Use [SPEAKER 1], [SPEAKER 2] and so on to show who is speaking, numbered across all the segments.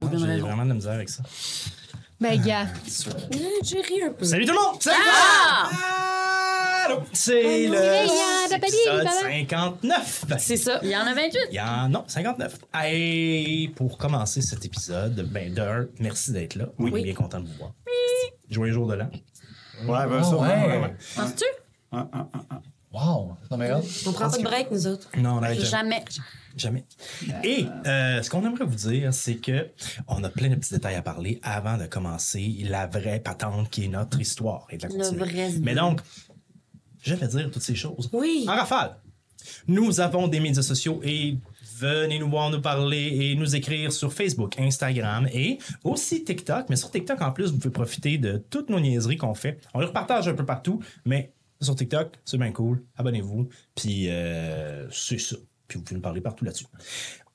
[SPEAKER 1] vraiment de la misère avec ça.
[SPEAKER 2] Ben, gars.
[SPEAKER 3] J'ai ri un peu.
[SPEAKER 1] Salut tout le monde! Salut! Allô! C'est
[SPEAKER 2] Hey,
[SPEAKER 1] le
[SPEAKER 2] euh, papa,
[SPEAKER 1] épisode
[SPEAKER 2] papa.
[SPEAKER 1] 59.
[SPEAKER 3] C'est ça.
[SPEAKER 4] Il y en a 28.
[SPEAKER 1] Il y en non, 59. Et pour commencer cet épisode, ben d'un, merci d'être là. On est bien content de vous voir. Joyeux jour de l'an.
[SPEAKER 5] Ouais, ben
[SPEAKER 6] Oh,
[SPEAKER 5] ça,
[SPEAKER 6] ouais.
[SPEAKER 5] ouais, ouais.
[SPEAKER 4] Penses-tu?
[SPEAKER 5] Ah, ah, ah, ah.
[SPEAKER 6] Wow! Non, mais regarde.
[SPEAKER 3] On prend pas de break, nous autres.
[SPEAKER 1] Non, on n'arrête jamais.
[SPEAKER 4] Jamais.
[SPEAKER 1] Jamais.
[SPEAKER 4] Ben,
[SPEAKER 1] Et euh, ce qu'on aimerait vous dire, c'est que on a plein de petits détails à parler avant de commencer la vraie patente qui est notre histoire et de la
[SPEAKER 4] Le
[SPEAKER 1] continuer.
[SPEAKER 4] vrai-
[SPEAKER 1] Mais donc, je vais dire toutes ces choses.
[SPEAKER 3] Oui.
[SPEAKER 1] En rafale, nous avons des médias sociaux et venez nous voir, nous parler et nous écrire sur Facebook, Instagram et aussi TikTok. Mais sur TikTok, en plus, vous pouvez profiter de toutes nos niaiseries qu'on fait. On les repartage un peu partout, mais sur TikTok, c'est bien cool. Abonnez-vous. Puis euh, c'est ça. Puis vous pouvez nous parler partout là-dessus.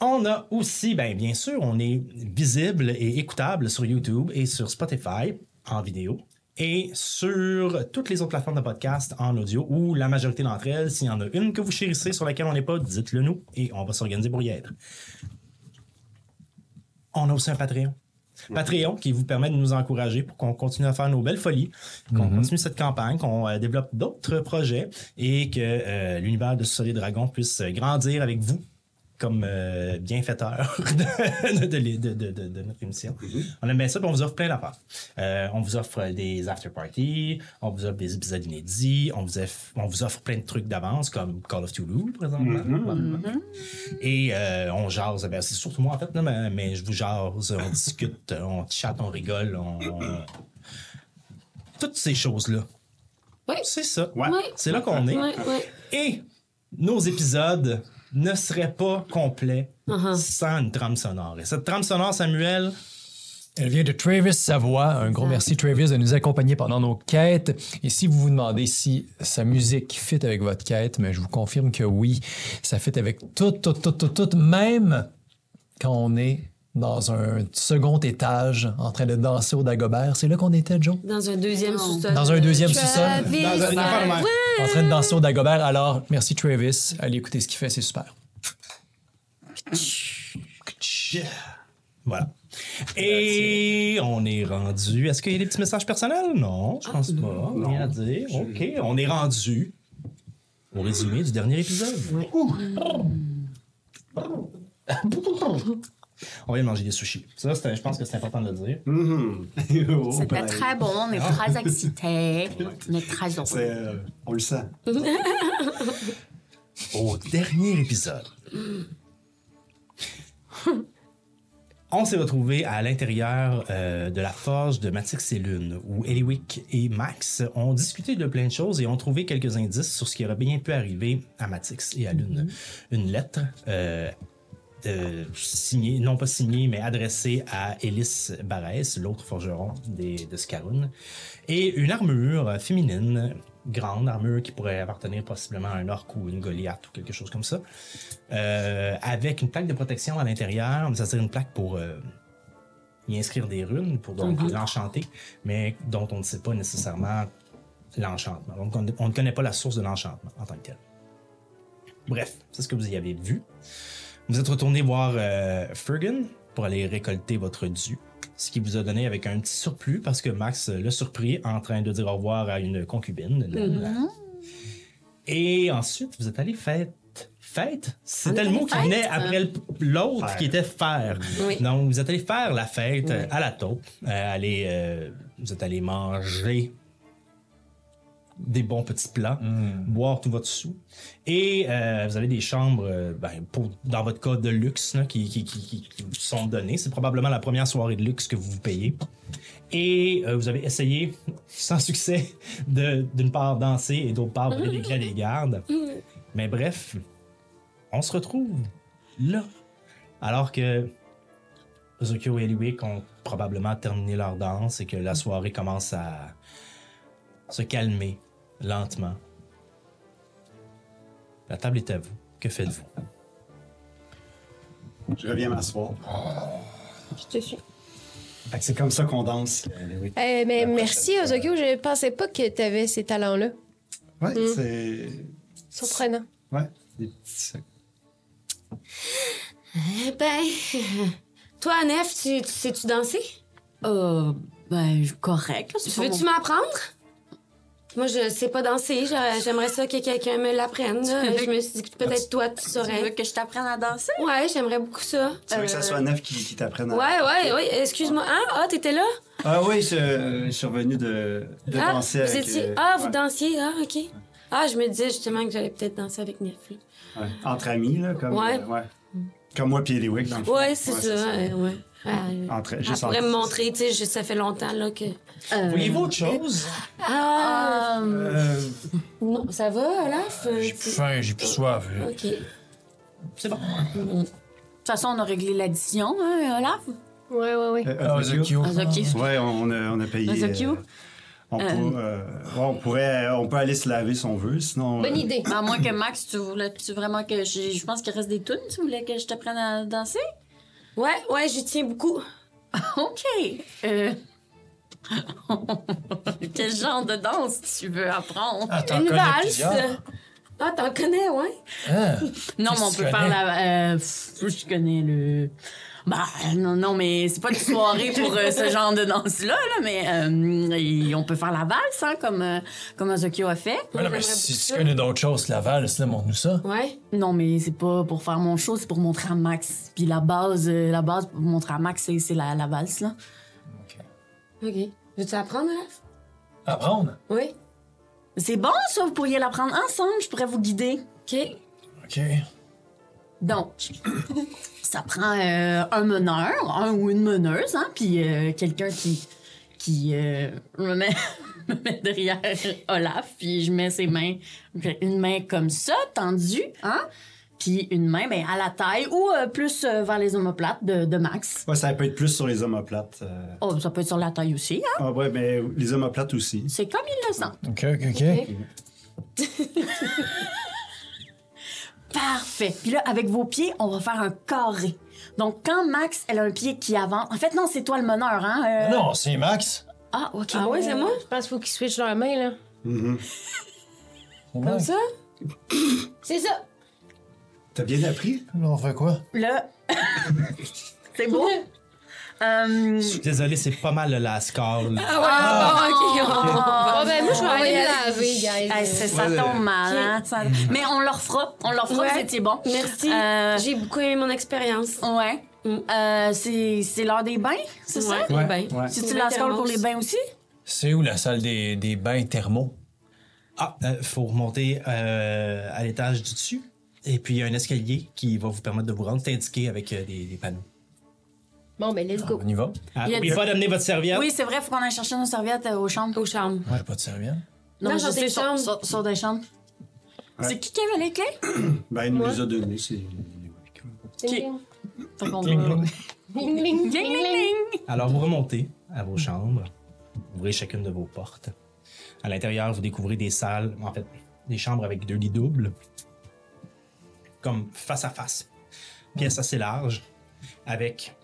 [SPEAKER 1] On a aussi, ben, bien sûr, on est visible et écoutable sur YouTube et sur Spotify en vidéo et sur toutes les autres plateformes de podcast en audio ou la majorité d'entre elles. S'il y en a une que vous chérissez sur laquelle on n'est pas, dites-le nous et on va s'organiser pour y être. On a aussi un Patreon. Mm-hmm. Patreon qui vous permet de nous encourager pour qu'on continue à faire nos belles folies, qu'on continue cette campagne, qu'on euh, développe d'autres projets et que euh, l'univers de Soleil Dragon puisse euh, grandir avec vous comme euh, bienfaiteur de, de, de- de- de- de notre émission. On aime bien ça, puis on vous offre plein d'affaires. Euh, on vous offre des after-parties, on vous offre des épisodes inédits, on vous offre, on vous offre plein de trucs d'avance, comme Call of Cthulhu, présentement. Et euh, on jase, ben, c'est surtout moi en fait, là, mais, mais je vous jase, on discute, on chatte, on rigole, on... on- Toutes ces choses-là.
[SPEAKER 3] Ouais.
[SPEAKER 1] C'est ça.
[SPEAKER 5] Ouais.
[SPEAKER 3] Ouais.
[SPEAKER 1] C'est là qu'on est.
[SPEAKER 3] Ouais, ouais.
[SPEAKER 1] Et nos épisodes ne seraient pas complets
[SPEAKER 3] Uh-huh.
[SPEAKER 1] sans une trame sonore. Et cette trame sonore, Samuel,
[SPEAKER 6] Elle vient de Travis Savoie. Un
[SPEAKER 3] Ah.
[SPEAKER 6] gros merci, Travis, de nous accompagner pendant nos quêtes. Et si vous vous demandez si sa musique fit avec votre quête, mais je vous confirme que oui, ça fit avec tout, tout, tout, tout, tout, même quand on est dans un second étage en train de danser au Dagobert. C'est là qu'on était, Joe?
[SPEAKER 3] Dans un deuxième sous-sol.
[SPEAKER 6] Dans un deuxième sous-sol,
[SPEAKER 2] Travis.
[SPEAKER 1] dans une affaire de même.
[SPEAKER 6] en train de danser au Dagobert. Alors, merci, Travis. Allez écouter ce qu'il fait, c'est super.
[SPEAKER 1] Voilà. Et on est rendu. Est-ce qu'il y a des petits messages personnels? Non, je pense pas. Rien à dire. OK, on est rendu au résumé du dernier épisode. Ouh. On vient de manger des sushis. Ça, c'est- je pense que c'est important de le dire.
[SPEAKER 4] C'était très bon, on est très excités. On est très
[SPEAKER 5] C'est,
[SPEAKER 4] heureux.
[SPEAKER 5] euh, on le sent.
[SPEAKER 1] au dernier épisode. On s'est retrouvés à l'intérieur euh, de la forge de Matix et Lune, où Eliwick et Max ont discuté de plein de choses et ont trouvé quelques indices sur ce qui aurait bien pu arriver à Matix et à Lune. Une lettre euh, euh, signée, non pas signée, mais adressée à Ellis Barès, l'autre forgeron des- de Scaroun, et une armure féminine, grande armure qui pourrait appartenir possiblement à un orc ou une Goliath ou quelque chose comme ça, euh, avec une plaque de protection à l'intérieur, ça serait une plaque pour euh, y inscrire des runes, pour donc l'enchanter, mais dont on ne sait pas nécessairement l'enchantement. Donc on, on ne connaît pas la source de l'enchantement en tant que tel. Bref, c'est ce que vous y avez vu. Vous êtes retourné voir euh, Fergan pour aller récolter votre dû, ce qui vous a donné avec un petit surplus parce que Max euh, l'a surpris en train de dire au revoir à une concubine. La- la- Et ensuite, vous êtes allé fête. Fête? C'était le mot qui venait après le- l'autre qui était faire.
[SPEAKER 3] Oui.
[SPEAKER 1] Donc, vous êtes allé faire la fête euh, à la taupe. euh, aller, euh, vous êtes allé manger des bons petits plats, boire tout votre sou. Et euh, vous avez des chambres, euh, ben, pour, dans votre cas, de luxe là, qui, qui, qui- qui- qui vous sont données. C'est probablement la première soirée de luxe que vous vous payez. Et euh, vous avez essayé, sans succès, de- d'une part danser et d'autre part voler des clés des gardes. Mais bref, on se retrouve là. Alors que Zokyo et Eliwick ont probablement terminé leur danse et que la soirée commence à se calmer lentement. La table est à vous. Que faites-vous?
[SPEAKER 5] Je reviens m'asseoir.
[SPEAKER 2] Je te suis.
[SPEAKER 5] Fait que c'est comme ça qu'on danse. euh, oui.
[SPEAKER 2] Eh, mais
[SPEAKER 5] La
[SPEAKER 2] merci,
[SPEAKER 5] prochaine
[SPEAKER 2] Ozokyo. Je pensais pas que tu avais ces talents-là.
[SPEAKER 5] Ouais,
[SPEAKER 3] Mm.
[SPEAKER 5] c'est.
[SPEAKER 2] Surprenant.
[SPEAKER 3] Euh,
[SPEAKER 5] Ouais, des petits sacs.
[SPEAKER 3] Eh ben, Toi, Nef, tu, tu sais-tu danser?
[SPEAKER 4] Euh, ben, je- correct. là, c'est
[SPEAKER 3] Tu
[SPEAKER 4] pas
[SPEAKER 3] veux-tu
[SPEAKER 4] mon-
[SPEAKER 3] m'apprendre? Moi, je sais pas danser. J'a- J'aimerais ça que quelqu'un me l'apprenne. là.
[SPEAKER 4] veux-
[SPEAKER 3] Je me suis dit que peut-être toi, tu
[SPEAKER 4] Tu veux
[SPEAKER 3] saurais.
[SPEAKER 4] que je t'apprenne à danser?
[SPEAKER 3] Ouais, j'aimerais beaucoup ça.
[SPEAKER 5] Tu veux que ça
[SPEAKER 3] Euh,
[SPEAKER 5] soit neuf qui, qui t'apprenne à.
[SPEAKER 3] Ouais, ouais, ouais. Excuse-moi. Ah, ah, t'étais là?
[SPEAKER 5] Ah oui, je, euh, je suis revenu de, de
[SPEAKER 3] ah,
[SPEAKER 5] danser
[SPEAKER 3] vous
[SPEAKER 5] avec.
[SPEAKER 3] étiez...
[SPEAKER 5] euh,
[SPEAKER 3] Ah, vous
[SPEAKER 5] ouais,
[SPEAKER 3] dansiez. Ah, OK. Ah, je me disais justement que j'allais peut-être danser avec Nef. là.
[SPEAKER 5] ouais. Entre amis, là, comme.
[SPEAKER 3] Ouais.
[SPEAKER 5] euh, ouais. Comme moi, puis Eliwick, dans le fond.
[SPEAKER 3] Ouais, c'est ça. euh, ouais. Ah, euh,
[SPEAKER 5] Entre,
[SPEAKER 3] elle
[SPEAKER 5] juste
[SPEAKER 3] pourrait
[SPEAKER 5] entre-
[SPEAKER 3] me montrer, tu sais, je- ça fait longtemps là que.
[SPEAKER 1] Voyez-vous autre chose?
[SPEAKER 3] Ah,
[SPEAKER 4] Euh,
[SPEAKER 5] Euh,
[SPEAKER 3] non, ça va, Olaf? Euh,
[SPEAKER 6] J'ai
[SPEAKER 3] tu-
[SPEAKER 6] plus faim, j'ai plus soif.
[SPEAKER 3] Ok.
[SPEAKER 1] C'est bon.
[SPEAKER 4] De toute façon, on a réglé l'addition, hein, Olaf?
[SPEAKER 2] Ouais, ouais, ouais.
[SPEAKER 5] euh,
[SPEAKER 6] Ah,
[SPEAKER 5] Ozokyo.
[SPEAKER 6] Ozokyo.
[SPEAKER 4] Ah, ok.
[SPEAKER 5] Ouais, on a, on a payé.
[SPEAKER 4] Ozokyo.
[SPEAKER 5] euh, on, peut, euh, ouais, on pourrait, euh, on peut aller se laver si on veut, sinon.
[SPEAKER 2] Bonne
[SPEAKER 5] euh,
[SPEAKER 2] idée.
[SPEAKER 4] Ben, À moins que Max, tu voulais tu vraiment que. Je, je pense qu'il reste des tunes, tu voulais que je t'apprenne à danser?
[SPEAKER 3] Ouais, ouais, j'y tiens beaucoup.
[SPEAKER 4] OK. Euh... Quel genre de danse tu veux apprendre?
[SPEAKER 6] Ah, t'en
[SPEAKER 3] Une
[SPEAKER 6] connais
[SPEAKER 3] valse.
[SPEAKER 6] plusieurs.
[SPEAKER 3] Ah, t'en connais, ouais.
[SPEAKER 6] Ah,
[SPEAKER 4] Non, mais on
[SPEAKER 6] Qu'est-ce que
[SPEAKER 4] peut
[SPEAKER 6] tu
[SPEAKER 4] faire
[SPEAKER 6] connais?
[SPEAKER 4] la. euh, pff, je connais le. Bah, non, non, mais c'est pas une soirée pour euh, ce genre de danse-là, là, mais euh, et on peut faire la valse, hein, comme, euh, comme Azokyo a fait.
[SPEAKER 6] mais non, mais
[SPEAKER 3] J'aimerais
[SPEAKER 6] si
[SPEAKER 3] beaucoup
[SPEAKER 6] tu
[SPEAKER 3] ça.
[SPEAKER 6] connais d'autres choses, la valse, là, montre-nous ça.
[SPEAKER 3] Ouais.
[SPEAKER 4] Non, mais c'est pas pour faire mon show, c'est pour montrer à Max. Puis la base, euh, la base pour montrer à Max, c'est- c'est la, la valse, là.
[SPEAKER 3] Ok. Veux-tu apprendre, Olaf?
[SPEAKER 6] Apprendre.
[SPEAKER 3] Oui.
[SPEAKER 4] C'est bon, ça, vous pourriez la prendre ensemble, je pourrais vous guider.
[SPEAKER 3] Ok.
[SPEAKER 6] OK.
[SPEAKER 4] Donc, ça prend euh, un meneur, un ou une meneuse, hein, puis euh, quelqu'un qui, qui euh, me, met, me met derrière Olaf, puis je mets ses mains, j'ai une main comme ça, tendue, hein, puis une main ben, à la taille ou euh, plus euh, vers les omoplates de, de Max.
[SPEAKER 5] ouais, ça peut être plus sur les omoplates. euh.
[SPEAKER 4] Oh, ça peut être sur la taille aussi, hein.
[SPEAKER 5] Ah ouais, mais les omoplates aussi.
[SPEAKER 4] C'est comme il le sent.
[SPEAKER 6] OK, OK, OK.
[SPEAKER 4] Parfait. Puis là, avec vos pieds, on va faire un carré. Donc, quand Max, elle a un pied qui avance... En fait, non, c'est toi le meneur, hein? euh,
[SPEAKER 6] Ah Non, c'est Max.
[SPEAKER 4] Ah, OK.
[SPEAKER 2] Ah
[SPEAKER 3] ouais, c'est moi?
[SPEAKER 2] Je pense qu'il faut qu'ils switchent leurs mains, là.
[SPEAKER 5] Mhm.
[SPEAKER 3] Comme ça?
[SPEAKER 2] C'est ça.
[SPEAKER 5] T'as bien appris?
[SPEAKER 6] Là, on fait quoi?
[SPEAKER 4] Là. c'est beau. Hum,
[SPEAKER 1] Je suis désolé, c'est pas mal le last call.
[SPEAKER 3] Ah, ouais, ah, ok.
[SPEAKER 2] Ah, ben, moi, je vais
[SPEAKER 3] on va
[SPEAKER 2] aller
[SPEAKER 3] y
[SPEAKER 2] me
[SPEAKER 3] aller.
[SPEAKER 2] laver, guys.
[SPEAKER 4] hey, c'est- ça
[SPEAKER 5] Ouais,
[SPEAKER 4] tombe
[SPEAKER 5] euh,
[SPEAKER 4] mal, hein, ça- Mais on leur fera. On leur fera,
[SPEAKER 3] Ouais.
[SPEAKER 4] vous étiez bon.
[SPEAKER 3] Merci.
[SPEAKER 4] Euh,
[SPEAKER 3] J'ai beaucoup aimé mon expérience.
[SPEAKER 4] Ouais.
[SPEAKER 3] Mm.
[SPEAKER 4] Euh, c'est c'est l'heure des bains, c'est ça?
[SPEAKER 3] Ouais. Ben,
[SPEAKER 5] Ouais.
[SPEAKER 4] C'est-tu
[SPEAKER 3] Les
[SPEAKER 4] la
[SPEAKER 3] bains
[SPEAKER 4] salle pour
[SPEAKER 3] thermos.
[SPEAKER 4] les bains aussi?
[SPEAKER 6] C'est où la salle des, des bains thermaux?
[SPEAKER 1] Ah, euh, faut remonter euh, à l'étage du dessus. Et puis, il y a un escalier qui va vous permettre de vous rendre. C'est indiqué avec euh, des, des panneaux.
[SPEAKER 2] Bon, ben, let's go.
[SPEAKER 6] On y va?
[SPEAKER 1] Ah,
[SPEAKER 4] Il y a
[SPEAKER 1] N'oubliez
[SPEAKER 4] du-
[SPEAKER 1] pas d'amener votre serviette.
[SPEAKER 4] Oui, c'est vrai, faut qu'on aille chercher nos serviettes euh, aux chambres.
[SPEAKER 3] Au charme.
[SPEAKER 6] Moi, j'ai pas de serviette.
[SPEAKER 4] Non,
[SPEAKER 3] Non,
[SPEAKER 4] mais
[SPEAKER 3] dans
[SPEAKER 4] je
[SPEAKER 3] tes
[SPEAKER 4] sais, sur,
[SPEAKER 3] chambres.
[SPEAKER 4] sur, sur des chambres.
[SPEAKER 5] Ouais.
[SPEAKER 4] C'est qui qui avait les clés?
[SPEAKER 5] Ben, il nous les a donnés, c'est. Eliwick.
[SPEAKER 2] Ding,
[SPEAKER 4] Fait qu'on
[SPEAKER 6] Ding,
[SPEAKER 4] va-
[SPEAKER 2] ding,
[SPEAKER 6] ding.
[SPEAKER 2] ding, ding, ding,
[SPEAKER 4] Ding, ding,
[SPEAKER 2] ding.
[SPEAKER 4] ding.
[SPEAKER 1] Alors, vous remontez à vos chambres, ouvrez chacune de vos portes. À l'intérieur, vous découvrez des salles, en fait, des chambres avec deux lits doubles, comme face à face. Pièce assez large, avec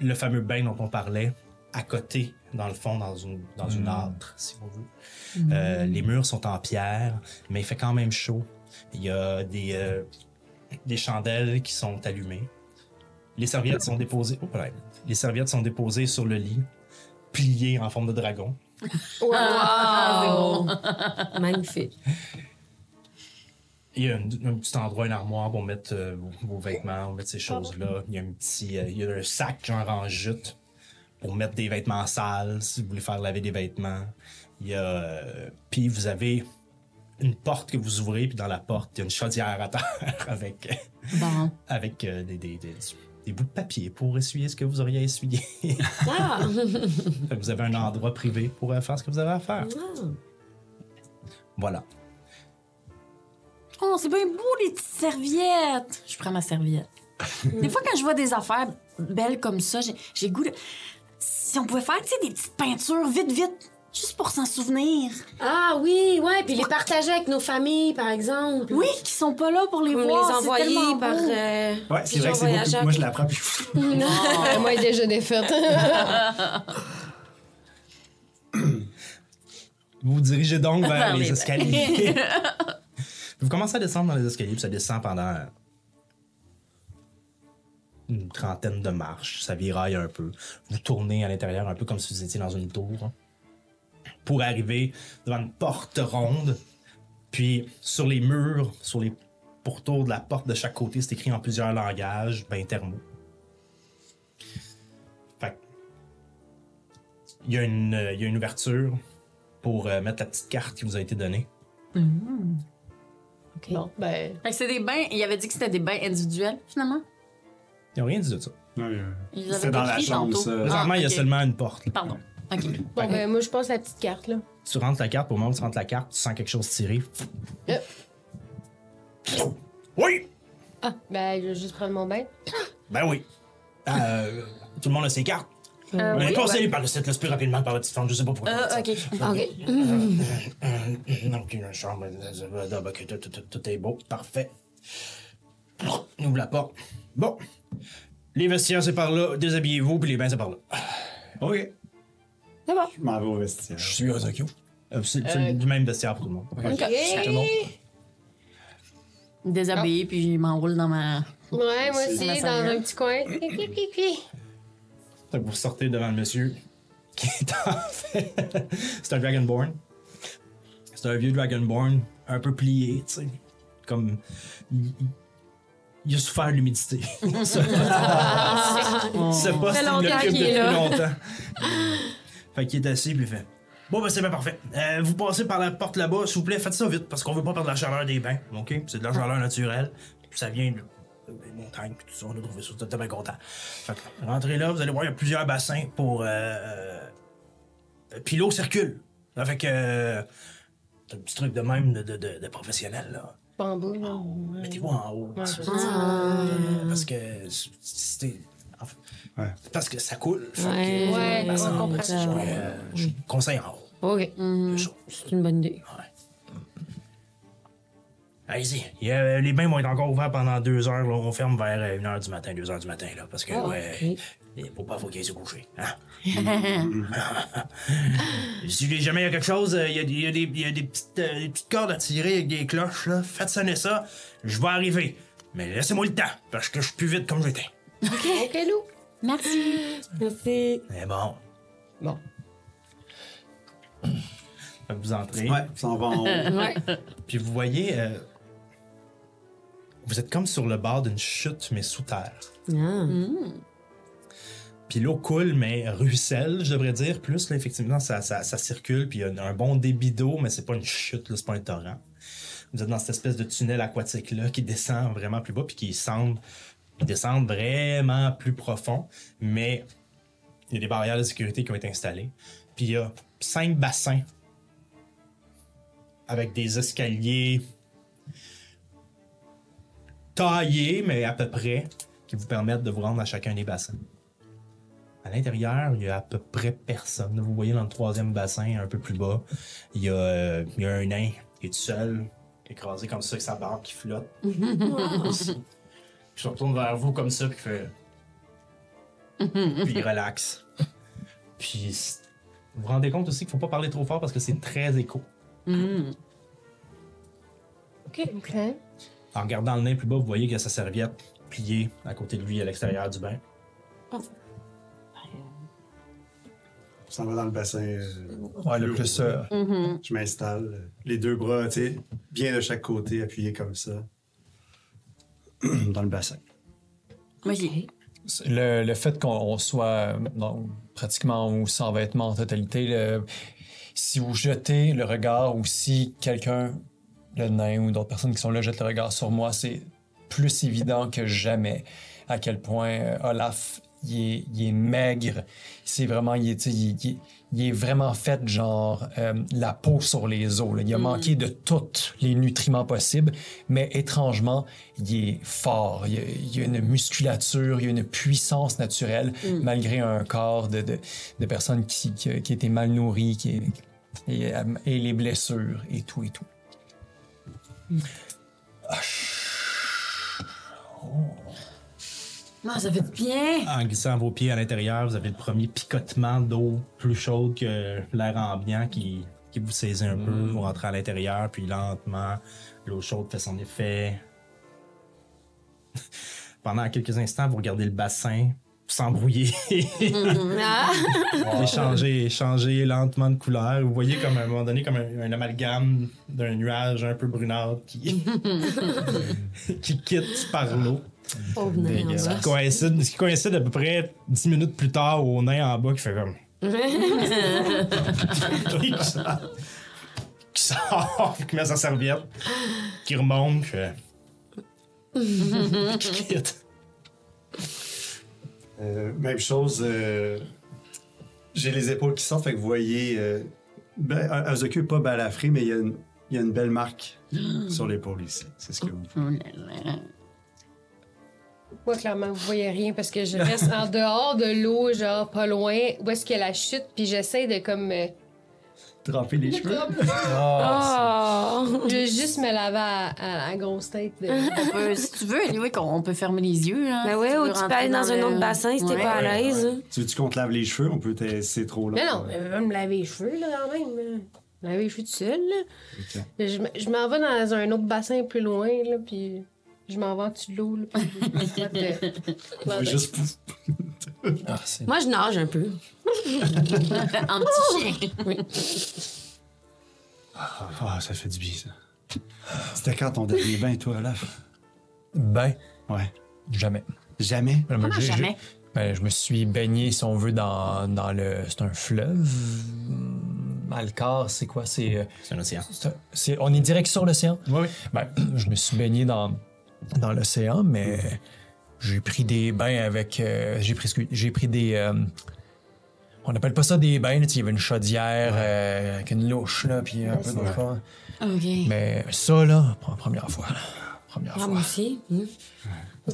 [SPEAKER 1] le fameux bain dont on parlait, à côté, dans le fond, dans une, dans une âtre, si on veut. Euh, les murs sont en pierre, mais il fait quand même chaud. Il y a des, euh, des chandelles qui sont allumées. Les serviettes sont déposées. oh, problème. Les serviettes sont déposées sur le lit, pliées en forme de dragon.
[SPEAKER 4] Ah,
[SPEAKER 3] Wow! Magnifique.
[SPEAKER 1] Il y a une- un, petit endroit, une armoire pour mettre euh, vos, vos vêtements, mettre ces choses-là. Il y a un petit, euh, il y a un sac genre en jute pour mettre des vêtements sales si vous voulez faire laver des vêtements. Il y a, euh, puis vous avez une porte que vous ouvrez, puis dans la porte il y a une chaudière à terre avec
[SPEAKER 4] Bon.
[SPEAKER 1] avec euh, des, des, des- des bouts de papier pour essuyer ce que vous auriez essuyé.
[SPEAKER 3] Ah!
[SPEAKER 1] Fait que vous avez un endroit privé pour euh, faire ce que vous avez à faire. Voilà.
[SPEAKER 4] Oh, c'est bien beau, les petites serviettes. Je prends ma serviette. des fois, quand je vois des affaires belles comme ça, j'ai- j'ai le goût de. Si on pouvait faire, tu sais, des petites peintures, vite, vite, juste pour s'en souvenir.
[SPEAKER 3] Ah oui, ouais, puis les partager avec nos familles, par exemple.
[SPEAKER 4] Oui, qui sont pas là pour les
[SPEAKER 3] Comme
[SPEAKER 4] voir.
[SPEAKER 3] les
[SPEAKER 4] c'est
[SPEAKER 3] envoyer
[SPEAKER 4] tellement
[SPEAKER 3] par.
[SPEAKER 4] beau.
[SPEAKER 3] euh,
[SPEAKER 5] Ouais, c'est vrai que c'est
[SPEAKER 3] pigeon
[SPEAKER 5] beaucoup.
[SPEAKER 3] voyageur.
[SPEAKER 5] Moi, je la prends, puis.
[SPEAKER 2] Ah, Moi, déjà défaite.
[SPEAKER 1] Vous vous dirigez donc vers
[SPEAKER 4] Vers
[SPEAKER 1] les
[SPEAKER 4] les-
[SPEAKER 1] escaliers. vous commencez à descendre dans les escaliers, puis ça descend pendant une trentaine de marches, ça viraille un peu. Vous tournez à l'intérieur un peu comme si vous étiez dans une tour. hein, pour arriver devant une porte ronde. Puis sur les murs, sur les pourtours de la porte de chaque côté, c'est écrit en plusieurs langages, ben thermo. Fait que il y, a une, euh, il y a une ouverture pour euh, mettre la petite carte qui vous a été donnée.
[SPEAKER 2] Bon, ben,
[SPEAKER 4] Fait que c'est des bains. Il avait dit que c'était des bains individuels, finalement.
[SPEAKER 1] Ils n'ont rien dit de ça.
[SPEAKER 5] Ouais,
[SPEAKER 4] Ils
[SPEAKER 5] C'était
[SPEAKER 4] avaient
[SPEAKER 5] dans la
[SPEAKER 4] écrit
[SPEAKER 5] chambre,
[SPEAKER 4] tantôt.
[SPEAKER 5] ça.
[SPEAKER 4] Ah,
[SPEAKER 1] Présentement, il y a
[SPEAKER 4] ok.
[SPEAKER 1] seulement une porte. là.
[SPEAKER 4] Pardon. OK.
[SPEAKER 2] bon, ben, moi, je pense à la petite carte, là.
[SPEAKER 1] Tu rentres la carte, pour le moment où tu rentres la carte, tu sens quelque chose tirer.
[SPEAKER 2] Yep.
[SPEAKER 1] Oui!
[SPEAKER 2] Ben, je vais juste prendre mon bain.
[SPEAKER 1] Ben oui. Euh, tout le monde a ses cartes. On est passé par le site, le plus rapidement par la petite fente, je sais pas pourquoi.
[SPEAKER 2] Ah,
[SPEAKER 4] Euh, OK.
[SPEAKER 3] OK.
[SPEAKER 1] Non, une chambre, euh, ok, tout, tout- tout- tout est beau, parfait. On ouvre la porte. Bon. Les vestiaires, c'est par là, déshabillez-vous, puis les bains, c'est par là.
[SPEAKER 5] OK.
[SPEAKER 3] D'abord.
[SPEAKER 5] Je m'en vais au vestiaire.
[SPEAKER 6] Je suis à Tokyo.
[SPEAKER 1] Euh, C'est c'est du même vestiaire pour tout le monde.
[SPEAKER 2] Ah,
[SPEAKER 4] Déshabillé, puis je m'enroule dans ma.
[SPEAKER 2] Ouais, moi
[SPEAKER 4] Dans la
[SPEAKER 2] aussi, dans
[SPEAKER 4] serviette.
[SPEAKER 2] un petit coin. Cli, cli, cli, cli.
[SPEAKER 1] Fait que vous sortez devant le monsieur qui est en fait. C'est un Dragonborn. C'est un vieux Dragonborn, un peu plié, tu sais. Comme. Il, il- il a souffert de l'humidité. Ce
[SPEAKER 3] Ah.
[SPEAKER 1] ce poste,
[SPEAKER 3] fait
[SPEAKER 1] il
[SPEAKER 3] longtemps
[SPEAKER 1] l'occupe
[SPEAKER 3] qu'il
[SPEAKER 1] depuis
[SPEAKER 3] est là.
[SPEAKER 1] longtemps. fait qu'il est assis, puis il fait. Bon, ben c'est bien parfait. Euh, vous passez par la porte là-bas, s'il vous plaît, faites ça vite, parce qu'on veut pas perdre la chaleur des bains, OK? C'est de la chaleur naturelle. Ça vient de des montagnes, puis tout ça, on a trouvé ça, on était bien content. Fait que, rentrez là, vous allez voir, il y a plusieurs bassins pour. euh, euh, puis l'eau circule. Fait que. euh, c'est un petit truc de même de, de, de- de professionnel, là.
[SPEAKER 2] Bambou, là.
[SPEAKER 1] Mettez-vous en haut.
[SPEAKER 2] Ouais, je sais.
[SPEAKER 1] Euh, Parce que.
[SPEAKER 2] Mm.
[SPEAKER 1] C'était. enfin,
[SPEAKER 5] Ouais.
[SPEAKER 1] Parce que ça coule. Fait que,
[SPEAKER 3] Ouais.
[SPEAKER 2] Ouais, Mm.
[SPEAKER 1] ben, ça
[SPEAKER 2] on comprend.
[SPEAKER 1] monte. Ouais, euh, je conseille en haut.
[SPEAKER 3] OK.
[SPEAKER 1] quelque chose.
[SPEAKER 3] C'est une bonne idée.
[SPEAKER 1] Allez-y. Il y a- les bains vont être encore ouverts pendant deux heures. là. On ferme vers 1h du matin, 2h du matin. Là, parce que,
[SPEAKER 2] Ah,
[SPEAKER 1] ouais, il faut pas faut qu'ils se coucher. Hein? si jamais il y a quelque chose, euh, il y a, des- il y a des, il y a des petites, euh, des petites cordes à tirer avec des cloches. Là. Faites sonner ça. Je vais arriver. Mais laissez-moi le temps, parce que je suis plus vite comme j'étais.
[SPEAKER 2] Ok, Lou.
[SPEAKER 3] Merci.
[SPEAKER 1] Mais bon.
[SPEAKER 2] Bon.
[SPEAKER 1] Vous entrez.
[SPEAKER 5] Ouais, ça en va en haut.
[SPEAKER 3] Ouais.
[SPEAKER 1] Puis vous voyez, euh, vous êtes comme sur le bord d'une chute, mais sous terre. Puis l'eau coule, mais ruisselle, je devrais dire. Plus, là, effectivement, ça, ça- ça circule, puis il y a un- un bon débit d'eau, mais c'est pas une chute, là, c'est pas un torrent. Vous êtes dans cette espèce de tunnel aquatique-là qui descend vraiment plus bas, puis qui semble descendre vraiment plus profond, mais il y a des barrières de sécurité qui ont été installées. Puis il y a cinq bassins avec des escaliers taillés, mais à peu près, qui vous permettent de vous rendre à chacun des bassins. À l'intérieur, il y a à peu près personne. Vous voyez dans le troisième bassin, un peu plus bas, il y a, euh, il y a un nain qui est tout seul, écrasé comme ça, avec sa barbe qui flotte. Je retourne vers vous comme ça, puis il fait... puis il relaxe. Puis c'est- vous vous rendez compte aussi qu'il faut pas parler trop fort parce que c'est très écho.
[SPEAKER 4] Mm. Mm-hmm.
[SPEAKER 2] Ok.
[SPEAKER 1] En regardant le nez plus bas, vous voyez qu'il y a sa serviette pliée à côté de lui à l'extérieur du bain.
[SPEAKER 5] Ça en va dans le bassin. euh,
[SPEAKER 6] Ouais, le plus. euh,
[SPEAKER 4] Mm-hmm.
[SPEAKER 5] Je m'installe. Les deux bras, tu sais, bien de chaque côté, appuyés comme ça. dans le bassin.
[SPEAKER 4] OK.
[SPEAKER 6] Le, le fait qu'on on soit euh, donc, pratiquement ou sans vêtements en totalité, le- si vous jetez le regard ou si quelqu'un, le nain ou d'autres personnes qui sont là, jettent le regard sur moi, c'est plus évident que jamais à quel point euh, Olaf il est, il est maigre. C'est vraiment, il est, tu sais, il- il- il est vraiment fait genre euh, la peau sur les os. là. Il a manqué de tous les nutriments possibles, mais étrangement, il est fort. Il y a, il y a une musculature, il y a une puissance naturelle, malgré un corps de, de, de personnes qui, qui, qui étaient mal nourries, qui, et, euh, et les blessures, et tout, et tout.
[SPEAKER 4] Non, ça fait du bien.
[SPEAKER 1] En glissant vos pieds à l'intérieur, vous avez le premier picotement d'eau plus chaude que l'air ambiant qui, qui vous saisit un peu. Vous rentrez à l'intérieur, puis lentement, l'eau chaude fait son effet. Pendant quelques instants, vous regardez le bassin s'embrouiller,
[SPEAKER 3] Ah!
[SPEAKER 1] échanger, échanger lentement de couleur. Vous voyez comme à un moment donné comme un, un amalgame d'un nuage un peu brunâtre qui, qui quitte par l'eau.
[SPEAKER 3] Oh, venez,
[SPEAKER 1] euh, Ce qui, coïncide, ce qui coïncide à peu près 10 minutes plus tard au nain en bas qui fait comme. qui sort, qui sort, qui met sa serviette, qui remonte, puis. euh, qui quitte.
[SPEAKER 5] Euh, même chose, euh, j'ai les épaules qui sortent, fait que vous voyez, euh, ben, un- un Zoku pas balafré, mais il y, a une- il y a une belle marque sur l'épaule ici. C'est ce que vous
[SPEAKER 2] Mm.
[SPEAKER 4] Oh là là.
[SPEAKER 2] Moi, clairement, vous voyez rien parce que je reste en dehors de l'eau, genre pas loin, où est-ce qu'il y a la chute, puis j'essaie de comme. euh,
[SPEAKER 5] trempez les cheveux.
[SPEAKER 3] Oh!
[SPEAKER 2] Je vais juste me laver à, à la grosse tête. de-
[SPEAKER 4] On peut- si tu veux, anyway, qu'on- on peut fermer les yeux. Là,
[SPEAKER 3] Ben
[SPEAKER 4] si
[SPEAKER 3] ouais,
[SPEAKER 4] veux
[SPEAKER 3] ou tu peux
[SPEAKER 4] rentrer
[SPEAKER 3] aller dans,
[SPEAKER 4] dans
[SPEAKER 3] un
[SPEAKER 4] le-
[SPEAKER 3] autre bassin si t'es
[SPEAKER 4] Ouais.
[SPEAKER 3] pas à l'aise.
[SPEAKER 5] Tu veux-tu qu'on te lave les cheveux? On peut t'a- c'est trop long.
[SPEAKER 2] Mais non, elle va me laver les cheveux, là, quand même. là. Me Laver les cheveux tout seul, là.
[SPEAKER 5] Ok.
[SPEAKER 2] Je, m- je m'en vais dans un autre bassin plus loin, là, puis je m'en vais en dessous de l'eau, là, puis je me frotte, euh,
[SPEAKER 5] On va juste pouf.
[SPEAKER 6] Ah, c'est-
[SPEAKER 3] Moi, je nage un peu.
[SPEAKER 4] Un petit chien.
[SPEAKER 5] Ah, ça fait du bien, ça. C'était quand ton dernier bain, toi, Olaf?
[SPEAKER 6] Ben,
[SPEAKER 5] Ouais.
[SPEAKER 6] jamais.
[SPEAKER 5] Jamais?
[SPEAKER 4] Comment
[SPEAKER 6] J'ai- j'ai-
[SPEAKER 4] jamais?
[SPEAKER 6] Ben, je me suis baigné, si on veut, dans, dans le. C'est un fleuve. Hum, Alcar, c'est quoi? C'est. euh,
[SPEAKER 1] C'est un océan.
[SPEAKER 6] c'est un- c'est- on est direct sur l'océan?
[SPEAKER 1] Oui, oui.
[SPEAKER 6] Ben, je me suis baigné dans, dans l'océan, mais j'ai pris des bains avec. euh, j'ai pris, excuse- j'ai pris des. euh, on n'appelle pas ça des bains, là, tu sais, il y avait une chaudière euh, avec une louche, là, puis un peu de fond.
[SPEAKER 4] OK.
[SPEAKER 6] Mais ça, là, pour la première fois. là. Première
[SPEAKER 3] Ah,
[SPEAKER 6] fois.
[SPEAKER 3] moi aussi. Hmm.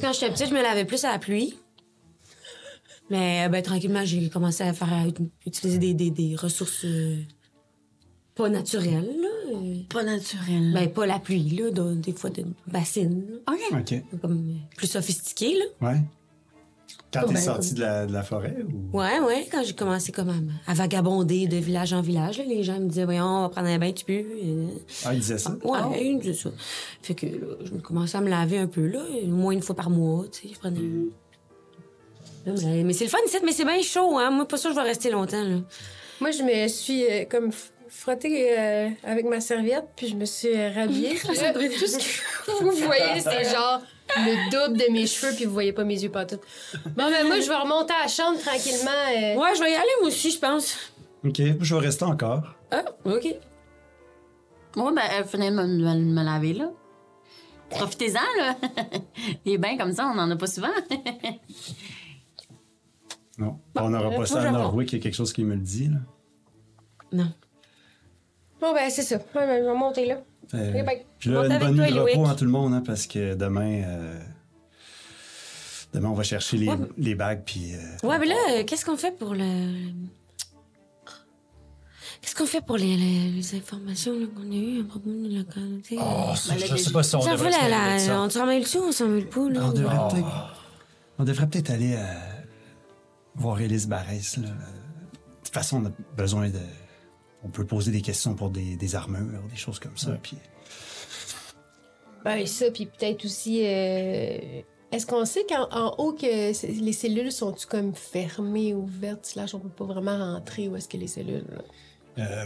[SPEAKER 3] Quand j'étais petite, je me lavais plus à la pluie. Mais euh, ben, tranquillement, j'ai commencé à faire à ut- utiliser des, des- des ressources euh, pas naturelles. là. Euh,
[SPEAKER 4] Pas naturel.
[SPEAKER 3] Ben, pas la pluie, là, de- des fois de bassine. là.
[SPEAKER 4] OK.
[SPEAKER 5] OK.
[SPEAKER 3] Comme euh, plus sophistiqué, là.
[SPEAKER 5] Ouais. Quand
[SPEAKER 3] Oh,
[SPEAKER 5] t'es
[SPEAKER 3] ben,
[SPEAKER 5] sorti de la, de la forêt ou.
[SPEAKER 3] Ouais, ouais, quand j'ai commencé comme à, à vagabonder de village en village, là, les gens me disaient, voyons, on va prendre un bain, tu pues. Euh,
[SPEAKER 5] Ah, il disait ça.
[SPEAKER 3] Ouais, une de ça. Fait que là, je me commençais à me laver un peu, là, au moins une fois par mois, tu sais, je prenais... Là, mais mais c'est le fun, ici, mais c'est bien chaud, hein. Moi, pas sûr que je vais rester longtemps, là.
[SPEAKER 2] Moi, je me suis euh, comme f- frottée euh, avec ma serviette, puis je me suis euh, rhabillée. Puis là, tout ce que vous voyez, c'est genre le double de mes cheveux, puis vous voyez pas mes yeux partout. Bon, mais moi, je vais remonter à la chambre tranquillement. euh.
[SPEAKER 3] Ouais, je vais y aller, moi aussi, je pense.
[SPEAKER 5] OK. Je vais rester encore.
[SPEAKER 3] Ah, OK.
[SPEAKER 4] Moi, ben, euh, venez me, me- me laver, là. Profitez-en, là. Les bains comme ça, on n'en a pas souvent.
[SPEAKER 5] Non.
[SPEAKER 2] Bah,
[SPEAKER 5] on n'aura
[SPEAKER 2] euh,
[SPEAKER 5] pas ça à
[SPEAKER 3] Japon.
[SPEAKER 5] Norwick. Il y a quelque chose qui me le dit, là.
[SPEAKER 3] Non.
[SPEAKER 2] Bon, ben, c'est ça. Ouais, ben, je vais monter là.
[SPEAKER 5] Euh,
[SPEAKER 2] Eh ben,
[SPEAKER 5] puis là,
[SPEAKER 3] monte
[SPEAKER 5] une
[SPEAKER 3] avec
[SPEAKER 5] bonne
[SPEAKER 3] toi,
[SPEAKER 5] nuit de repos
[SPEAKER 3] Loïc.
[SPEAKER 5] à tout le monde, hein, parce que demain, euh, demain, on va chercher les, les bagues, puis... euh,
[SPEAKER 3] Ouais, mais là, euh, qu'est-ce qu'on fait pour le. Qu'est-ce qu'on fait pour les, les- les informations là, qu'on a eues à propos de la communauté?
[SPEAKER 6] Oh, ça,
[SPEAKER 4] Ben,
[SPEAKER 6] je
[SPEAKER 4] là,
[SPEAKER 6] sais pas si on
[SPEAKER 3] ça
[SPEAKER 6] devrait
[SPEAKER 3] va,
[SPEAKER 6] se
[SPEAKER 3] la,
[SPEAKER 6] mêler de
[SPEAKER 3] la-
[SPEAKER 6] ça.
[SPEAKER 3] on s'en mêle le on s'en mêle pas, là.
[SPEAKER 5] on devrait
[SPEAKER 6] Oh.
[SPEAKER 5] peut-être... On devrait peut-être aller euh, voir Élise Barès, là. De toute façon, on a besoin de... On peut poser des questions pour des, des armures, des choses comme ça, puis...
[SPEAKER 2] Ben, ça, puis peut-être aussi. euh, Est-ce qu'on sait qu'en en haut, que c'est- les cellules sont-tu comme fermées, ouvertes, slash, on peut pas vraiment rentrer où est-ce que les cellules. là?
[SPEAKER 1] Euh,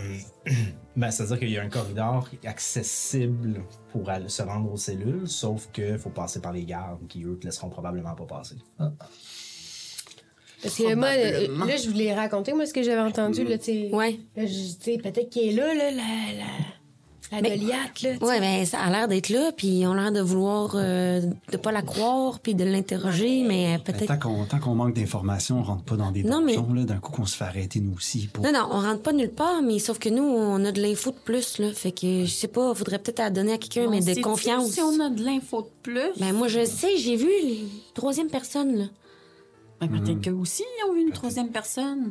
[SPEAKER 1] ben, C'est-à-dire qu'il y a un corridor accessible pour aller- se rendre aux cellules, sauf que faut passer par les gardes qui, eux, te laisseront probablement pas passer.
[SPEAKER 2] Parce que moi,
[SPEAKER 4] Probablement.
[SPEAKER 2] euh, là, je voulais raconter, moi, ce que j'avais entendu, là, tu sais.
[SPEAKER 3] Mm. Ouais.
[SPEAKER 2] Là, je dis, tu sais, peut-être qu'il est là, là, la, la, la
[SPEAKER 3] Mais-
[SPEAKER 2] Goliath, là. tu sais.
[SPEAKER 3] Ouais, ben, ça a l'air d'être là, puis on a l'air de vouloir. euh, de pas la croire, puis de l'interroger, mais euh,
[SPEAKER 5] Ben,
[SPEAKER 3] peut-être.
[SPEAKER 5] tant qu'on tant qu'on manque d'informations, on rentre pas dans des
[SPEAKER 3] Non, mais-
[SPEAKER 5] donjons, là. D'un coup, qu'on se fait arrêter, nous aussi, pour...
[SPEAKER 3] Non, non, on rentre pas nulle part, mais sauf que nous, on a de l'info de plus, là. Fait que je sais pas, faudrait peut-être la donner à quelqu'un, mais
[SPEAKER 4] On
[SPEAKER 3] de
[SPEAKER 4] sait-tu
[SPEAKER 3] confiance.
[SPEAKER 4] Si on a de l'info de plus,
[SPEAKER 3] Ben, moi, je sais, j'ai vu les troisième personne, là.
[SPEAKER 4] ben, peut-être qu'eux aussi, ils ont vu une troisième personne.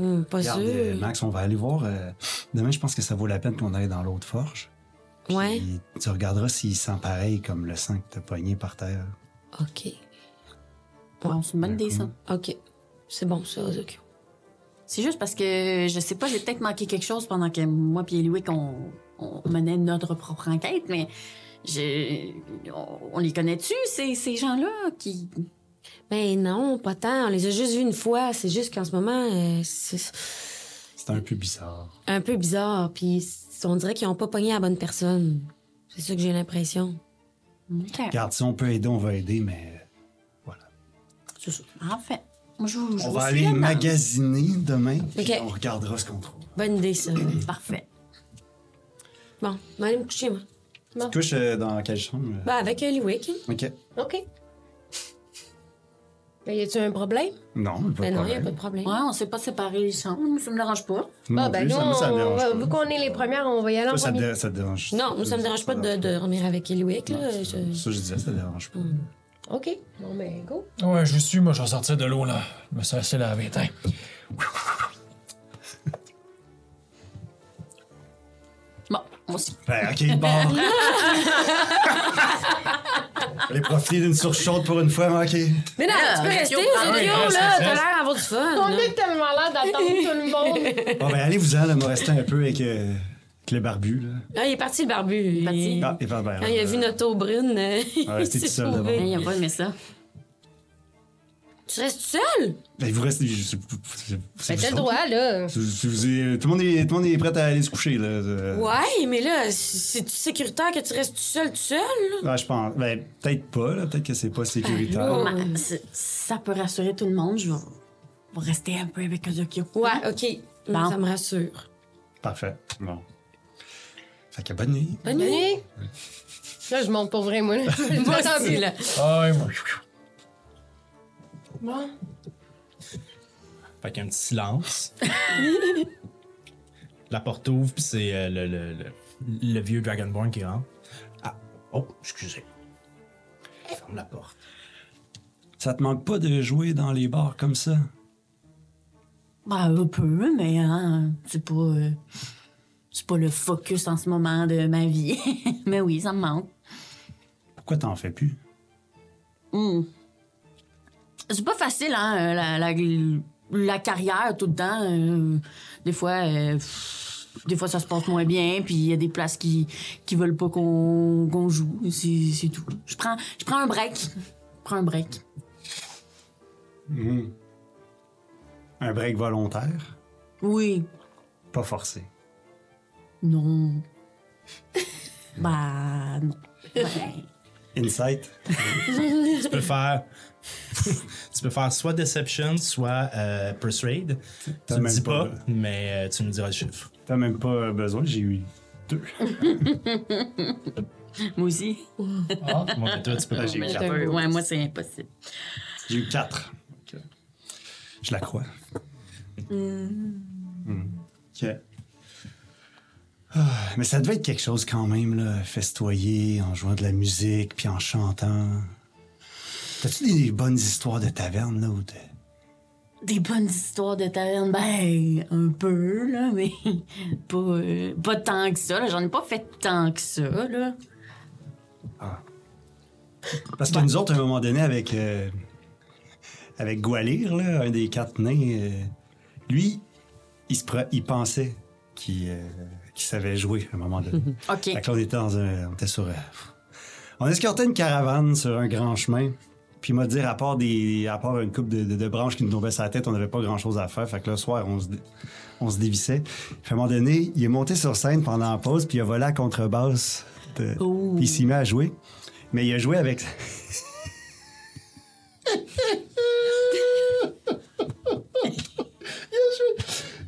[SPEAKER 3] Hum, pas
[SPEAKER 5] Regarde,
[SPEAKER 3] sûr.
[SPEAKER 5] euh, Max, on va aller voir. euh, demain, je pense que ça vaut la peine qu'on aille dans l'autre forge. Puis
[SPEAKER 3] Ouais.
[SPEAKER 5] Tu regarderas s'il sent pareil comme le sang que t'as pogné par terre.
[SPEAKER 3] OK.
[SPEAKER 4] Bon, c'est une bonne idée, ça.
[SPEAKER 3] OK. C'est bon, ça, Ozokyo.
[SPEAKER 4] C'est juste parce que, je sais pas, j'ai peut-être manqué quelque chose pendant que moi et Louis, qu'on on menait notre propre enquête, mais Je- on- On les connaît-tu, ces, ces gens-là? qui
[SPEAKER 3] Ben non, pas tant. On les a juste vus une fois. C'est juste qu'en ce moment, euh, c'est
[SPEAKER 5] C'est un peu bizarre.
[SPEAKER 3] un peu bizarre. Puis on dirait qu'ils ont pas pogné la bonne personne. C'est ça que j'ai l'impression.
[SPEAKER 5] Regarde, si on peut aider, on va aider, mais
[SPEAKER 3] C'est ça.
[SPEAKER 4] En fait, moi, je vous je
[SPEAKER 5] on
[SPEAKER 4] vous
[SPEAKER 5] va
[SPEAKER 4] suis
[SPEAKER 5] aller
[SPEAKER 4] là-dedans.
[SPEAKER 5] magasiner demain, puis
[SPEAKER 3] Ok.
[SPEAKER 5] on regardera ce qu'on trouve.
[SPEAKER 3] Bonne idée, ça.
[SPEAKER 4] Parfait.
[SPEAKER 3] bon, je vais aller me coucher, moi.
[SPEAKER 5] Tu couches euh, dans quelle chambre? euh?
[SPEAKER 3] Ben, avec Eliwick.
[SPEAKER 5] Ok.
[SPEAKER 2] OK. Ben, y a-tu un problème?
[SPEAKER 5] Non, pas
[SPEAKER 3] Ben
[SPEAKER 5] de
[SPEAKER 3] non, il n'y a
[SPEAKER 5] problème.
[SPEAKER 3] pas de problème.
[SPEAKER 4] Ouais, on s'est pas séparés les chambres, Hum, ça me dérange pas.
[SPEAKER 5] Non
[SPEAKER 2] ah, ben
[SPEAKER 5] plus,
[SPEAKER 2] nous,
[SPEAKER 5] ça- moi, ça me
[SPEAKER 2] on-
[SPEAKER 5] dérange
[SPEAKER 2] ouais,
[SPEAKER 5] pas.
[SPEAKER 2] vu qu'on est les premières, on va y aller
[SPEAKER 5] Toi,
[SPEAKER 2] en
[SPEAKER 5] ça te,
[SPEAKER 2] premier.
[SPEAKER 5] dé- ça te dérange
[SPEAKER 3] Non, moi, ça me dérange pas de, de dormir avec Eliwick,
[SPEAKER 5] Non,
[SPEAKER 3] là.
[SPEAKER 5] c'est ça.
[SPEAKER 3] Je-
[SPEAKER 5] Ça, je disais, ça te dérange pas.
[SPEAKER 3] Hmm.
[SPEAKER 2] OK. Bon, ben, go.
[SPEAKER 6] Ouais, je vous suis, moi, je vais sortir de l'eau, là. Je me suis assez lavé, tiens.
[SPEAKER 4] Bon, on s-
[SPEAKER 5] Ben, ok, bon. Allez, profiter d'une surchaude pour une fois, ok.
[SPEAKER 3] Mais non, tu peux
[SPEAKER 4] Ah,
[SPEAKER 3] rester,
[SPEAKER 4] Tokyo, ah oui,
[SPEAKER 3] Tokyo,
[SPEAKER 6] reste, reste,
[SPEAKER 3] là. T'as
[SPEAKER 6] reste.
[SPEAKER 3] l'air d'avoir du fun.
[SPEAKER 2] On
[SPEAKER 3] là.
[SPEAKER 2] est tellement là d'attendre tout le monde.
[SPEAKER 5] Bon, ben, allez-vous-en, là, me rester un peu avec, euh, avec le barbu, là.
[SPEAKER 3] Ah, il est parti, le barbu. Il
[SPEAKER 4] parti.
[SPEAKER 5] Ah, et Barbara.
[SPEAKER 3] Quand il a vu notre eau brune, euh, il
[SPEAKER 5] restez
[SPEAKER 3] s'est
[SPEAKER 5] tout seul
[SPEAKER 3] sauvé.
[SPEAKER 4] il a pas aimé ça.
[SPEAKER 3] Tu restes seul?
[SPEAKER 5] Ben, vous restez. je- c'est- c'est- c'est-
[SPEAKER 2] Ben, t'as
[SPEAKER 5] c'est-
[SPEAKER 2] le droit, là.
[SPEAKER 5] c'est- c'est- c'est- Tout le monde est- tout le monde est prêt à aller se coucher, là. euh.
[SPEAKER 3] Ouais, mais là, c'est sécuritaire que tu restes tout seul, tout seul? là?
[SPEAKER 5] Ouais, je pense. Ben, peut-être pas, là. Peut-être que c'est pas sécuritaire.
[SPEAKER 4] Ma- c'est- Ça peut rassurer tout le monde, je vais je vais rester un peu avec Ozokyo.
[SPEAKER 3] Ouais, OK.
[SPEAKER 4] Bon.
[SPEAKER 3] Ça me rassure.
[SPEAKER 5] Parfait. Bon. Fait que bonne nuit.
[SPEAKER 3] Bonne nuit.
[SPEAKER 2] Là, je monte pour vrai, moi. là. Je
[SPEAKER 3] Moi
[SPEAKER 2] m'attends
[SPEAKER 3] aussi,
[SPEAKER 2] plus.
[SPEAKER 3] là.
[SPEAKER 6] Ah, moi.
[SPEAKER 2] Bon.
[SPEAKER 1] Fait qu'il y a un petit silence. la porte ouvre, puis c'est euh, le, le- le- le vieux Dragonborn qui rentre. Ah, oh, excusez. Il ferme la porte.
[SPEAKER 5] Ça te manque pas de jouer dans les bars comme ça?
[SPEAKER 4] Bah, un peu, mais hein, c'est pas. euh, c'est pas le focus en ce moment de ma vie. mais oui, ça me manque.
[SPEAKER 5] Pourquoi t'en fais plus?
[SPEAKER 4] Hmm. C'est pas facile, hein, euh, la, la- la carrière tout le temps. euh, des fois, euh, pff, des fois, ça se passe moins bien, puis il y a des places qui, qui veulent pas qu'on qu'on joue. C'est c'est tout. Je prends, je prends un break. Je prends un break.
[SPEAKER 5] Un break volontaire?
[SPEAKER 4] Oui.
[SPEAKER 5] Pas forcé.
[SPEAKER 4] Non. bah, non. Ben,
[SPEAKER 5] Insight?
[SPEAKER 1] Tu peux faire. tu peux faire soit Deception, soit euh, Persuade. Tu
[SPEAKER 5] T'as
[SPEAKER 1] me
[SPEAKER 5] même
[SPEAKER 1] dis
[SPEAKER 5] pas-
[SPEAKER 1] pas, mais euh, tu me diras le chiffre.
[SPEAKER 5] T'as même pas euh, besoin, j'ai eu deux.
[SPEAKER 4] moi aussi.
[SPEAKER 1] Bon, mais toi, tu peux pas.
[SPEAKER 5] j'ai eu
[SPEAKER 4] Je peux- Ouais, moi, c'est impossible.
[SPEAKER 5] J'ai eu quatre. Je la crois. Hmm. OK. Ah, mais ça devait être quelque chose quand même, là, festoyer, en jouant de la musique, puis en chantant. T'as-tu des bonnes histoires de taverne, là, ou de...
[SPEAKER 4] Des bonnes histoires de taverne, ben, un peu, là, mais pas, euh, pas tant que ça. là. J'en ai pas fait tant que ça, là.
[SPEAKER 5] Parce que nous autres, à un moment donné, avec, euh, avec Gwalir, là, un des quatre nains, euh, lui, il, se pre- il pensait qu'il euh, qu'il savait jouer à un moment donné.
[SPEAKER 4] OK.
[SPEAKER 5] Fait que là, on était, dans un- on était sur. euh, on escortait une caravane sur un grand chemin. Puis, il m'a dit, à part, des, à part une coupe de, de- de branches qui nous tombaient sur la tête, on n'avait pas grand-chose à faire. Fait que le soir, on se, dé- on se dévissait. Puis, à un moment donné, il est monté sur scène pendant la pause, puis il a volé la contrebasse. de-
[SPEAKER 4] Oh.
[SPEAKER 5] Puis, il s'y met à jouer. Mais il a joué avec.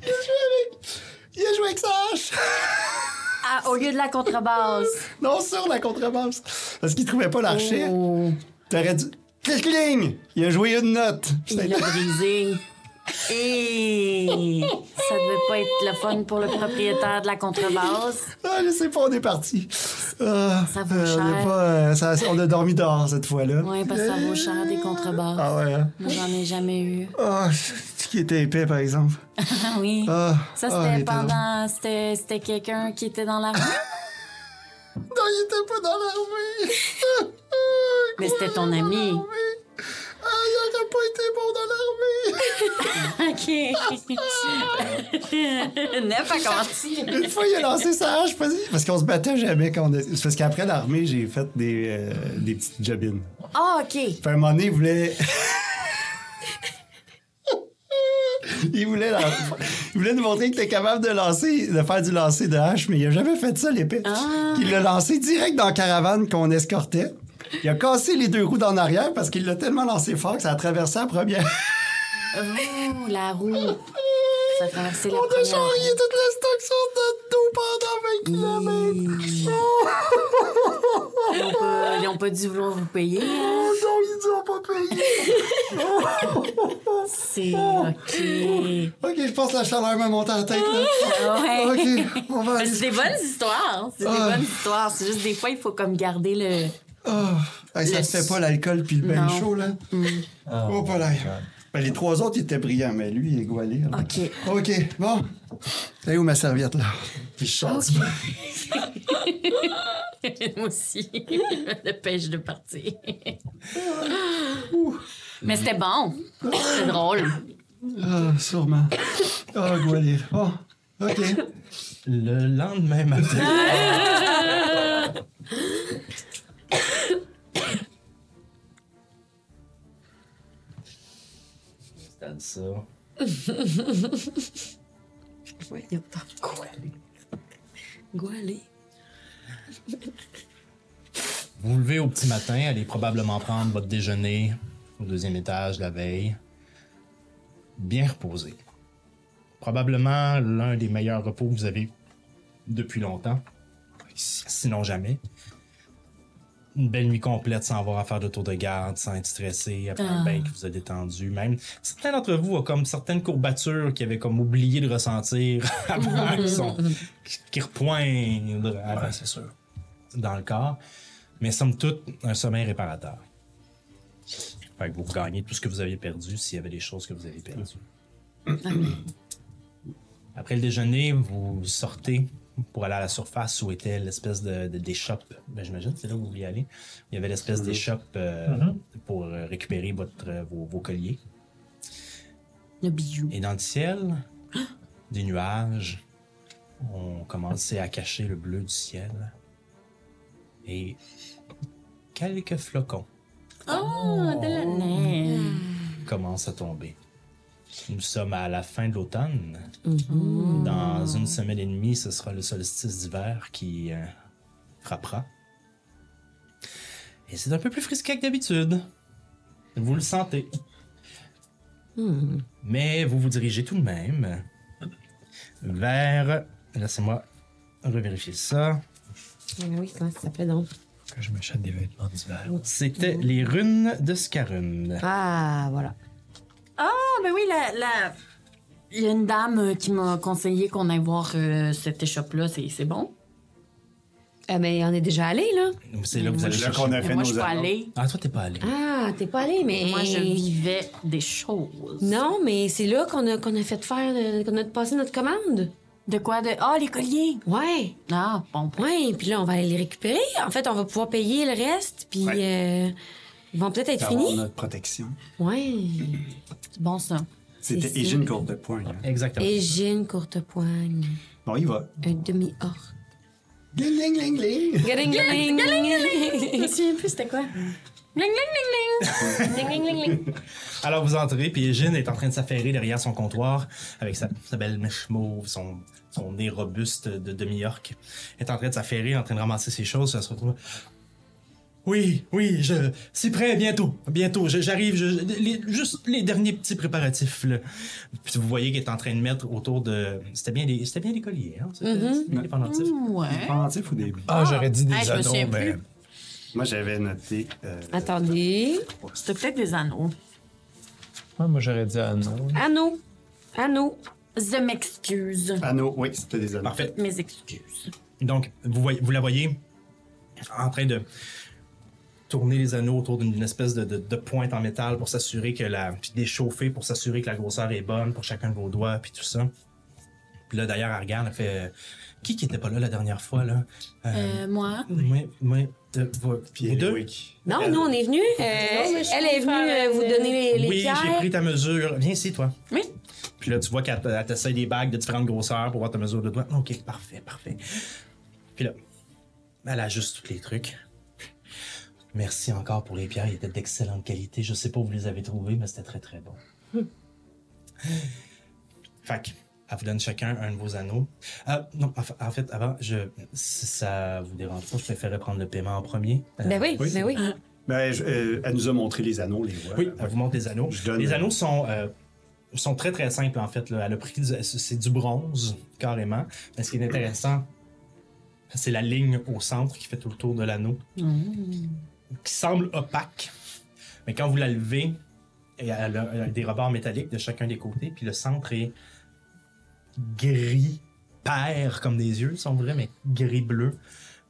[SPEAKER 5] il a joué. Il a joué avec. Il a joué avec sa hache!
[SPEAKER 4] Ah, au lieu de la contrebasse.
[SPEAKER 5] Non, sur la contrebasse. Parce qu'il trouvait pas l'archet.
[SPEAKER 4] Oh,
[SPEAKER 5] T'aurais dû. Clic-cling! Il a joué une note.
[SPEAKER 4] il l'a brisé. Et ça devait pas être le fun pour le propriétaire de la contrebasse.
[SPEAKER 5] Ah, je sais pas, on est parti. Ah,
[SPEAKER 4] Ça vaut
[SPEAKER 5] on a
[SPEAKER 4] cher.
[SPEAKER 5] pas, euh, ça- on a dormi dehors cette fois-là.
[SPEAKER 4] Ouais, parce que ça vaut cher des contrebasses.
[SPEAKER 5] Ah ouais. hein?
[SPEAKER 4] Moi, j'en ai jamais eu.
[SPEAKER 5] Ah, ce qui était épais, par exemple.
[SPEAKER 4] Ah oui.
[SPEAKER 5] Ah,
[SPEAKER 4] Ça,
[SPEAKER 5] ah, il
[SPEAKER 4] c'était
[SPEAKER 5] était-
[SPEAKER 4] pendant. C'était c'était quelqu'un qui était dans la rue.
[SPEAKER 5] Non, il était pas dans l'armée.
[SPEAKER 4] Mais c'était ton ami.
[SPEAKER 5] Ah, il aurait pas été bon dans l'armée.
[SPEAKER 4] OK. Nef a commencé.
[SPEAKER 5] Une fois, il a lancé sa hache, pas dit- parce qu'on se battait jamais. Quand on a- c'est Parce qu'après l'armée, j'ai fait des, euh, des petites jobines.
[SPEAKER 3] Ah, OK.
[SPEAKER 5] Puis à un moment donné, il voulait. il, voulait la- il voulait nous montrer qu'il était capable de lancer, de faire du lancer de hache, mais il a jamais fait ça, l'épée. Il l'a lancé direct dans la caravane qu'on escortait. Il a cassé les deux roues d'en arrière parce qu'il l'a tellement lancé fort que ça a traversé la première.
[SPEAKER 3] Oh, la roue. Ça a traversé la
[SPEAKER 5] On a
[SPEAKER 3] première.
[SPEAKER 5] charrié toute la stock sur notre dos pendant 20 km.
[SPEAKER 3] Ils ont pas- Euh, Ils ont pas dû vouloir vous payer. hein.
[SPEAKER 5] Oh non, ils nous ont pas payé.
[SPEAKER 3] C'est
[SPEAKER 4] Oh.
[SPEAKER 3] OK.
[SPEAKER 5] Ok, je pense que la chaleur m'a monté en tête. Là.
[SPEAKER 3] Ouais.
[SPEAKER 5] Ok, on va.
[SPEAKER 3] Mais C'est des bonnes histoires. C'est des
[SPEAKER 5] Ah.
[SPEAKER 3] bonnes histoires. C'est juste des fois, il faut comme garder le.
[SPEAKER 5] Ah, hey, ça
[SPEAKER 3] Le-
[SPEAKER 5] se fait pas l'alcool puis le bain
[SPEAKER 3] Non. Mm.
[SPEAKER 5] chaud, là. Oh, pas là. Ben, les trois autres, ils étaient brillants, mais lui, il est goualé. là.
[SPEAKER 3] OK.
[SPEAKER 5] OK, bon. Elle est où ma serviette, là? Puis je sors. du-
[SPEAKER 4] Moi aussi. Je me dépêche de partir. Mais c'était bon. C'était drôle.
[SPEAKER 5] Ah, sûrement. Ah, goualé. Bon, OK.
[SPEAKER 1] Le lendemain matin. Installe ça.
[SPEAKER 3] Voyons donc. Goualé.
[SPEAKER 1] Vous vous levez au petit matin, allez probablement prendre votre déjeuner au deuxième étage la veille. Bien reposé. Probablement l'un des meilleurs repos que vous avez depuis longtemps, sinon jamais. Une belle nuit complète sans avoir à faire de tour de garde, sans être stressé, après un bain qui vous a détendu. Même certains d'entre vous ont comme certaines courbatures qu'ils avaient comme oublié de ressentir avant, qui, sont, qui- qui repoignent
[SPEAKER 6] c'est sûr.
[SPEAKER 1] dans le corps, mais somme toute, un sommeil réparateur. Fait que vous gagnez tout ce que vous aviez perdu s'il y avait des choses que vous avez perdues. Après le déjeuner, vous sortez pour aller à la surface où était l'espèce de, de- des shops. Ben, J'imagine que c'est là où vous vouliez aller. Il y avait l'espèce des shops euh, pour euh, récupérer votre, euh, vos, vos colliers.
[SPEAKER 3] Le bijou.
[SPEAKER 1] Et dans le ciel, des nuages ont commencé à cacher le bleu du ciel. Et quelques flocons
[SPEAKER 4] Oh, de la neige.
[SPEAKER 1] commencent à tomber. Nous sommes à la fin de l'automne.
[SPEAKER 4] Mm-hmm.
[SPEAKER 1] Dans une semaine et demie, ce sera le solstice d'hiver qui euh, frappera. Et c'est un peu plus frisqué que d'habitude. Vous le sentez.
[SPEAKER 4] Mm.
[SPEAKER 1] Mais vous vous dirigez tout de même vers... Laissez-moi revérifier ça.
[SPEAKER 3] Ah oui, comment ça s'appelait donc?
[SPEAKER 6] Que je m'achète des vêtements d'hiver.
[SPEAKER 1] C'était les runes de Scarun.
[SPEAKER 3] Ah, voilà.
[SPEAKER 4] Ah, ben oui, la. la- Il y a une dame euh, qui m'a conseillé qu'on aille voir euh, cette échoppe-là, c'est c'est bon.
[SPEAKER 3] Eh mais on est déjà allé, là.
[SPEAKER 1] C'est là que vous allez
[SPEAKER 5] là
[SPEAKER 1] chercher.
[SPEAKER 5] qu'on a
[SPEAKER 4] Mais
[SPEAKER 5] fait
[SPEAKER 4] moi, je
[SPEAKER 5] nos
[SPEAKER 4] suis pas
[SPEAKER 5] annonces.
[SPEAKER 4] allée.
[SPEAKER 1] Ah, toi, t'es pas allé.
[SPEAKER 3] Ah, t'es pas allé, mais.
[SPEAKER 4] Moi, je vivais des choses.
[SPEAKER 3] Non, mais c'est là qu'on a, qu'on a fait faire, euh, qu'on a passé notre commande.
[SPEAKER 4] De quoi de. Ah, les colliers!
[SPEAKER 3] Ouais,
[SPEAKER 4] Ah, bon.
[SPEAKER 3] ouais, puis là, on va aller les récupérer. En fait, on va pouvoir payer le reste, puis euh, ils vont peut-être être
[SPEAKER 5] D'avoir
[SPEAKER 3] finis.
[SPEAKER 5] notre protection.
[SPEAKER 3] Ouais.
[SPEAKER 4] C'est bon, ça.
[SPEAKER 5] C'était
[SPEAKER 3] C'est
[SPEAKER 5] Égine
[SPEAKER 3] ça.
[SPEAKER 5] Courte de Poigne. hein.
[SPEAKER 1] Exactement.
[SPEAKER 3] Et j'ai une courte poigne,
[SPEAKER 5] Bon, il va.
[SPEAKER 3] un demi-orc.
[SPEAKER 5] Ling, ling, ling, ling.
[SPEAKER 3] Galing, galing,
[SPEAKER 4] Je me
[SPEAKER 3] galing.
[SPEAKER 4] souviens plus, c'était quoi? Gling, gling, gling, gling! Gling, gling, gling, gling!
[SPEAKER 1] Alors vous entrez, puis Égine est en train de s'affairer derrière son comptoir avec sa, sa belle mèche mauve, son, son nez robuste de demi-orc. Elle est en train de s'affairer, en train de ramasser ses choses, elle se retrouve... Oui, oui, je... C'est prêt, bientôt, bientôt, je- j'arrive, je- je- les- juste les derniers petits préparatifs, là. Puis vous voyez qu'elle est en train de mettre autour de... C'était bien des, c'était bien des colliers, hein? C'était c'était bien des pendentifs.
[SPEAKER 4] Ouais.
[SPEAKER 5] Pendentif ou des.
[SPEAKER 6] Ah, j'aurais dit des
[SPEAKER 4] Ah, je me
[SPEAKER 6] anneaux,
[SPEAKER 4] souviens
[SPEAKER 6] mais.
[SPEAKER 4] plus.
[SPEAKER 5] Moi, j'avais noté. euh,
[SPEAKER 3] Attendez.
[SPEAKER 4] C'était peut-être des anneaux.
[SPEAKER 6] Ouais, moi, j'aurais dit anneaux.
[SPEAKER 3] Anneau. Anneau.
[SPEAKER 4] Je m'excuse.
[SPEAKER 5] Anneaux, oui, c'était des anneaux.
[SPEAKER 1] Parfait.
[SPEAKER 4] Mes excuses.
[SPEAKER 1] Donc, vous, voyez- vous la voyez en train de tourner les anneaux autour d'une espèce de, de- de pointe en métal pour s'assurer que la. puis d'échauffer pour s'assurer que la grosseur est bonne pour chacun de vos doigts, puis tout ça. Puis là, d'ailleurs, elle regarde, elle fait. euh, qui qui était pas là la dernière fois, là? Euh,
[SPEAKER 4] Euh, moi?
[SPEAKER 1] Moi, moi, euh, vous,
[SPEAKER 5] Puis
[SPEAKER 1] vous
[SPEAKER 5] elle est
[SPEAKER 1] deux?
[SPEAKER 5] weak.
[SPEAKER 3] Non, nous, on est venus. euh,
[SPEAKER 2] mais je
[SPEAKER 3] elle est
[SPEAKER 2] comprends,
[SPEAKER 3] venue euh, vous
[SPEAKER 2] euh,
[SPEAKER 3] donner les, les
[SPEAKER 1] Oui, j'ai
[SPEAKER 3] pierres.
[SPEAKER 1] pris ta mesure. Viens ici, toi.
[SPEAKER 4] Oui.
[SPEAKER 1] Puis Puis là, tu vois qu'elle elle t'essaie des bagues de différentes grosseurs pour voir ta mesure de doigt. Ok, parfait, parfait. Puis là, elle ajuste tous les trucs. Merci encore pour les pierres, ils étaient d'excellente qualité. Je sais pas où vous les avez trouvées, mais c'était très très bon. fait que, elle vous donne chacun un de vos anneaux. Euh, non, en fa- en fait, avant, je, si ça vous dérange pas, je préférerais prendre le paiement en premier. Euh,
[SPEAKER 3] Ben oui,
[SPEAKER 5] oui.
[SPEAKER 3] ben oui.
[SPEAKER 5] Ben, je- euh, elle nous a montré les anneaux, les voix.
[SPEAKER 1] oui, Euh, elle vous montre les anneaux.
[SPEAKER 5] Je donne-
[SPEAKER 1] les anneaux sont, euh, sont très très simples en fait. Là. Elle a pris du- c'est du bronze carrément. Mais ce qui est intéressant, c'est la ligne au centre qui fait tout le tour de l'anneau, qui semble opaque, mais quand vous la levez, elle a, elle a- elle a des rebords métalliques de chacun des côtés, puis le centre est gris père comme des yeux, si on voudrait, mais gris bleu.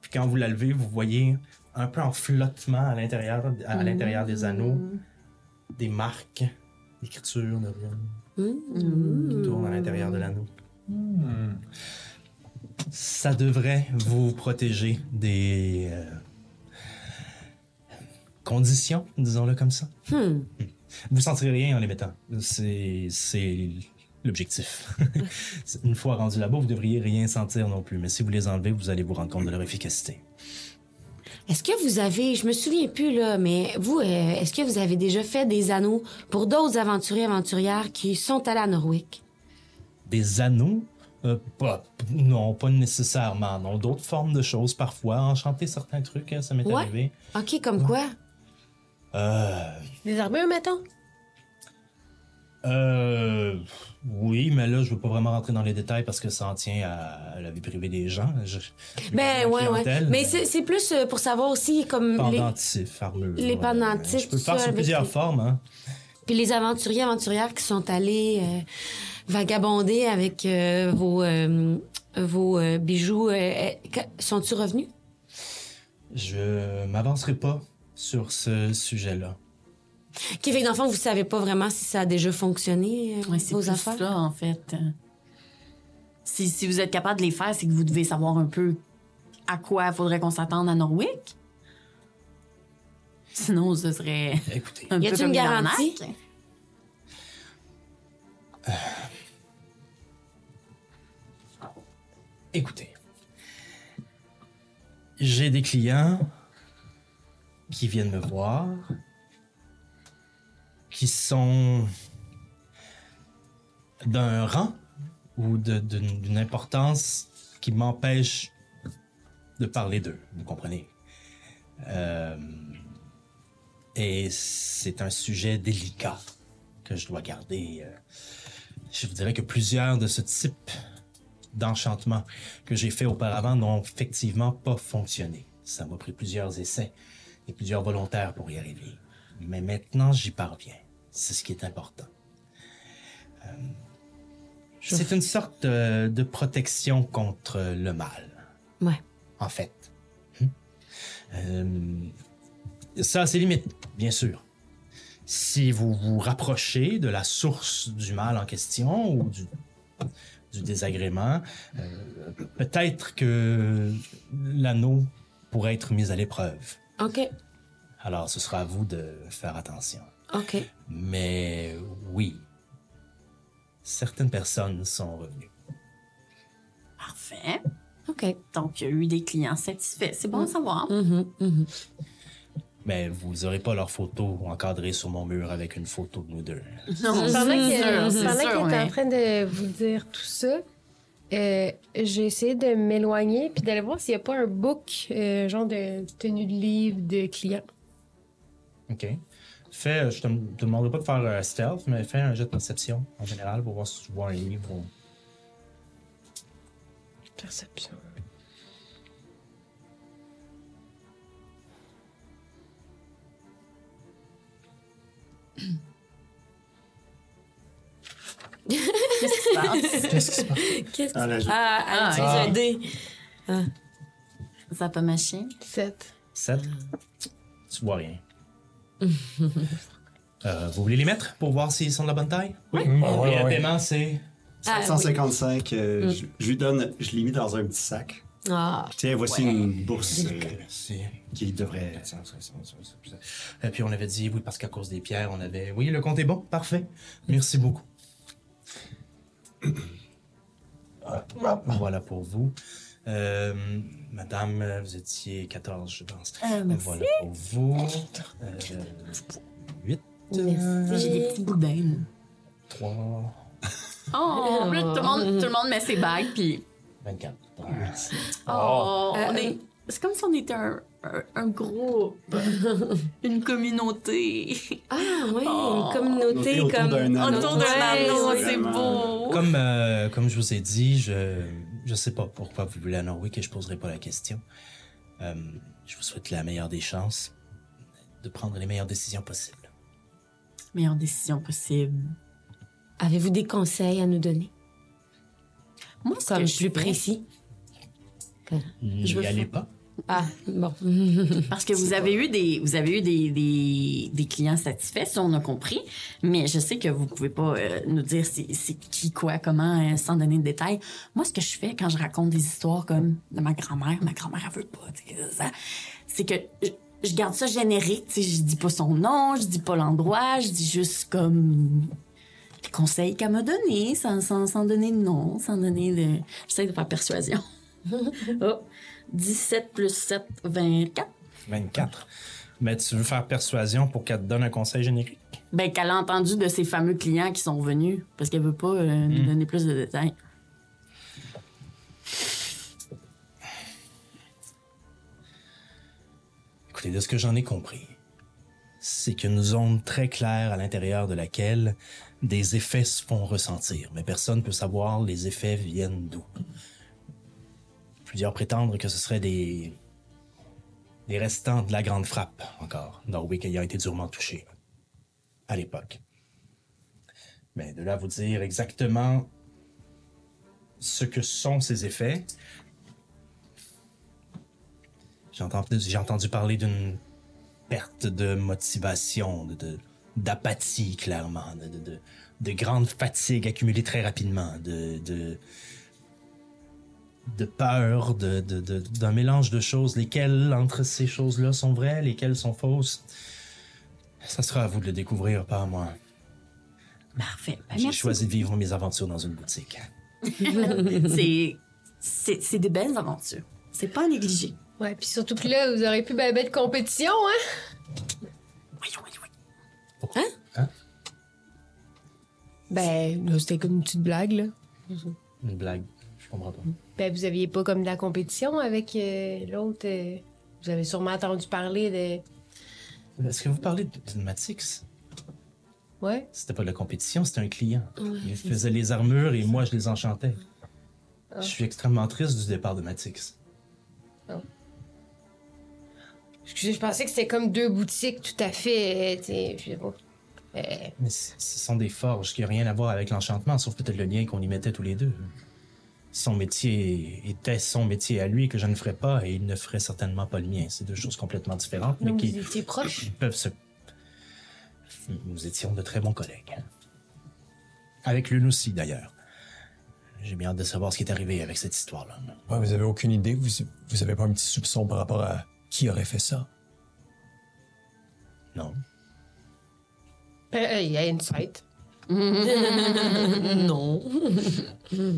[SPEAKER 1] Puis quand vous la levez, vous voyez un peu en flottement à l'intérieur à l'intérieur des anneaux des marques d'écriture de runes qui tournent à l'intérieur de l'anneau. Ça devrait vous protéger des euh, conditions, disons-le comme ça.
[SPEAKER 3] Hmm.
[SPEAKER 1] Vous sentirez rien en les mettant. C'est c'est l'objectif. Une fois rendu là-bas, vous devriez rien sentir non plus. Mais si vous les enlevez, vous allez vous rendre compte de leur efficacité.
[SPEAKER 3] Est-ce que vous avez, je me souviens plus là, mais vous, euh, est-ce que vous avez déjà fait des anneaux pour d'autres aventuriers aventurières qui sont allés à Norwick?
[SPEAKER 1] Des anneaux Euh, pas, Non, pas nécessairement. Non, d'autres formes de choses parfois. Enchanter certains trucs, hein, ça m'est
[SPEAKER 3] Ouais.
[SPEAKER 1] arrivé.
[SPEAKER 3] Ok, comme quoi?
[SPEAKER 1] Euh,
[SPEAKER 2] Des armures, mettons.
[SPEAKER 1] euh, oui, mais là, je veux pas vraiment rentrer dans les détails parce que ça en tient à la vie privée des gens. Je-
[SPEAKER 3] Ben
[SPEAKER 1] la
[SPEAKER 3] ouais, ouais.
[SPEAKER 1] clientèle,
[SPEAKER 3] Mais c'est c'est plus euh, pour savoir aussi comme les,
[SPEAKER 1] Pendentifs, armures.
[SPEAKER 3] les
[SPEAKER 1] ouais.
[SPEAKER 3] pendentifs,
[SPEAKER 1] Je peux
[SPEAKER 3] tout
[SPEAKER 1] le faire
[SPEAKER 3] ça,
[SPEAKER 1] sous
[SPEAKER 3] avec
[SPEAKER 1] plusieurs
[SPEAKER 3] les-
[SPEAKER 1] formes. Hein.
[SPEAKER 3] puis les aventuriers aventurières qui sont allés euh, vagabonder avec euh, vos euh, vos euh, bijoux. euh, euh, que- sont-ils revenus?
[SPEAKER 1] Je m'avancerai pas sur ce sujet-là.
[SPEAKER 3] Ok, fait que dans le fond, vous savez pas vraiment si ça a déjà fonctionné euh,
[SPEAKER 4] Ouais, c'est
[SPEAKER 3] vos
[SPEAKER 4] plus
[SPEAKER 3] affaires.
[SPEAKER 4] ça, en fait. Euh, Si, si vous êtes capable de les faire, c'est que vous devez savoir un peu à quoi faudrait qu'on s'attende à Norwick. Sinon, ce serait
[SPEAKER 1] Écoutez,
[SPEAKER 4] un
[SPEAKER 3] Y
[SPEAKER 4] peu
[SPEAKER 3] a-t-il
[SPEAKER 4] comme
[SPEAKER 3] une
[SPEAKER 4] des
[SPEAKER 3] garantie?
[SPEAKER 4] arnaques.
[SPEAKER 1] écoutez. J'ai des clients qui viennent me voir, qui sont d'un rang ou de- d'une d'une importance qui m'empêche de parler d'eux, vous comprenez? Euh, et c'est un sujet délicat que je dois garder. euh, Je vous dirais que plusieurs de ce type d'enchantement que j'ai fait auparavant n'ont effectivement pas fonctionné. Ça m'a pris plusieurs essais et plusieurs volontaires pour y arriver. Mais maintenant, j'y parviens. C'est ce qui est important. Euh, C'est une sorte euh, de protection contre le mal
[SPEAKER 3] Ouais.
[SPEAKER 1] en fait. Hum. Euh, ça a ses limites, bien sûr. Si vous vous rapprochez de la source du mal en question ou du, du désagrément, euh, peut-être que l'anneau pourrait être mis à l'épreuve.
[SPEAKER 3] Ok,
[SPEAKER 1] Alors ce sera à vous de faire attention.
[SPEAKER 3] ok.
[SPEAKER 1] Mais oui, certaines personnes sont revenues.
[SPEAKER 4] Parfait.
[SPEAKER 3] OK.
[SPEAKER 4] Donc, il y a eu des clients satisfaits. C'est bon à savoir.
[SPEAKER 3] Mhm, mhm.
[SPEAKER 1] Mais vous n'aurez pas leur photo encadrée sur mon mur avec une photo de nous deux.
[SPEAKER 3] Mm-hmm.
[SPEAKER 4] Non,
[SPEAKER 2] Pendant
[SPEAKER 4] c'est
[SPEAKER 2] que-
[SPEAKER 4] sûr, c'est
[SPEAKER 2] pendant
[SPEAKER 4] sûr,
[SPEAKER 2] qu'il est en
[SPEAKER 4] ouais.
[SPEAKER 2] train de vous dire tout ça, euh, j'ai essayé de m'éloigner puis d'aller voir s'il n'y a pas un book, euh, genre de tenue de livre de client.
[SPEAKER 1] OK. Fais, euh, je te, te demanderai pas de faire euh, stealth, mais fais un jet de perception en général pour voir si tu vois un livre. ou-
[SPEAKER 2] Perception.
[SPEAKER 4] Qu'est-ce qui se passe?
[SPEAKER 6] Qu'est-ce qui se passe?
[SPEAKER 3] Qu'est-ce que
[SPEAKER 5] Ah, là, je-
[SPEAKER 3] Ah, elle
[SPEAKER 4] Ah,
[SPEAKER 3] utilise
[SPEAKER 6] ah.
[SPEAKER 3] un dé.
[SPEAKER 4] Ça peut machine.
[SPEAKER 2] 7.
[SPEAKER 1] Sept. Tu vois rien. Euh, vous voulez les mettre pour voir s'ils sont de la bonne taille?
[SPEAKER 6] Oui, oui,
[SPEAKER 1] Et le
[SPEAKER 6] oui.
[SPEAKER 1] paiement, c'est.
[SPEAKER 3] Ah, oui.
[SPEAKER 5] 155, euh, je, je lui donne, je l'ai mis dans un petit sac.
[SPEAKER 3] Ah.
[SPEAKER 5] Tiens, voici une bourse euh,
[SPEAKER 1] C'est.
[SPEAKER 5] qui
[SPEAKER 1] Ben,
[SPEAKER 5] devrait.
[SPEAKER 1] Et Euh, puis on avait dit, oui, parce qu'à cause des pierres, on avait. Oui, le compte est bon, parfait. Merci beaucoup. Voilà pour vous. Euh, madame, euh, vous étiez 14, je pense.
[SPEAKER 4] Euh, merci.
[SPEAKER 1] Voilà pour vous. Euh, 8,
[SPEAKER 4] J'ai des petits bouts de bain, là.
[SPEAKER 1] 3,
[SPEAKER 4] Oh, là, tout, le monde, tout le monde met ses bagues, puis.
[SPEAKER 1] 24.
[SPEAKER 6] Ah.
[SPEAKER 4] Oh, on
[SPEAKER 3] Euh,
[SPEAKER 4] est. C'est comme si on était un, un, un groupe, une communauté.
[SPEAKER 3] Ah, oui,
[SPEAKER 4] Oh.
[SPEAKER 3] une communauté
[SPEAKER 5] Communauté autour
[SPEAKER 3] comme.
[SPEAKER 5] d'un anneau.
[SPEAKER 4] Autour d'un
[SPEAKER 3] Ouais,
[SPEAKER 4] anneau,
[SPEAKER 3] ouais.
[SPEAKER 4] c'est beau.
[SPEAKER 1] Comme, euh, comme je vous ai dit, je je sais pas pourquoi vous voulez à Norway que je poserai pas la question. Euh, je vous souhaite la meilleure des chances de prendre les meilleures décisions possibles.
[SPEAKER 4] Meilleure décision possible.
[SPEAKER 3] Avez-vous des conseils à nous donner?
[SPEAKER 4] Moi, ce que
[SPEAKER 3] Comme je suis
[SPEAKER 4] fais-
[SPEAKER 3] précis.
[SPEAKER 1] N'y
[SPEAKER 4] veux
[SPEAKER 1] allez
[SPEAKER 4] faire-
[SPEAKER 1] pas.
[SPEAKER 3] Ah, bon.
[SPEAKER 4] Parce que vous avez eu des, vous avez eu des, des, des clients satisfaits, ça on a compris, mais je sais que vous pouvez pas euh, nous dire c'est c'est qui, quoi, comment, euh, sans donner de détails. Moi, ce que je fais quand je raconte des histoires comme de ma grand-mère, ma grand-mère elle veut pas, tu sais, ça, c'est que je, je garde ça générique, tu sais, je dis pas son nom, je dis pas l'endroit, je dis juste comme les conseils qu'elle m'a donné, sans, sans, sans donner de nom, sans donner de, j'essaie de faire persuasion. oh. 17 plus 7, 24.
[SPEAKER 1] 24. Mais tu veux faire persuasion pour qu'elle te donne un conseil générique?
[SPEAKER 4] Ben, qu'elle a entendu de ses fameux clients qui sont venus parce qu'elle veut pas euh, nous donner plus de détails.
[SPEAKER 1] Écoutez, de ce que j'en ai compris, c'est qu'une zone très claire à l'intérieur de laquelle des effets se font ressentir, mais personne ne peut savoir les effets viennent d'où. Plusieurs prétendent que ce serait des... des restants de la Grande Frappe, encore, Norwick ayant été durement touché à l'époque. Mais de là à vous dire exactement ce que sont ces effets, j'ai entendu, j'ai entendu parler d'une perte de motivation, de- de- d'apathie, clairement, de, de, de, de grande fatigue accumulée très rapidement, de, de, de peur, de- de- de- d'un mélange de choses, lesquelles entre ces choses-là sont vraies, lesquelles sont fausses. Ça sera à vous de le découvrir, pas à moi.
[SPEAKER 4] Parfait. Ben,
[SPEAKER 1] J'ai
[SPEAKER 4] merci.
[SPEAKER 1] choisi de vivre mes aventures dans une boutique.
[SPEAKER 4] C'est- C'est c'est des belles aventures. C'est pas à négliger.
[SPEAKER 2] Ouais, puis surtout que là, vous aurez plus ben ben de compétition, hein?
[SPEAKER 4] Oui, oui, oui. Hein?
[SPEAKER 2] Ben, là, c'était comme une petite blague, là.
[SPEAKER 1] Une blague, je comprends pas.
[SPEAKER 2] Ben, vous aviez pas comme de la compétition avec euh, l'autre. euh, vous avez sûrement entendu parler de.
[SPEAKER 4] Hmm.
[SPEAKER 1] Est-ce que vous parlez de de Matix?
[SPEAKER 2] Ouais?
[SPEAKER 1] C'était pas de la compétition, c'était un client. Il faisait les armures et moi, je les enchantais. Je suis extrêmement triste du départ de Matix.
[SPEAKER 2] Excusez, je pensais que c'était comme deux boutiques tout à fait. euh, t'sais, je sais pas. Euh,
[SPEAKER 1] Mais c- ce sont des forges qui n'ont rien à voir avec l'enchantement, sauf peut-être le lien qu'on y mettait tous les deux. Son métier était son métier à lui que je ne ferais pas et il ne ferait certainement pas le mien. C'est deux choses complètement différentes, mais
[SPEAKER 2] donc,
[SPEAKER 1] qui
[SPEAKER 2] vous étiez proches.
[SPEAKER 1] peuvent se... Nous étions de très bons collègues. hein. Avec l'une aussi, d'ailleurs. J'ai bien hâte de savoir ce qui est arrivé avec cette histoire-là.
[SPEAKER 6] Ouais, vous avez aucune idée, vous, vous avez pas un petit soupçon par rapport à qui aurait fait ça.
[SPEAKER 1] Non.
[SPEAKER 2] Ben, euh, Il y a une fête.
[SPEAKER 3] non.
[SPEAKER 2] Je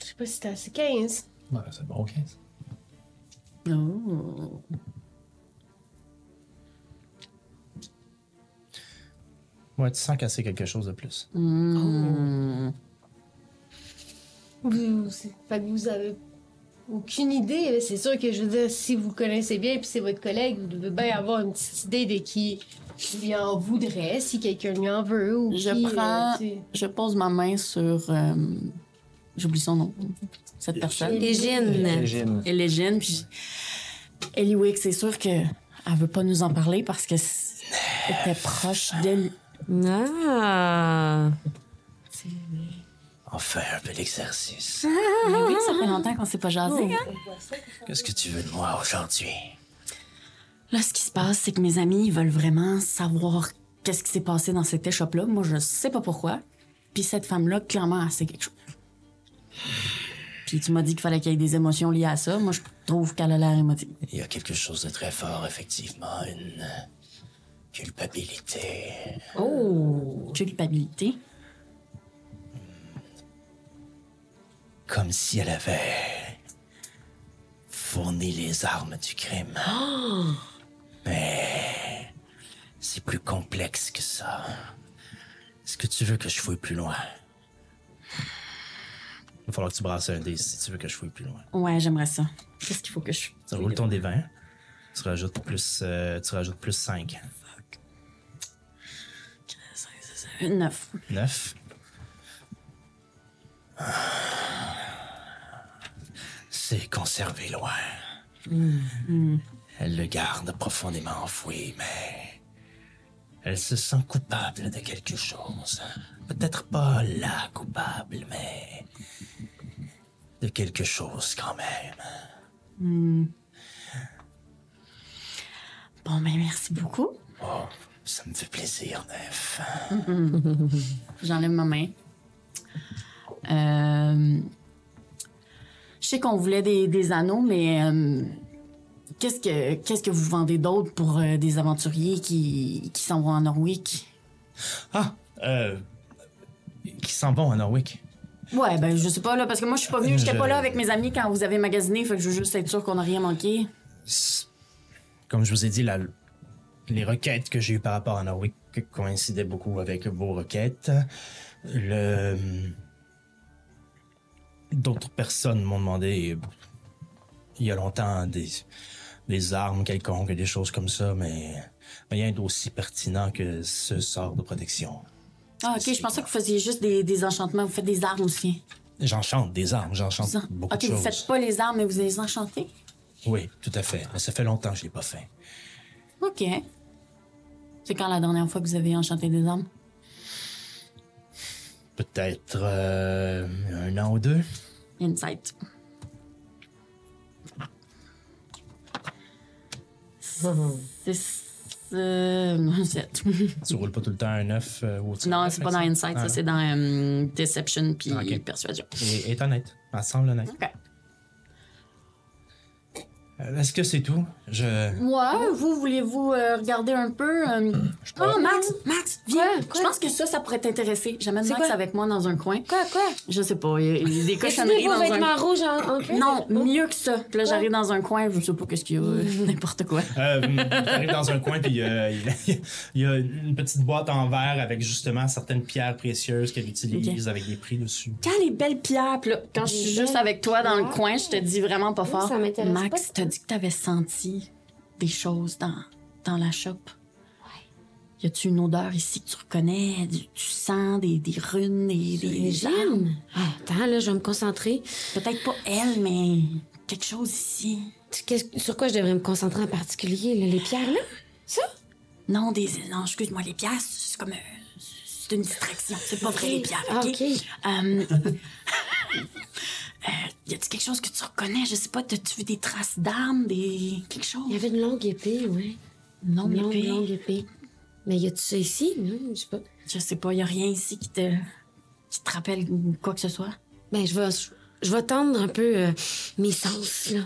[SPEAKER 2] sais pas si c'était assez 15.
[SPEAKER 6] Ouais, c'est bon, 15.
[SPEAKER 4] Oh.
[SPEAKER 1] Ouais, tu sens casser quelque chose de plus.
[SPEAKER 4] Mm.
[SPEAKER 2] Vous, c'est- fait que vous avez aucune idée. mais C'est sûr que je veux dire, si vous connaissez bien puis c'est votre collègue, vous devez bien avoir une petite idée de qui lui en voudrait, si quelqu'un lui en veut ou
[SPEAKER 4] Je
[SPEAKER 2] qui, euh,
[SPEAKER 4] prends-
[SPEAKER 2] tu sais.
[SPEAKER 4] Je pose ma main sur. euh, J'oublie son nom. Cette personne.
[SPEAKER 3] Égine.
[SPEAKER 4] Elle est jeune, puis. je- Ellie Wick, c'est sûr que elle veut pas nous en parler parce que c'était proche d'elle.
[SPEAKER 3] Ah.
[SPEAKER 1] On fait un bel exercice.
[SPEAKER 4] Mais oui, ça fait longtemps qu'on s'est pas jasé, hein?
[SPEAKER 1] Qu'est-ce que tu veux de moi aujourd'hui?
[SPEAKER 4] Là, ce qui se passe, c'est que mes amis ils veulent vraiment savoir qu'est-ce qui s'est passé dans cette échoppe-là. Moi, je sais pas pourquoi. Puis cette femme-là, clairement, elle sait quelque chose. Puis tu m'as dit qu'il fallait qu'il y ait des émotions liées à ça. Moi, je trouve qu'elle a l'air émotive.
[SPEAKER 1] Il y a quelque chose de très fort, effectivement. Une Culpabilité.
[SPEAKER 4] Oh! Culpabilité.
[SPEAKER 1] Comme si elle avait fourni les armes du crime. Mais c'est plus complexe que ça. Est-ce que tu veux que je fouille plus loin? Il va falloir que tu brasses un dé si tu veux que je fouille plus loin.
[SPEAKER 4] Ouais, j'aimerais ça. Qu'est-ce qu'il faut que je.
[SPEAKER 1] Tu roules ton des 20. Tu rajoutes plus, euh, tu rajoutes plus 5.
[SPEAKER 4] 9.
[SPEAKER 1] 9. C'est conservé loin. Elle le garde profondément enfoui, mais elle se sent coupable de quelque chose. Peut-être pas la coupable, mais de quelque chose quand même.
[SPEAKER 4] Bon, ben merci beaucoup.
[SPEAKER 1] Oh, ça me fait plaisir, Nef.
[SPEAKER 4] J'enlève ma main. Euh, je sais qu'on voulait des, des anneaux, mais euh, qu'est-ce que qu'est-ce que vous vendez d'autre pour euh, des aventuriers qui, qui s'en vont en Norwick?
[SPEAKER 1] Ah, euh, qui s'en vont à Norwick.
[SPEAKER 4] Ouais, ben je sais pas là, parce que moi je suis pas venue, j'étais
[SPEAKER 1] Je-
[SPEAKER 4] pas là avec mes amis quand vous avez magasiné, fait que je veux juste être sûre qu'on a rien manqué.
[SPEAKER 1] comme je vous ai dit, la- les requêtes que j'ai eues par rapport à Norwick coïncidaient beaucoup avec vos requêtes. Le... euh, D'autres personnes m'ont demandé il y a longtemps des, des armes quelconques, et des choses comme ça, mais rien d'aussi pertinent que ce sort de protection.
[SPEAKER 4] Ah ok, je pensais que vous faisiez juste des, des enchantements, vous faites des armes aussi.
[SPEAKER 1] J'enchante des armes, j'enchante
[SPEAKER 4] Vous en-
[SPEAKER 1] beaucoup
[SPEAKER 4] ok,
[SPEAKER 1] de
[SPEAKER 4] vous
[SPEAKER 1] choses.
[SPEAKER 4] faites pas les armes, mais vous les enchantez?
[SPEAKER 1] Oui, tout à fait. Mais ça fait longtemps que je l'ai pas fait.
[SPEAKER 4] Ok. C'est quand la dernière fois que vous avez enchanté des armes?
[SPEAKER 1] Peut-être euh, un an ou deux.
[SPEAKER 4] Insight. C'est. euh, sept.
[SPEAKER 1] Tu roules pas tout le temps un euh, 9 ou tu
[SPEAKER 4] non,
[SPEAKER 1] roules
[SPEAKER 4] c'est
[SPEAKER 1] un
[SPEAKER 4] pas dans
[SPEAKER 1] cinq.
[SPEAKER 4] Insight,
[SPEAKER 1] Ah,
[SPEAKER 4] ça
[SPEAKER 1] non.
[SPEAKER 4] c'est dans euh, Deception puis
[SPEAKER 1] Ok.
[SPEAKER 4] Persuasion.
[SPEAKER 1] Et est honnête. Elle semble honnête.
[SPEAKER 4] Ok.
[SPEAKER 1] Euh, Est-ce que c'est tout? Je.
[SPEAKER 4] Ouais, vous voulez-vous euh, regarder un peu? euh,
[SPEAKER 3] Oh, Max, Max, viens.
[SPEAKER 2] Quoi?
[SPEAKER 4] Je pense que ça, ça pourrait t'intéresser. J'amène
[SPEAKER 3] C'est
[SPEAKER 4] Max
[SPEAKER 3] quoi?
[SPEAKER 4] avec moi dans un coin.
[SPEAKER 3] Quoi, quoi?
[SPEAKER 4] Je sais pas, il y a- il y a des
[SPEAKER 3] Est-ce que
[SPEAKER 4] cochonneries
[SPEAKER 3] vos
[SPEAKER 4] dans un.
[SPEAKER 3] vêtements rouges en, en cuir? Oh,
[SPEAKER 4] Non, mieux que ça. Puis là, j'arrive dans un coin, je sais pas qu'est-ce qu'il y a, euh, n'importe quoi.
[SPEAKER 1] Euh, J'arrive dans un coin, puis euh, il y a- il y a une petite boîte en verre avec justement certaines pierres précieuses qu'elle utilise avec des prix dessus.
[SPEAKER 4] Quand les belles pierres, puis là, quand je suis
[SPEAKER 3] Les
[SPEAKER 4] juste
[SPEAKER 3] belles
[SPEAKER 4] avec toi dans le
[SPEAKER 3] pierres.
[SPEAKER 4] coin, je te dis vraiment pas fort.
[SPEAKER 3] ça m'intéresse
[SPEAKER 4] Max, t'as dit que t'avais senti des choses dans, dans la shop. Y a-tu une odeur ici que tu reconnais, du, du sang, des, des runes, des, des,
[SPEAKER 3] Les
[SPEAKER 4] des armes?
[SPEAKER 3] jeunes. Ah, Attends, là, je vais me concentrer.
[SPEAKER 4] Peut-être pas elle, mais quelque chose ici.
[SPEAKER 3] Tu- qu'est-ce- sur quoi je devrais me concentrer en particulier? là, les pierres, là? Ça?
[SPEAKER 4] Non, des, non, excuse-moi, les pierres, c'est comme, euh, c'est une distraction. C'est pas vrai, les pierres,
[SPEAKER 3] Ah,
[SPEAKER 4] ok?
[SPEAKER 3] OK.
[SPEAKER 4] Euh, euh, y a-tu quelque chose que tu reconnais? Je sais pas, t'as-tu vu des traces d'armes, des. quelque
[SPEAKER 3] Il y
[SPEAKER 4] chose?
[SPEAKER 3] avait une longue épée, ouais.
[SPEAKER 4] Non,
[SPEAKER 3] Une
[SPEAKER 4] mais
[SPEAKER 3] longue,
[SPEAKER 4] puis,
[SPEAKER 3] longue épée. Mais y a-tu ça ici? Non, je sais pas.
[SPEAKER 4] Je sais pas, y a rien ici qui te. qui te rappelle quoi que ce soit?
[SPEAKER 3] Ben, je vais, je vais tendre un peu euh, mes sens, là.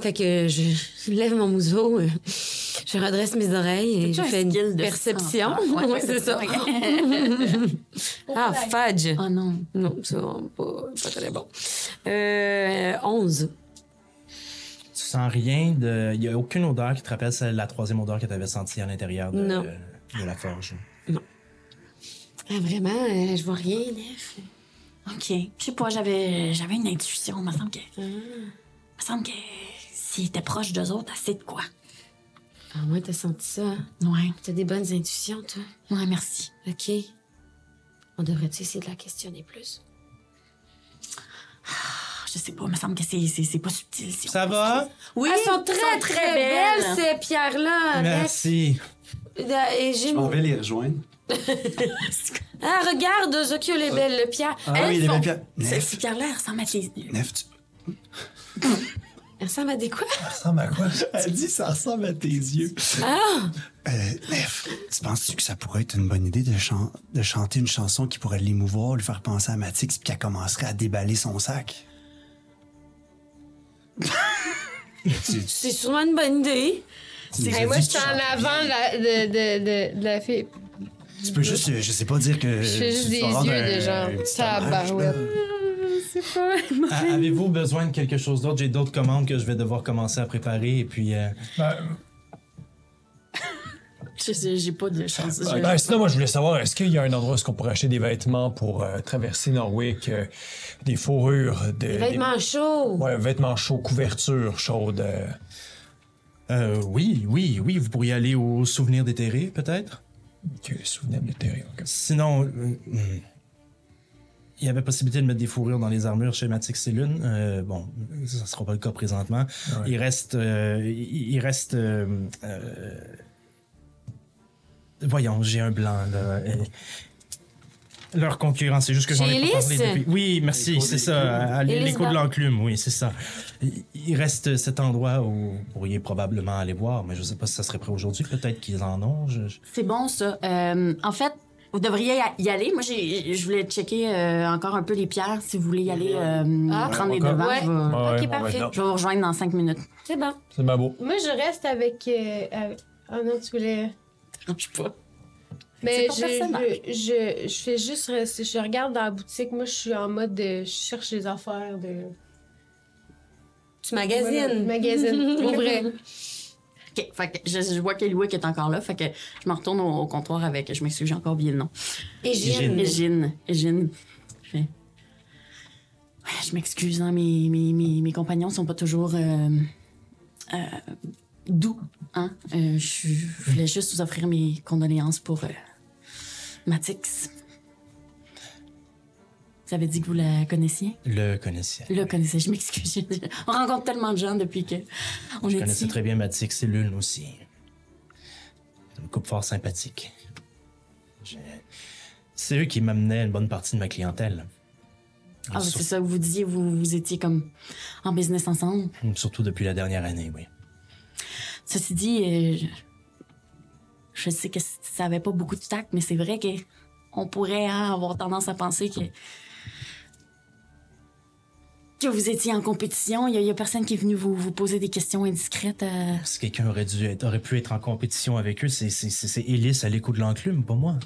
[SPEAKER 3] Fait que je, je lève mon museau, euh, je redresse mes oreilles et je
[SPEAKER 4] T'as-tu un
[SPEAKER 3] fais une
[SPEAKER 4] skill de
[SPEAKER 3] perception.
[SPEAKER 4] sang-froid?
[SPEAKER 3] Ouais,
[SPEAKER 4] Ouais,
[SPEAKER 3] c'est ça. ah, fudge!
[SPEAKER 4] Oh non.
[SPEAKER 3] Non, ça, pas, pas très bon. Euh, 11.
[SPEAKER 1] Tu sens rien de. Il y a aucune odeur qui te rappelle celle, la troisième odeur que tu avais sentie à l'intérieur de,
[SPEAKER 3] Non.
[SPEAKER 1] de la forge.
[SPEAKER 3] Ah, vraiment, euh, je vois rien, Nef.
[SPEAKER 4] Ok. Je sais pas, j'avais. j'avais une intuition. Il me semble que. me semble que. s'il était proche d'eux autres, assez de quoi?
[SPEAKER 3] Ah, ouais, t'as senti ça.
[SPEAKER 4] Ouais.
[SPEAKER 3] T'as des bonnes intuitions, toi.
[SPEAKER 4] Ouais, merci.
[SPEAKER 3] OK. On devrait-tu essayer de la questionner plus?
[SPEAKER 4] Ah, Je sais pas, il me semble que c'est- c'est c'est pas subtil. si on-
[SPEAKER 1] Ça va?
[SPEAKER 4] Oui,
[SPEAKER 3] Elles sont très,
[SPEAKER 4] elles sont
[SPEAKER 3] très, belles, ces pierres-là.
[SPEAKER 1] Merci.
[SPEAKER 3] Nef. Et j'ai
[SPEAKER 5] On
[SPEAKER 3] une-
[SPEAKER 5] va les rejoindre.
[SPEAKER 3] Ah, regarde, Zocchio, les belles pierres. Hein?
[SPEAKER 5] Ah
[SPEAKER 4] Elles
[SPEAKER 5] oui, les
[SPEAKER 4] font-
[SPEAKER 5] mêmes pierres.
[SPEAKER 4] Ces
[SPEAKER 5] Nef,
[SPEAKER 4] pierres-là elles ressemblent à tes.
[SPEAKER 5] Nef, tu.
[SPEAKER 3] Elles ressemblent à des quoi?
[SPEAKER 6] Ça ressemble à quoi?
[SPEAKER 5] Elle dit ça ressemble à tes yeux.
[SPEAKER 3] Ah!
[SPEAKER 5] Euh, Nef, tu penses-tu que ça pourrait être une bonne idée de, chan- de chanter une chanson qui pourrait l'émouvoir, lui faire penser à Matix, puis qu'elle commencerait à déballer son sac?
[SPEAKER 3] C'est sûrement une bonne idée.
[SPEAKER 5] Il nous a
[SPEAKER 2] Hey, moi,
[SPEAKER 5] dit
[SPEAKER 2] je suis en
[SPEAKER 5] que tu-
[SPEAKER 2] avant de la, de, de, de, de la fille.
[SPEAKER 5] Tu peux juste, euh, je sais pas dire que. Ah,
[SPEAKER 2] Je fais juste
[SPEAKER 5] tu
[SPEAKER 2] des
[SPEAKER 5] vas avoir
[SPEAKER 2] yeux
[SPEAKER 5] un-
[SPEAKER 2] de genre,
[SPEAKER 5] un petit
[SPEAKER 2] tabarouette.
[SPEAKER 5] hommage,
[SPEAKER 2] C'est pas
[SPEAKER 1] A- Avez-vous besoin de quelque chose d'autre? J'ai d'autres commandes que je vais devoir commencer à préparer et puis. euh,
[SPEAKER 6] Ben,
[SPEAKER 4] Je sais, J'ai pas de chance. Je-
[SPEAKER 6] ben, sinon, moi, je voulais savoir, est-ce qu'il y a un endroit où est-ce qu'on pourrait acheter des vêtements pour euh, traverser Norwick, euh, des fourrures, de-
[SPEAKER 3] Les vêtements chauds.
[SPEAKER 6] Euh, Ouais, vêtements chauds, couverture chaude. euh,
[SPEAKER 1] euh, oui, oui, oui, vous pourriez aller au souvenir déterré, peut-être?
[SPEAKER 6] que souvenir de terrain. ok.
[SPEAKER 1] Sinon, euh, hmm, il y avait possibilité de mettre des fourrures dans les armures schématiques Célune. Euh, bon, ça ne sera pas le cas présentement.
[SPEAKER 6] Ouais.
[SPEAKER 1] Il reste. euh, il il reste. euh, euh, voyons, j'ai un blanc, là. Euh, leur concurrent, c'est juste que j'en ai
[SPEAKER 3] Chez
[SPEAKER 1] pas parlé
[SPEAKER 3] Élise?
[SPEAKER 1] depuis. Oui, merci, c'est ça. à
[SPEAKER 3] Élise
[SPEAKER 1] L'écho de
[SPEAKER 3] Bar-
[SPEAKER 1] l'enclume, oui, c'est ça. Il- Il reste cet endroit où vous pourriez probablement aller voir, mais je ne sais pas si ça serait prêt aujourd'hui. Peut-être qu'ils en ont. je- je-
[SPEAKER 4] C'est bon, ça. Euh, en fait, vous devriez y aller. Moi, j'ai- je voulais checker euh, encore un peu les pierres si vous voulez y aller euh,
[SPEAKER 3] Ah.
[SPEAKER 4] prendre les
[SPEAKER 6] Ouais.
[SPEAKER 4] devants.
[SPEAKER 3] Ouais.
[SPEAKER 4] Je, vais,
[SPEAKER 6] Ah ouais,
[SPEAKER 3] Ok, parfait.
[SPEAKER 6] non,
[SPEAKER 4] je vais vous rejoindre dans cinq minutes.
[SPEAKER 3] C'est bon.
[SPEAKER 6] C'est ma beau.
[SPEAKER 2] Moi, je reste avec. euh, avec- Oh non, tu voulais.
[SPEAKER 4] Je sais pas.
[SPEAKER 2] Mais
[SPEAKER 4] C'est ton
[SPEAKER 2] je,
[SPEAKER 4] personnage.
[SPEAKER 2] je, je, je fais juste rester. Je regarde dans la boutique. Moi, je suis en mode de. Je cherche les affaires de.
[SPEAKER 3] Tu magasines.
[SPEAKER 2] Magazine. Pour vrai.
[SPEAKER 4] Ok, fait que je, je vois qu'Eliwick est encore là. Fait que je me retourne au, au comptoir avec. Je m'excuse, j'ai encore oublié le nom.
[SPEAKER 3] Hygiène.
[SPEAKER 4] Égine. Égine. Je fais. Ouais, je m'excuse, hein, mes, mes, mes, mes compagnons sont pas toujours euh, euh, doux. Hein? Euh, je je voulais juste vous offrir mes condoléances pour euh, Matix. Vous avez dit que vous la connaissiez?
[SPEAKER 1] Le connaissais.
[SPEAKER 4] Le connaissez, je m'excuse. Je- On rencontre tellement de gens depuis que on
[SPEAKER 1] Je
[SPEAKER 4] est
[SPEAKER 1] connaissais
[SPEAKER 4] ici.
[SPEAKER 1] très bien Matic Cellule aussi. C'est une coupe fort sympathique. Je- C'est eux qui m'amenaient une bonne partie de ma clientèle.
[SPEAKER 4] Ah,
[SPEAKER 1] Sur-
[SPEAKER 4] c'est ça, vous disiez, vous, vous étiez comme en business ensemble.
[SPEAKER 1] Surtout depuis la dernière année, oui.
[SPEAKER 4] Ceci dit, euh, je- je, sais que c- ça avait pas beaucoup de tact, mais c'est vrai que on pourrait hein, avoir tendance à penser que que vous étiez en compétition. Il y, a- il y a personne qui est venu vous, vous poser des questions indiscrètes. euh.
[SPEAKER 1] Si quelqu'un aurait, dû être- aurait pu être en compétition avec eux, c'est- c'est c'est- c'est Élise à l'écho de l'enclume, pas moi.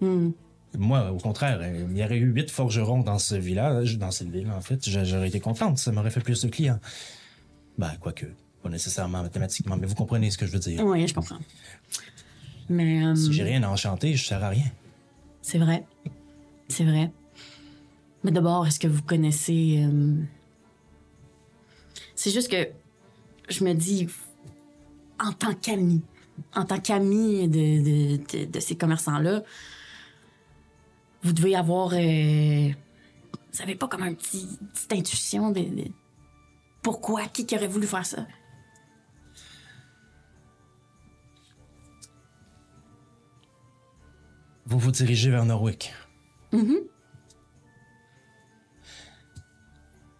[SPEAKER 4] Hmm.
[SPEAKER 1] Moi, au contraire, euh, il y aurait eu huit forgerons dans ce village, dans cette ville, en fait. J'a- J'aurais été contente, ça m'aurait fait plus de clients. Ben, quoique, pas nécessairement mathématiquement, mais vous comprenez ce que je veux dire.
[SPEAKER 4] Oui, je comprends. Mais euh,
[SPEAKER 1] Si j'ai rien à enchanter, je sers à rien.
[SPEAKER 4] c'est vrai, c'est vrai. Mais d'abord, est-ce que vous connaissez euh, C'est juste que je me dis, en tant qu'ami, en tant qu'ami de, de- de- de ces commerçants-là, vous devez avoir, euh, vous savez pas, comme un petit, petite intuition de, de- pourquoi, qui qui aurait voulu faire ça.
[SPEAKER 1] Vous vous dirigez vers Norwick.
[SPEAKER 4] Mm-hmm.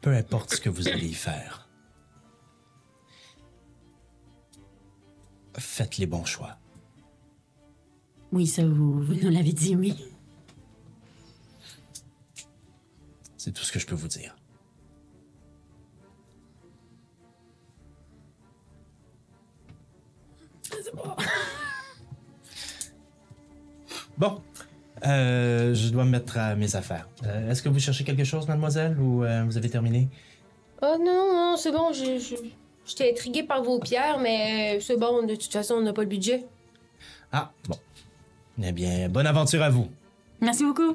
[SPEAKER 1] Peu importe ce que vous allez y faire. Faites les bons choix.
[SPEAKER 4] Oui, ça, vous, vous nous l'avez dit, oui.
[SPEAKER 1] C'est tout ce que je peux vous dire. Bon. Euh, je dois me mettre à mes affaires. Euh, Est-ce que vous cherchez quelque chose, mademoiselle, ou euh, vous avez terminé?
[SPEAKER 2] Oh non, non, c'est bon. je- je- J'étais intriguée par vos pierres, mais euh, c'est bon. De toute façon, on n'a pas le budget.
[SPEAKER 1] Ah, bon. Eh bien, bonne aventure à vous.
[SPEAKER 4] Merci beaucoup.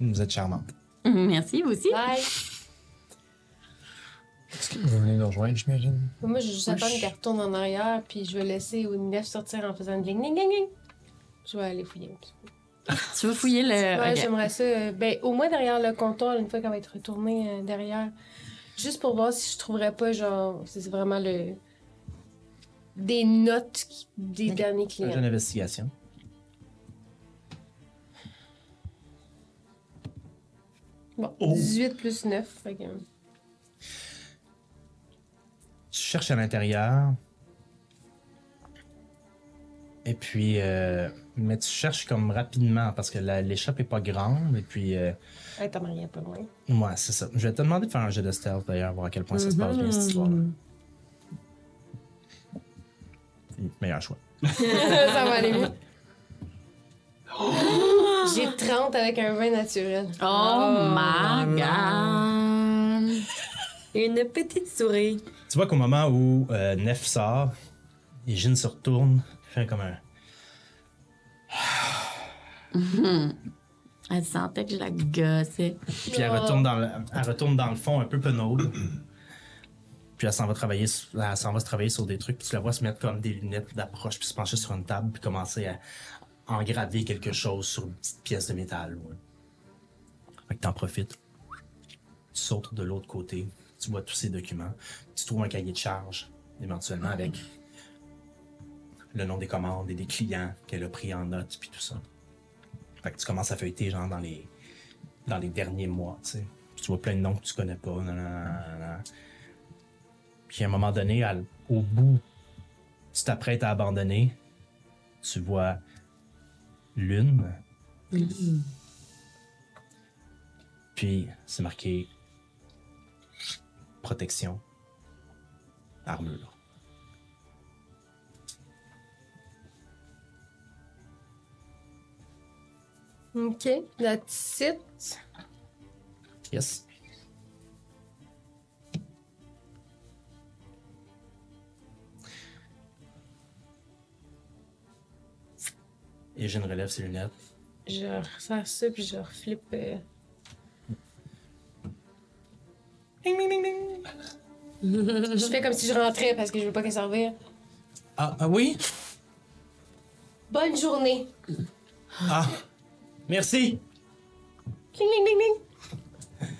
[SPEAKER 4] Mm-hmm.
[SPEAKER 1] Vous êtes charmante.
[SPEAKER 4] Merci, vous aussi.
[SPEAKER 2] Bye.
[SPEAKER 6] Est-ce que vous venez nous rejoindre, j'imagine?
[SPEAKER 2] Moi, je vais juste attendre qu'elle retourne en arrière, puis je vais laisser Nef sortir en faisant ding ding ding ding. Je vais aller fouiller. un petit peu.
[SPEAKER 4] Tu veux fouiller le...
[SPEAKER 2] Ouais,
[SPEAKER 4] ok.
[SPEAKER 2] j'aimerais ça. euh, ben, au moins derrière le comptoir, une fois qu'elle va être retournée euh, derrière. Juste pour voir si je trouverais pas, genre, si c'est vraiment le. des notes qui- des derniers
[SPEAKER 1] Un jeu
[SPEAKER 2] clients.
[SPEAKER 1] d'investigation.
[SPEAKER 2] Bon,
[SPEAKER 1] Oh.
[SPEAKER 2] 18 plus 9. Fait que, euh,
[SPEAKER 1] Tu cherches à l'intérieur. Et puis, euh, mais tu cherches comme rapidement parce que la- l'échappe est pas grande. Et puis, euh,
[SPEAKER 2] elle est en arrière, pas loin.
[SPEAKER 1] ouais, c'est ça. Je vais te demander de faire un jeu de stealth d'ailleurs, voir à quel point ça se passe bien cette histoire-là. Meilleur choix.
[SPEAKER 2] ça va aller mieux. J'ai 30 avec un vin naturel.
[SPEAKER 4] Oh, my god!
[SPEAKER 3] Une petite souris.
[SPEAKER 1] Tu vois qu'au moment où euh, Nef sort, et Jean se retourne, fait comme un.
[SPEAKER 4] Elle sentait que je la gossais.
[SPEAKER 1] Puis elle retourne, dans le, elle retourne dans le fond un peu penaude. puis elle s'en va travailler, s- elle s'en va se travailler sur des trucs. Puis tu la vois se mettre comme des lunettes d'approche, puis se pencher sur une table, puis commencer à engraver quelque chose sur une petite pièce de métal. ouais. Fait que t'en profites. Tu sautes de l'autre côté, tu vois tous ces documents. Tu trouves un cahier de charge, éventuellement avec le nom des commandes et des clients qu'elle a pris en note, puis tout ça. Fait que tu commences à feuilleter, genre, dans les dans les derniers mois, tu sais. Puis tu vois plein de noms que tu connais pas. nan, nan, nan, nan. Puis à un moment donné, à l- au bout, tu t'apprêtes à abandonner. Tu vois Lune. Puis c'est marqué protection, armure.
[SPEAKER 2] OK, that's it.
[SPEAKER 1] Yes. Et je ne relève ses lunettes.
[SPEAKER 2] Je resserre ça, puis je reflippe. euh. Ding, ding, ding, ding. je fais comme si je rentrais parce que je veux pas qu'elle s'en revienne.
[SPEAKER 1] Ah, ah oui?
[SPEAKER 2] Bonne journée.
[SPEAKER 1] Ah, merci!
[SPEAKER 2] Cling, cling, cling, cling.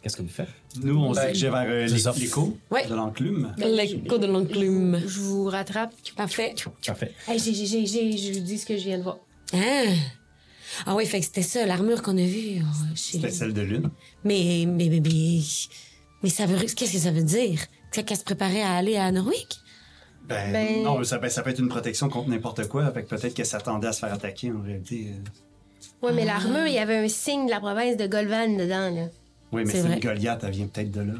[SPEAKER 1] Qu'est-ce que vous faites?
[SPEAKER 5] Nous, on se dirigeait vers euh,
[SPEAKER 6] ça.
[SPEAKER 5] les- l'écho
[SPEAKER 3] Ouais.
[SPEAKER 5] de l'enclume.
[SPEAKER 3] Le coup de l'enclume.
[SPEAKER 2] Je vous rattrape.
[SPEAKER 3] Parfait.
[SPEAKER 1] Parfait.
[SPEAKER 2] Hey, j'ai, j'ai, j'ai, j'ai, je vous dis ce que je viens de voir.
[SPEAKER 3] Ah. Ah oui, fait que c'était ça, l'armure qu'on a vue. euh, chez-
[SPEAKER 5] C'était celle de Lune.
[SPEAKER 3] Mais, mais, mais, mais, mais ça veut, qu'est-ce que ça veut dire? C'est qu'elle se préparait à aller à Norwick?
[SPEAKER 5] Ben,
[SPEAKER 2] Ben-
[SPEAKER 5] non, ça peut, ça peut être une protection contre n'importe quoi. Fait que peut-être qu'elle s'attendait à se faire attaquer en réalité. euh.
[SPEAKER 2] Ouais, mais l'armure, il y avait un signe de la province de Golvan dedans, là.
[SPEAKER 5] Oui, mais
[SPEAKER 3] C'est
[SPEAKER 5] c'est
[SPEAKER 3] vrai.
[SPEAKER 5] une Goliath, elle vient peut-être de là.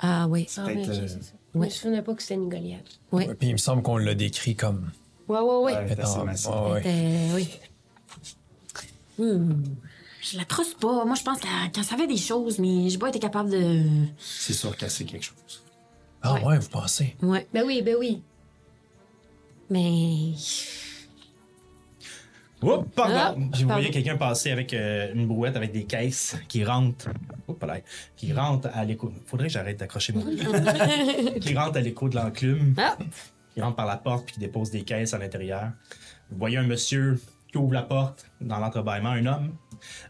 [SPEAKER 3] Ah oui,
[SPEAKER 2] Ah,
[SPEAKER 5] Peut-être,
[SPEAKER 2] oui, ok,
[SPEAKER 5] euh,
[SPEAKER 2] c'est ça.
[SPEAKER 3] ouais.
[SPEAKER 2] Je me souvenais pas que c'était une Goliath.
[SPEAKER 3] oui.
[SPEAKER 6] Puis il me semble qu'on l'a décrit comme.
[SPEAKER 3] Ouais, ouais, ouais.
[SPEAKER 5] Elle est assez massive.
[SPEAKER 6] Ah, ouais.
[SPEAKER 3] Euh, oui.
[SPEAKER 4] Je la trosse pas. Moi, je pense qu'elle qu'elle savait des choses, mais j'ai pas été capable de.
[SPEAKER 5] C'est sûr qu'elle sait quelque chose.
[SPEAKER 6] Ah ouais. vous pensez?
[SPEAKER 3] Ouais.
[SPEAKER 2] Ben oui, ben oui.
[SPEAKER 3] Mais.
[SPEAKER 1] Oups,
[SPEAKER 3] Ah,
[SPEAKER 1] pardon! J'ai
[SPEAKER 3] pardon.
[SPEAKER 1] voyé quelqu'un passer avec euh, une brouette avec des caisses qui rentrent. Oups, là, qui rentrent à l'écho. Faudrait que j'arrête d'accrocher mon. qui rentrent à l'écho de l'enclume.
[SPEAKER 3] Ah!
[SPEAKER 1] qui rentre par la porte puis qui dépose des caisses à l'intérieur. Vous voyez un monsieur qui ouvre la porte dans l'entrebâillement, un homme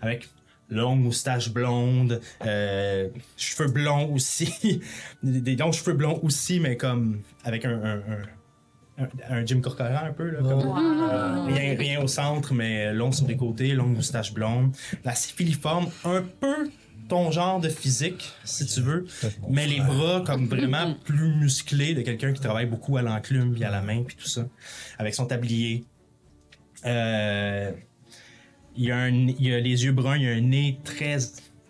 [SPEAKER 1] avec longue moustache blonde, euh, cheveux blonds aussi, des des longs cheveux blonds aussi, mais comme avec un, un, un- un- un Jim Corcoran un peu, là, comme- euh, rien, rien au centre, mais long sur les côtés, longue moustache blonde, assez filiforme, un peu ton genre de physique, si tu veux, mais les bras comme vraiment plus musclés de quelqu'un qui travaille beaucoup à l'enclume puis à la main puis tout ça, avec son tablier. Euh, il, a un- il a les yeux bruns, il a un nez très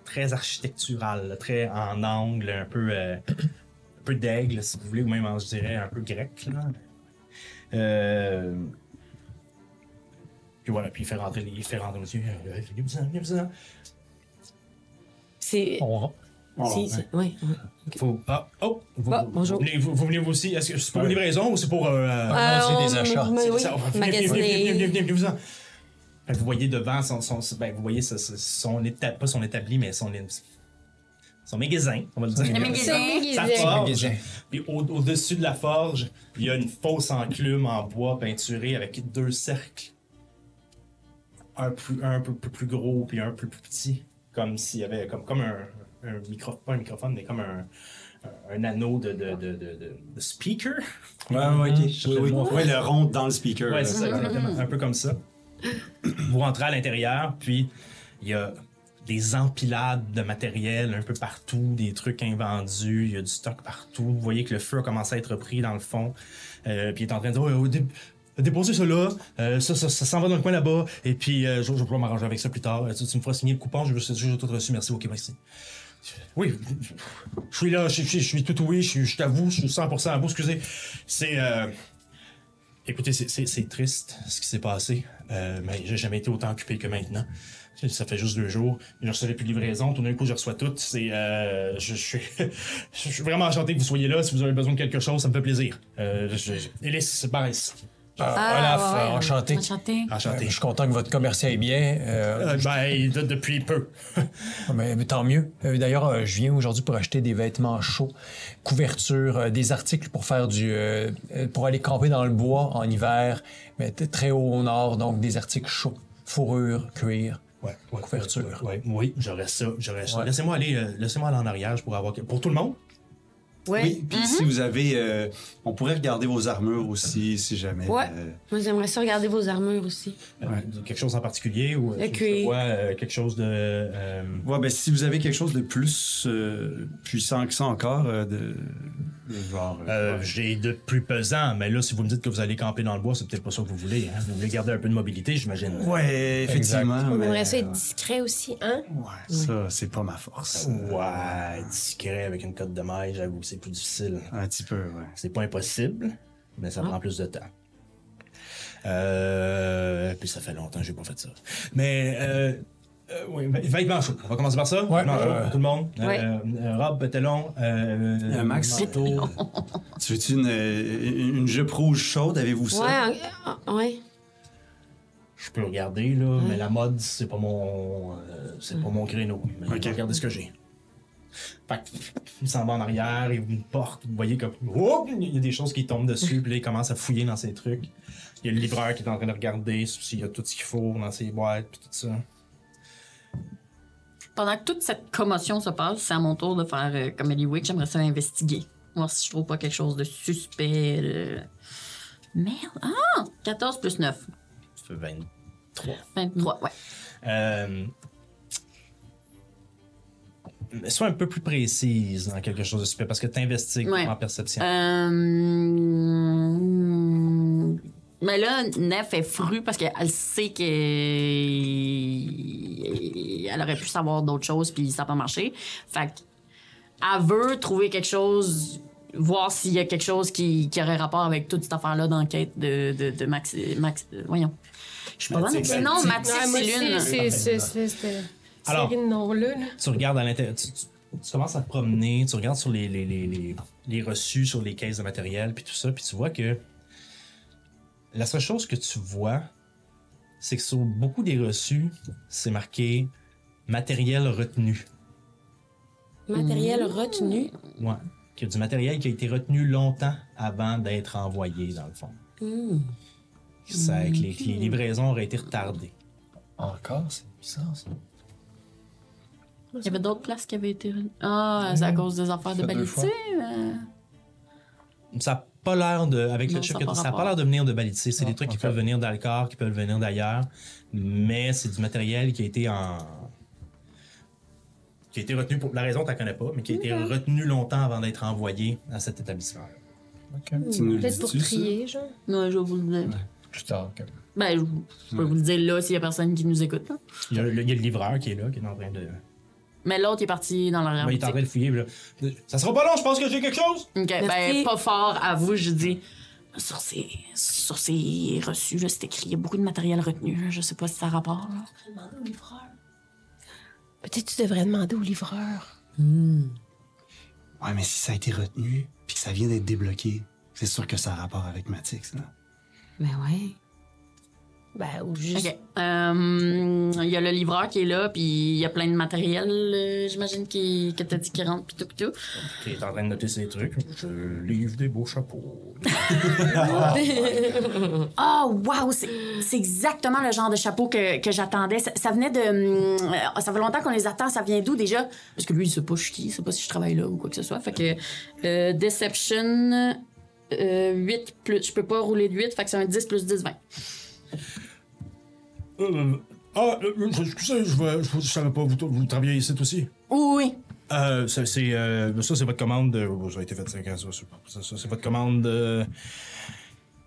[SPEAKER 1] très architectural, là, très en angle, un peu euh, un peu d'aigle si vous voulez, ou même je dirais un peu grec. Là. Euh, puis voilà, puis il fait rentrer, les- il fait rentrer monsieur. Euh, Venez-vous-en, venez-vous-en.
[SPEAKER 3] C'est.
[SPEAKER 6] On-
[SPEAKER 3] c'est- c'est- ouais, ouais.
[SPEAKER 1] Faut- ah, oh, vous, vous-
[SPEAKER 3] Bon, Bah, bonjour.
[SPEAKER 1] Vous venez, vous, vous venez vous aussi. Est-ce que c'est pour une livraison ou c'est pour. euh, euh,
[SPEAKER 6] Ah, c'est
[SPEAKER 3] Euh,
[SPEAKER 6] des
[SPEAKER 3] on-
[SPEAKER 6] achats.
[SPEAKER 3] mais
[SPEAKER 6] C'est
[SPEAKER 3] oui,
[SPEAKER 1] ça, venez, venez, venez, venez, venez,
[SPEAKER 3] magasiner.
[SPEAKER 1] venez, venez, venez-vous-en. Fait que Ben, vous voyez devant son. son, son- ben, vous voyez ce- ce- son éta- pas son établi, mais son. Son magasin, on va le dire.
[SPEAKER 4] magasin.
[SPEAKER 1] Sa
[SPEAKER 2] Déguisé.
[SPEAKER 1] forge.
[SPEAKER 6] magasin.
[SPEAKER 1] Puis au- au-dessus de la forge, il y a une fausse enclume en bois peinturée avec deux cercles. Un, plus, un peu, peu plus gros, puis un peu plus petit. Comme s'il y avait comme, comme un, un microphone, pas un microphone, mais comme un, un anneau de, de, de, de, de- de speaker.
[SPEAKER 5] Ouais, ouais, ok.
[SPEAKER 1] oui, oui.
[SPEAKER 5] Ouais, le rond dans le speaker.
[SPEAKER 1] Ouais,
[SPEAKER 5] là,
[SPEAKER 1] c'est ça,
[SPEAKER 5] ça.
[SPEAKER 1] exactement. euh, Un peu comme ça. Vous rentrez à l'intérieur, puis il y a des empilades de matériel un peu partout, des trucs invendus, il y a du stock partout. Vous voyez que le feu a commencé à être repris dans le fond, Euh, puis il est en train de dire oh, dé- déposez cela, euh, ça, ça, ça s'en va dans le coin là-bas, et puis euh, je, je vais pouvoir m'arranger avec ça plus tard. Euh, Tu, tu me feras signer le coupon, je veux je veux tout reçu, merci, ok, merci. Oui, je suis là, je, je- je suis tout oui, je, suis- je t'avoue, je suis 100% à vous, excusez. C'est. euh, Écoutez, c'est- c'est c'est triste ce qui s'est passé, euh, mais j'ai jamais été autant occupé que maintenant. Ça fait juste deux jours, je ne recevais plus de livraison, tout d'un coup je reçois tout. C'est, euh, je, je suis, je suis vraiment enchanté que vous soyez là. Si vous avez besoin de quelque chose, ça me fait plaisir. Euh, je, je- Élise, Barès,
[SPEAKER 6] Ah,
[SPEAKER 3] Ah,
[SPEAKER 6] Olaf,
[SPEAKER 3] ouais, ouais.
[SPEAKER 6] enchanté.
[SPEAKER 4] Enchanté.
[SPEAKER 1] enchanté.
[SPEAKER 6] Euh, je suis content que votre commerçant est bien. euh,
[SPEAKER 1] Euh, ben, de- depuis peu.
[SPEAKER 6] Mais, mais tant mieux. Euh, D'ailleurs, euh, je viens aujourd'hui pour acheter des vêtements chauds, couvertures, euh, des articles pour faire du, euh, euh, pour aller camper dans le bois en hiver, mais t- très haut au nord, donc des articles chauds, fourrure, cuir.
[SPEAKER 1] Ouais, ouais,
[SPEAKER 6] Couverture.
[SPEAKER 1] ouais, ouais. oui, j'aurais ça. J'aurais ça.
[SPEAKER 6] Ouais.
[SPEAKER 1] Laissez-moi aller, euh, laissez-moi aller en arrière pour avoir. Pour tout le monde?
[SPEAKER 3] Ouais.
[SPEAKER 5] Oui, puis si vous avez. euh, on pourrait regarder vos armures aussi, si jamais.
[SPEAKER 3] Ouais.
[SPEAKER 5] euh,
[SPEAKER 3] Moi, j'aimerais ça regarder vos armures aussi.
[SPEAKER 1] Euh, Quelque chose en particulier ou euh,
[SPEAKER 3] Le
[SPEAKER 1] je- je
[SPEAKER 3] cuir.
[SPEAKER 1] vois, euh, quelque chose de. euh,
[SPEAKER 5] ouais, ben, si vous avez quelque chose de plus euh, puissant que ça encore, euh, de, de genre. euh,
[SPEAKER 1] euh, J'ai de plus pesant, mais là, si vous me dites que vous allez camper dans le bois, c'est peut-être pas ça que vous voulez. hein. Vous voulez garder un peu de mobilité, j'imagine.
[SPEAKER 5] ouais, effectivement.
[SPEAKER 2] On
[SPEAKER 5] mais-
[SPEAKER 2] aimerait ça être discret aussi, hein?
[SPEAKER 5] Ouais, ça, c'est pas ma force.
[SPEAKER 1] Ouais, discret avec une cote de maille, j'avoue, c'est plus difficile.
[SPEAKER 5] Un petit peu, ouais.
[SPEAKER 1] C'est pas impossible, mais ça prend plus de temps. Euh, puis ça fait longtemps que j'ai pas fait ça. Mais euh, euh, oui, ben, vêtements chauds. On va commencer par ça.
[SPEAKER 6] Ouais.
[SPEAKER 1] Vêtements chauds
[SPEAKER 6] Euh,
[SPEAKER 1] pour tout le monde.
[SPEAKER 3] ouais.
[SPEAKER 1] Euh, euh, robe, talon, euh,
[SPEAKER 5] Euh, Max,
[SPEAKER 1] manteau.
[SPEAKER 5] Tu veux-tu une, euh, une jupe rouge chaude? Avez-vous ça?
[SPEAKER 3] Ouais, en- en- ouais.
[SPEAKER 1] Je peux regarder là, mais la mode c'est pas mon euh, c'est pas mon créneau. Mais je vais regarder ce que j'ai. Fait que, il s'en va en arrière, il ouvre une porte, vous voyez comme Oups! il y a des choses qui tombent dessus, puis là, il commence à fouiller dans ses trucs. Il y a le livreur qui est en train de regarder s'il y a tout ce qu'il faut dans ses boîtes, puis tout ça.
[SPEAKER 4] Pendant que toute cette commotion se passe, c'est à mon tour de faire euh, comme Eliwick. J'aimerais ça investiguer. Voir si je trouve pas quelque chose de suspect. euh. Merde. Ah! 14 plus 9.
[SPEAKER 1] Ça fait 23.
[SPEAKER 4] 23, ouais.
[SPEAKER 1] Euh, sois un peu plus précise dans quelque chose de super, parce que tu investigues
[SPEAKER 4] Ouais.
[SPEAKER 1] en perception.
[SPEAKER 4] Euh, Mais là, Nef est fru parce qu'elle sait que elle aurait pu savoir d'autres choses puis ça n'a pas marché. Fait que, elle veut trouver quelque chose, voir s'il y a quelque chose qui, qui aurait rapport avec toute cette affaire-là d'enquête de, de, de Max, Max. euh, Voyons. Je suis pas bonne avec les noms. Mathis,
[SPEAKER 2] Ouais, moi
[SPEAKER 4] c'est
[SPEAKER 2] aussi,
[SPEAKER 4] lune.
[SPEAKER 2] c'est- c'est- c'est- c'est-
[SPEAKER 1] Alors.
[SPEAKER 2] série de noms-là. là.
[SPEAKER 1] tu regardes à l'intérieur, tu, tu- tu commences à te promener, tu regardes sur les, les, les, les- les reçus, sur les caisses de matériel, puis tout ça, puis tu vois que la seule chose que tu vois, c'est que sur beaucoup des reçus, c'est marqué matériel retenu. Mmh.
[SPEAKER 3] Matériel retenu.
[SPEAKER 1] Ouais. Qu'il y a du matériel qui a été retenu longtemps avant d'être envoyé, dans le fond.
[SPEAKER 6] Mmh.
[SPEAKER 1] Ça, que les, que les livraisons auraient été retardées.
[SPEAKER 6] Encore, c'est bizarre. Ça.
[SPEAKER 4] Il y avait d'autres places qui avaient été. Ah, c'est à cause des affaires de
[SPEAKER 6] Ça fait deux fois.
[SPEAKER 4] Baliti. euh,
[SPEAKER 1] Ça n'a pas l'air de. Avec
[SPEAKER 4] Non,
[SPEAKER 1] le
[SPEAKER 4] ça
[SPEAKER 1] chip
[SPEAKER 4] a
[SPEAKER 1] que
[SPEAKER 4] pas
[SPEAKER 1] t'as, ça n'a pas
[SPEAKER 4] rapport.
[SPEAKER 1] l'air de venir de Balitier. C'est
[SPEAKER 6] Ah,
[SPEAKER 1] des trucs qui
[SPEAKER 6] ok.
[SPEAKER 1] peuvent venir d'Alcor, qui peuvent venir d'ailleurs. Mais c'est du matériel qui a été en. qui a été retenu pour. La raison, tu connais pas, mais qui a été retenu longtemps avant d'être envoyé à cet établissement.
[SPEAKER 5] Tu nous le
[SPEAKER 2] Peut-être pour
[SPEAKER 5] dis-tu, ça?
[SPEAKER 2] trier, genre.
[SPEAKER 4] Non, je vais vous le dire.
[SPEAKER 6] Plus tard. ok.
[SPEAKER 4] Ben, je, je peux vous le dire là s'il y a personne qui nous écoute. là.
[SPEAKER 1] Il y, a, le- il y a le livreur qui est là, qui est en train
[SPEAKER 4] Ah,
[SPEAKER 1] de.
[SPEAKER 4] Mais l'autre il est parti dans l'arrière
[SPEAKER 1] Ouais, il est en train de fouiller. puis là, Ça sera pas long, je pense que j'ai quelque chose!
[SPEAKER 4] Ok,
[SPEAKER 3] Merci.
[SPEAKER 4] ben, pas fort à vous, je dis. Sur ces, sur ces reçus, là, c'est écrit, il y a beaucoup de matériel retenu. là. Je sais pas si ça a rapport. là.
[SPEAKER 2] Peut-être tu devrais demander au livreur.
[SPEAKER 1] Mmh.
[SPEAKER 5] Ouais, mais si ça a été retenu, puis que ça vient d'être débloqué, c'est sûr que ça a rapport avec Matix, là.
[SPEAKER 3] Ben ouais.
[SPEAKER 2] Ben, ou juste.
[SPEAKER 4] Ok. Euh, Il y a le livreur qui est là, puis il y a plein de matériel, euh, j'imagine, qui, que t'as dit qui rentre, puis tout, puis tout.
[SPEAKER 1] Qui est en train de noter ses trucs. Je livre des beaux chapeaux.
[SPEAKER 4] Ah, wow! C'est c'est exactement le genre de chapeau que, que j'attendais. Ça, ça venait de. hum, euh, Ça fait longtemps qu'on les attend. Ça vient d'où déjà? Parce que lui, il sait pas je suis qui, il sait pas si je travaille là ou quoi que ce soit. Fait que. euh, Deception. euh, 8 plus. Je peux pas rouler de 8, fait que c'est un 10 plus 10, 20.
[SPEAKER 1] Euh, ah, euh, excusez, je, vais- je, je savais pas, vous, vous travaillez ici aussi?
[SPEAKER 4] Oui,
[SPEAKER 1] Euh, ça, c'est, euh, ça, c'est votre commande de. oh, ça a été fait 5 ans, ça, c'est pas- ça, ça, c'est votre commande de.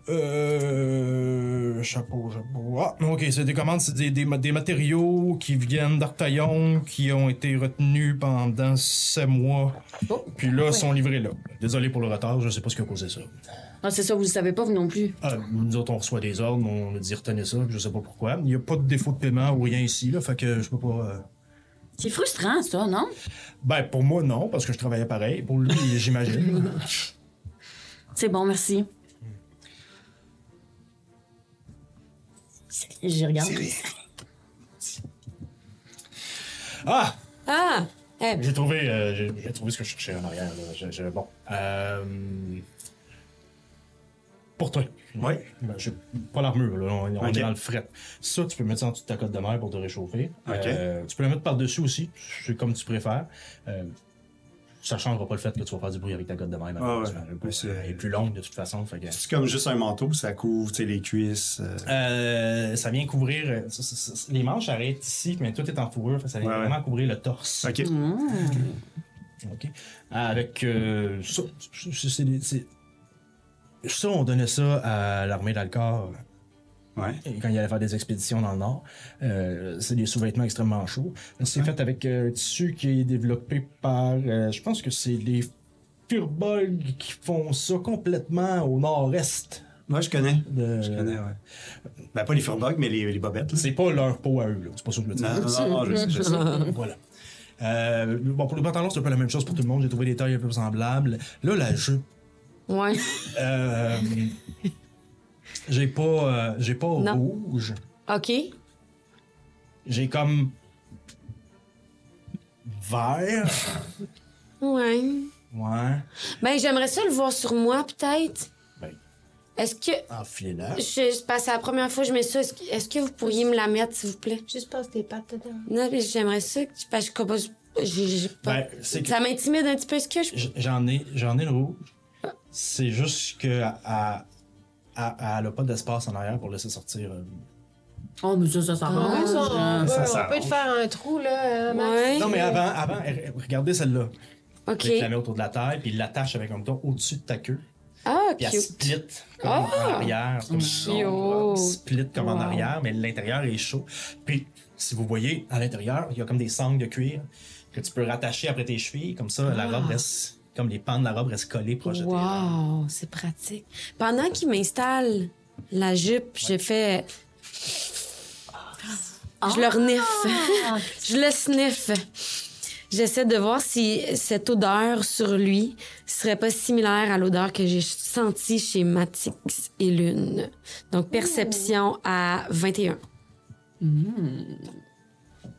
[SPEAKER 1] Euh. chapeau, chapeau. Ah, ok, c'est des commandes, c'est des, des ma- des matériaux qui viennent d'Artaillon, qui ont été retenus pendant sept mois, puis là, sont livrés là. Désolé pour le retard, je sais pas ce qui a causé ça.
[SPEAKER 4] Ah, c'est ça, vous ne savez pas, vous non plus.
[SPEAKER 1] Ah, nous autres, on reçoit des ordres, on nous dit retenez ça, puis je sais pas pourquoi. Il y a pas de défaut de paiement ou rien ici, là, fait que je peux pas... euh,
[SPEAKER 4] C'est frustrant, ça, non?
[SPEAKER 1] Ben, pour moi, non, parce que je travaillais pareil. Pour lui, j'imagine.
[SPEAKER 4] C'est bon, merci. J'y regarde.
[SPEAKER 1] Ah!
[SPEAKER 3] Ah! Eh,
[SPEAKER 1] J'ai trouvé, euh, j'ai- j'ai trouvé ce que je cherchais en arrière. là. Je- je- bon. Euh, pour toi. Oui. j'ai pas l'armure, là. On, on
[SPEAKER 5] Ok.
[SPEAKER 1] est dans le fret. Ça, tu peux mettre ça en dessous de ta cote de mer pour te réchauffer.
[SPEAKER 5] Ok.
[SPEAKER 1] Euh, tu peux la mettre par-dessus aussi. C'est comme tu préfères. Euh, ça changera pas le fait que tu vas faire du bruit avec ta cote de mer. malheureusement.
[SPEAKER 5] Ah
[SPEAKER 1] Euh,
[SPEAKER 5] ouais. Mais c'est-
[SPEAKER 1] Elle est plus longue de toute façon. Fait que...
[SPEAKER 5] C'est comme juste un manteau, ça couvre tu sais, les cuisses. euh,
[SPEAKER 1] Euh, ça vient couvrir. euh, ça- ça- ça- les manches arrêtent ici, mais tout est en fourrure. fait que Ça vient
[SPEAKER 5] Ouais, ouais.
[SPEAKER 1] vraiment couvrir le torse.
[SPEAKER 5] Ok.
[SPEAKER 3] Mm-hmm.
[SPEAKER 1] OK. Avec euh, ça, c'est- c'est des- c'est- ça, on donnait ça à l'armée d'Alcor
[SPEAKER 5] Ouais.
[SPEAKER 1] et quand il allait faire des expéditions dans le Nord. Euh, c'est des sous-vêtements extrêmement chauds. C'est fait avec euh, un tissu qui est développé par, euh, je pense que c'est les Furbolg qui font ça complètement au nord-est.
[SPEAKER 5] Moi, je connais.
[SPEAKER 1] de-
[SPEAKER 5] Je connais, ouais. Ben, pas les furbugs, mais les, les bobettes. là.
[SPEAKER 1] C'est pas leur peau à eux, là. c'est pas ça que je veux dire.
[SPEAKER 5] Non, non, non, je sais, je sais.
[SPEAKER 1] voilà. Euh, bon, pour les pantalons, c'est un peu la même chose pour tout le monde. J'ai trouvé des tailles un peu semblables. Là, la jupe,
[SPEAKER 3] ouais.
[SPEAKER 1] Euh, j'ai pas, euh, j'ai pas
[SPEAKER 3] Non.
[SPEAKER 1] rouge.
[SPEAKER 3] OK.
[SPEAKER 1] J'ai comme vert.
[SPEAKER 3] Ouais.
[SPEAKER 1] Ouais.
[SPEAKER 3] Ben, j'aimerais ça le voir sur moi, peut-être.
[SPEAKER 1] Ben.
[SPEAKER 3] Est-ce que.
[SPEAKER 1] En filant.
[SPEAKER 3] Je, c'est parce que la première fois que je mets ça. Est-ce que, est-ce que vous pourriez me la mettre, s'il vous plaît?
[SPEAKER 2] Juste passe tes pattes dedans.
[SPEAKER 3] Non, mais j'aimerais ça que tu. Parce que je compose. j'ai- j'ai pas-
[SPEAKER 1] Ben, c'est que
[SPEAKER 3] Ça m'intimide un petit peu. Est-ce que je.
[SPEAKER 1] j- j'en ai, j'en ai le rouge. C'est juste que à, à- à- elle a pas d'espace en arrière pour laisser sortir. euh.
[SPEAKER 4] Oh, mais ça, ça sent
[SPEAKER 3] Ah,
[SPEAKER 4] bon,
[SPEAKER 2] ça, on,
[SPEAKER 4] ça.
[SPEAKER 2] peut, on
[SPEAKER 5] ça, ça
[SPEAKER 2] peut te
[SPEAKER 5] arrange.
[SPEAKER 2] faire un trou, là, euh, Max.
[SPEAKER 3] Ouais.
[SPEAKER 1] Non mais avant, avant, eh, eh, regardez celle-là.
[SPEAKER 3] OK.
[SPEAKER 1] Tu la mets autour de la taille puis il l'attache avec un bouton au-dessus de ta queue.
[SPEAKER 3] Ah,
[SPEAKER 1] Puis elle
[SPEAKER 3] cute. Ah!
[SPEAKER 1] split comme en arrière. Comme
[SPEAKER 3] Cute.
[SPEAKER 1] split comme en
[SPEAKER 3] Wow.
[SPEAKER 1] arrière, mais l'intérieur est chaud. Puis, si vous voyez, à l'intérieur, il y a comme des sangles de cuir que tu peux rattacher après tes chevilles. Comme ça, la robe reste. Comme les pans de la robe restent collés proche de tes jambes.
[SPEAKER 3] Ah! Wow, c'est pratique. Pendant qu'il m'installe la jupe, j'ai fait. Je le
[SPEAKER 4] Ah.
[SPEAKER 3] reniffe. je le sniffe. J'essaie de voir si cette odeur sur lui serait pas similaire à l'odeur que j'ai sentie chez Matix et Lune. Donc, perception à 21.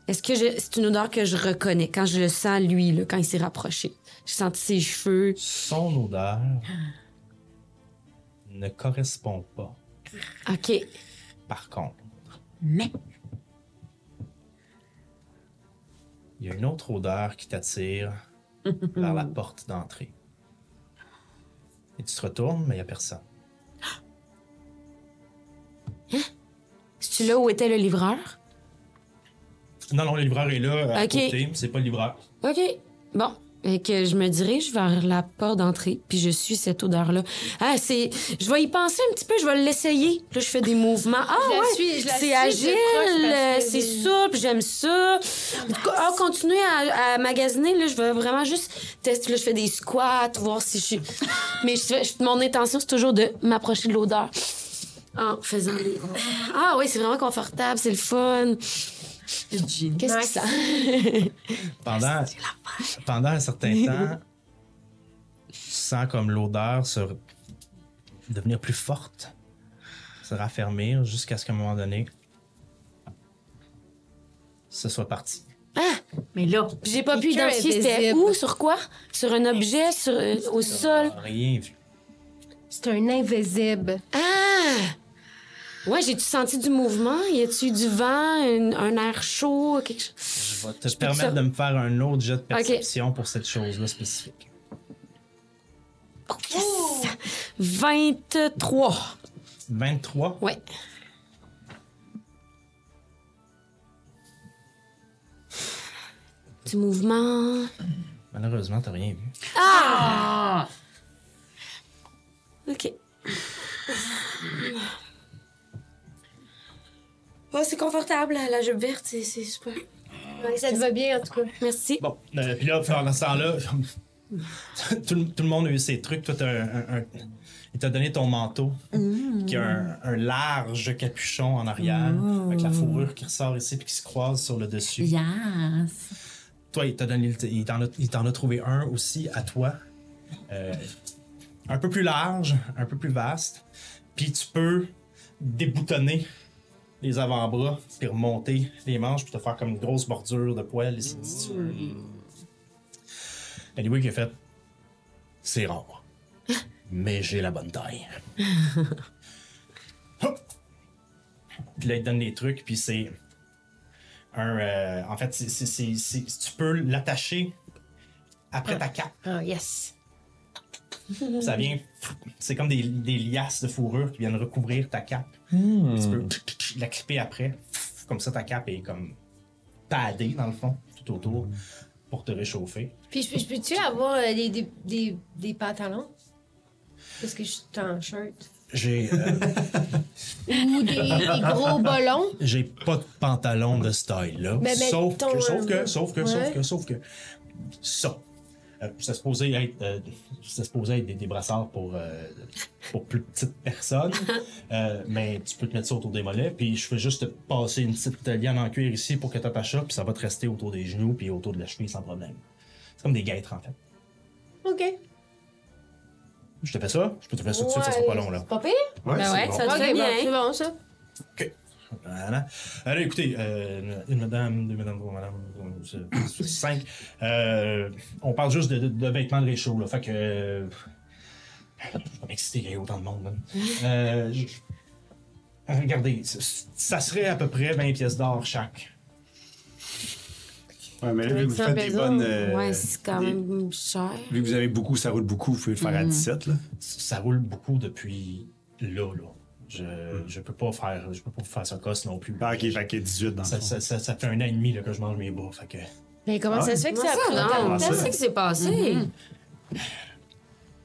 [SPEAKER 3] Est-ce que je- c'est une odeur que je reconnais quand je le sens, lui, là, quand il s'est rapproché? J'ai senti ses cheveux.
[SPEAKER 1] Son odeur ne correspond pas.
[SPEAKER 3] OK.
[SPEAKER 1] Par contre,
[SPEAKER 4] Mais,
[SPEAKER 1] il y a une autre odeur qui t'attire vers la porte d'entrée. Et tu te retournes, mais il n'y a personne.
[SPEAKER 3] C'est-tu là où était le livreur?
[SPEAKER 1] Non, non, le livreur est là, à
[SPEAKER 3] Ok.
[SPEAKER 1] côté. C'est pas le livreur.
[SPEAKER 3] OK. Bon. Et que je me dirige vers la porte d'entrée, puis je suis cette odeur-là. Ah, c'est. Je vais y penser un petit peu, je vais l'essayer. Puis Là, je fais des mouvements. Ah,
[SPEAKER 2] Je la
[SPEAKER 3] ouais.
[SPEAKER 2] suis- je la suis
[SPEAKER 3] c'est
[SPEAKER 2] de
[SPEAKER 3] agile,
[SPEAKER 2] proche
[SPEAKER 3] euh,
[SPEAKER 2] parce que
[SPEAKER 3] c'est
[SPEAKER 2] j'ai-
[SPEAKER 3] souple, j'aime ça. Ah, continuer à, à magasiner, là, je vais vraiment juste tester. Là, je fais des squats, voir si je suis. Mais je fais- je- mon intention, c'est toujours de m'approcher de l'odeur en faisant des. Ah, oui, c'est vraiment confortable, c'est le fun. Qu'est-ce que
[SPEAKER 2] Max.
[SPEAKER 3] ça?
[SPEAKER 1] pendant, pendant un certain temps, tu sens comme l'odeur se re- devenir plus forte, se raffermir jusqu'à ce qu'à un moment donné, ce soit parti.
[SPEAKER 4] mais là,
[SPEAKER 3] Puis J'ai pas pu
[SPEAKER 2] Quelqu'un
[SPEAKER 3] identifier c'était
[SPEAKER 2] invisible.
[SPEAKER 3] où, sur quoi? Sur un objet, sur, euh, au sol.
[SPEAKER 1] Ah, Rien vu.
[SPEAKER 2] C'est un invisible.
[SPEAKER 3] Ah! Ouais, j'ai-tu senti du mouvement? Y a-tu du vent, un, un air chaud, quelque chose?
[SPEAKER 1] Je vais te
[SPEAKER 3] peux te-
[SPEAKER 1] permettre de me faire un autre jet de perception pour cette chose-là spécifique.
[SPEAKER 3] Oh, yes! 23.
[SPEAKER 1] 23.
[SPEAKER 3] Ouais. Du mouvement.
[SPEAKER 1] Malheureusement, t'as rien vu.
[SPEAKER 3] OK. Oh, c'est confortable, la jupe verte, c'est c'est super.
[SPEAKER 2] Ouais, ça te va bien, en tout cas.
[SPEAKER 3] Merci.
[SPEAKER 1] Bon, euh, puis là, pendant ce temps-là, tout, le- tout le monde a eu ses trucs. Toi, t'as un- un- un- il t'a donné ton manteau qui a un, un large capuchon en arrière avec la fourrure qui ressort ici puis qui se croise sur le dessus.
[SPEAKER 4] Yes.
[SPEAKER 1] Toi, il t'a donné, le- il t'en a, il t'en a trouvé un aussi à toi, Euh, un peu plus large, un peu plus vaste. Puis tu peux déboutonner les avant-bras, puis remonter les manches, puis te faire comme une grosse bordure de poils ici. si tu veux. Anyway, qui a fait, c'est rare, mais j'ai la bonne taille. Hop! Puis là, il te donne les trucs, puis c'est un. euh, en fait, c'est- c'est- c'est- c'est- tu peux l'attacher après ta cape.
[SPEAKER 2] Ah, yes.
[SPEAKER 1] Ça vient. C'est comme des, des liasses de fourrure qui viennent recouvrir ta cape. Tu peux la clipper après. Comme ça, ta cape est comme padée, dans le fond, tout autour, pour te réchauffer.
[SPEAKER 2] Puis, je, je peux-tu avoir euh, des, des, des, des pantalons? Parce que je suis en shirt.
[SPEAKER 1] J'ai euh,
[SPEAKER 2] Ou des, des gros bolons.
[SPEAKER 1] j'ai pas de pantalon de style là.
[SPEAKER 2] Mais
[SPEAKER 1] Sauf
[SPEAKER 2] mettons
[SPEAKER 1] que, sauf
[SPEAKER 2] un-
[SPEAKER 1] que, sauf que,
[SPEAKER 2] Ouais.
[SPEAKER 1] sauf que, sauf que. Ça. Euh, ça se posait être, euh, ça se posait être des, des brassards pour, euh, pour plus petites personnes. Euh, mais tu peux te mettre ça autour des mollets. Puis je fais juste te passer une petite liane en cuir ici pour que tu attaches ça. Puis ça va te rester autour des genoux puis autour de la cheville sans problème. C'est comme des guêtres en fait.
[SPEAKER 2] OK.
[SPEAKER 1] Je te fais ça. Je peux te faire ça tout de suite. Ça sera pas long là.
[SPEAKER 2] C'est pas pire?
[SPEAKER 5] Ouais,
[SPEAKER 3] Ben
[SPEAKER 5] c'est
[SPEAKER 3] ouais,
[SPEAKER 5] bon.
[SPEAKER 3] ça te va
[SPEAKER 2] OK, bon, c'est
[SPEAKER 3] bien.
[SPEAKER 2] bon, ça.
[SPEAKER 1] Voilà. Alors, écoutez, euh, une madame, deux madames, trois madames, euh, cinq. Euh, on parle juste de, de- de vêtements de réchaud, là. Fait que. euh, je vais m'exciter qu'il y ait autant de monde, man. Euh, je- Regardez, c- c- ça serait à peu près 20 pièces d'or chaque.
[SPEAKER 5] Ouais, mais là, vu que vous
[SPEAKER 2] Ça
[SPEAKER 5] faites des
[SPEAKER 2] pèse,
[SPEAKER 5] bonnes. euh,
[SPEAKER 3] ouais, c'est quand
[SPEAKER 5] des-
[SPEAKER 3] même Mm-hmm. cher.
[SPEAKER 5] Vu que vous avez beaucoup, ça roule beaucoup, vous pouvez le faire à 17, là.
[SPEAKER 1] Ça roule beaucoup depuis là, là. Je, je peux pas faire je peux pas faire ça cost non plus.
[SPEAKER 5] Ah, ok, fait que 18 dans le
[SPEAKER 1] Ça,
[SPEAKER 5] fond.
[SPEAKER 1] ça, ça- ça fait un an et demi là, que je mange mes bas. Fait que.
[SPEAKER 2] Mais
[SPEAKER 1] Ah
[SPEAKER 2] comment ça se fait que ça a pris
[SPEAKER 3] non,
[SPEAKER 2] autant de temps?
[SPEAKER 5] ça.
[SPEAKER 3] qu'est-ce qui s'est passé?
[SPEAKER 1] Hmm.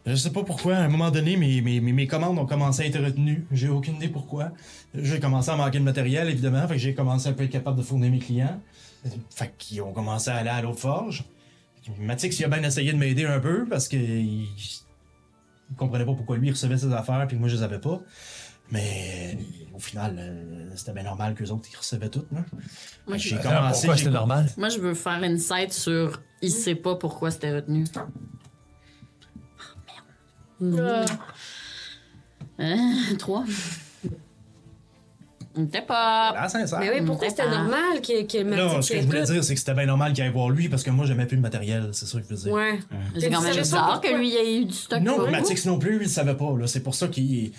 [SPEAKER 1] Je sais pas pourquoi, à un moment donné, mes, mes, mes- mes commandes ont commencé à être retenues. J'ai aucune idée pourquoi. J'ai commencé à manquer de matériel, évidemment, fait que j'ai commencé à pas être capable de fournir mes clients. Euh, Fait qu'ils ont commencé à aller à l'autre forge. Matix, il a bien essayé de m'aider un peu parce que il, il comprenait pas pourquoi lui il recevait ses affaires puis que moi je les avais pas. Mais euh, au final, euh, c'était bien normal qu'eux autres ils recevaient tout. là.
[SPEAKER 4] Moi,
[SPEAKER 1] J'ai
[SPEAKER 4] je,
[SPEAKER 6] Alors,
[SPEAKER 1] commencé.
[SPEAKER 6] pourquoi
[SPEAKER 1] j'ai-
[SPEAKER 6] c'était normal?
[SPEAKER 4] moi, je veux faire une site sur il sait pas pourquoi c'était retenu.
[SPEAKER 2] Euh,
[SPEAKER 4] Hein? Trois. On était pas.
[SPEAKER 1] Ah, sincère.
[SPEAKER 3] Mais Ben oui, pourquoi
[SPEAKER 4] Mm.
[SPEAKER 3] c'était normal qu'il qu'il mette
[SPEAKER 1] Non, ce
[SPEAKER 3] qu'il
[SPEAKER 1] que je voulais
[SPEAKER 3] écoute?
[SPEAKER 1] dire, c'est que c'était bien normal qu'il aille voir lui parce que moi, j'aimais plus le matériel, c'est ça que je veux dire.
[SPEAKER 3] Ouais.
[SPEAKER 4] C'est quand
[SPEAKER 2] Vous
[SPEAKER 4] même
[SPEAKER 2] savez pas
[SPEAKER 4] bizarre que
[SPEAKER 2] pourquoi?
[SPEAKER 4] lui ait eu du stock.
[SPEAKER 1] Non,
[SPEAKER 4] pour
[SPEAKER 1] puis
[SPEAKER 4] nous.
[SPEAKER 1] Matix non plus, lui, il le savait pas. là. C'est pour ça qu'il. il-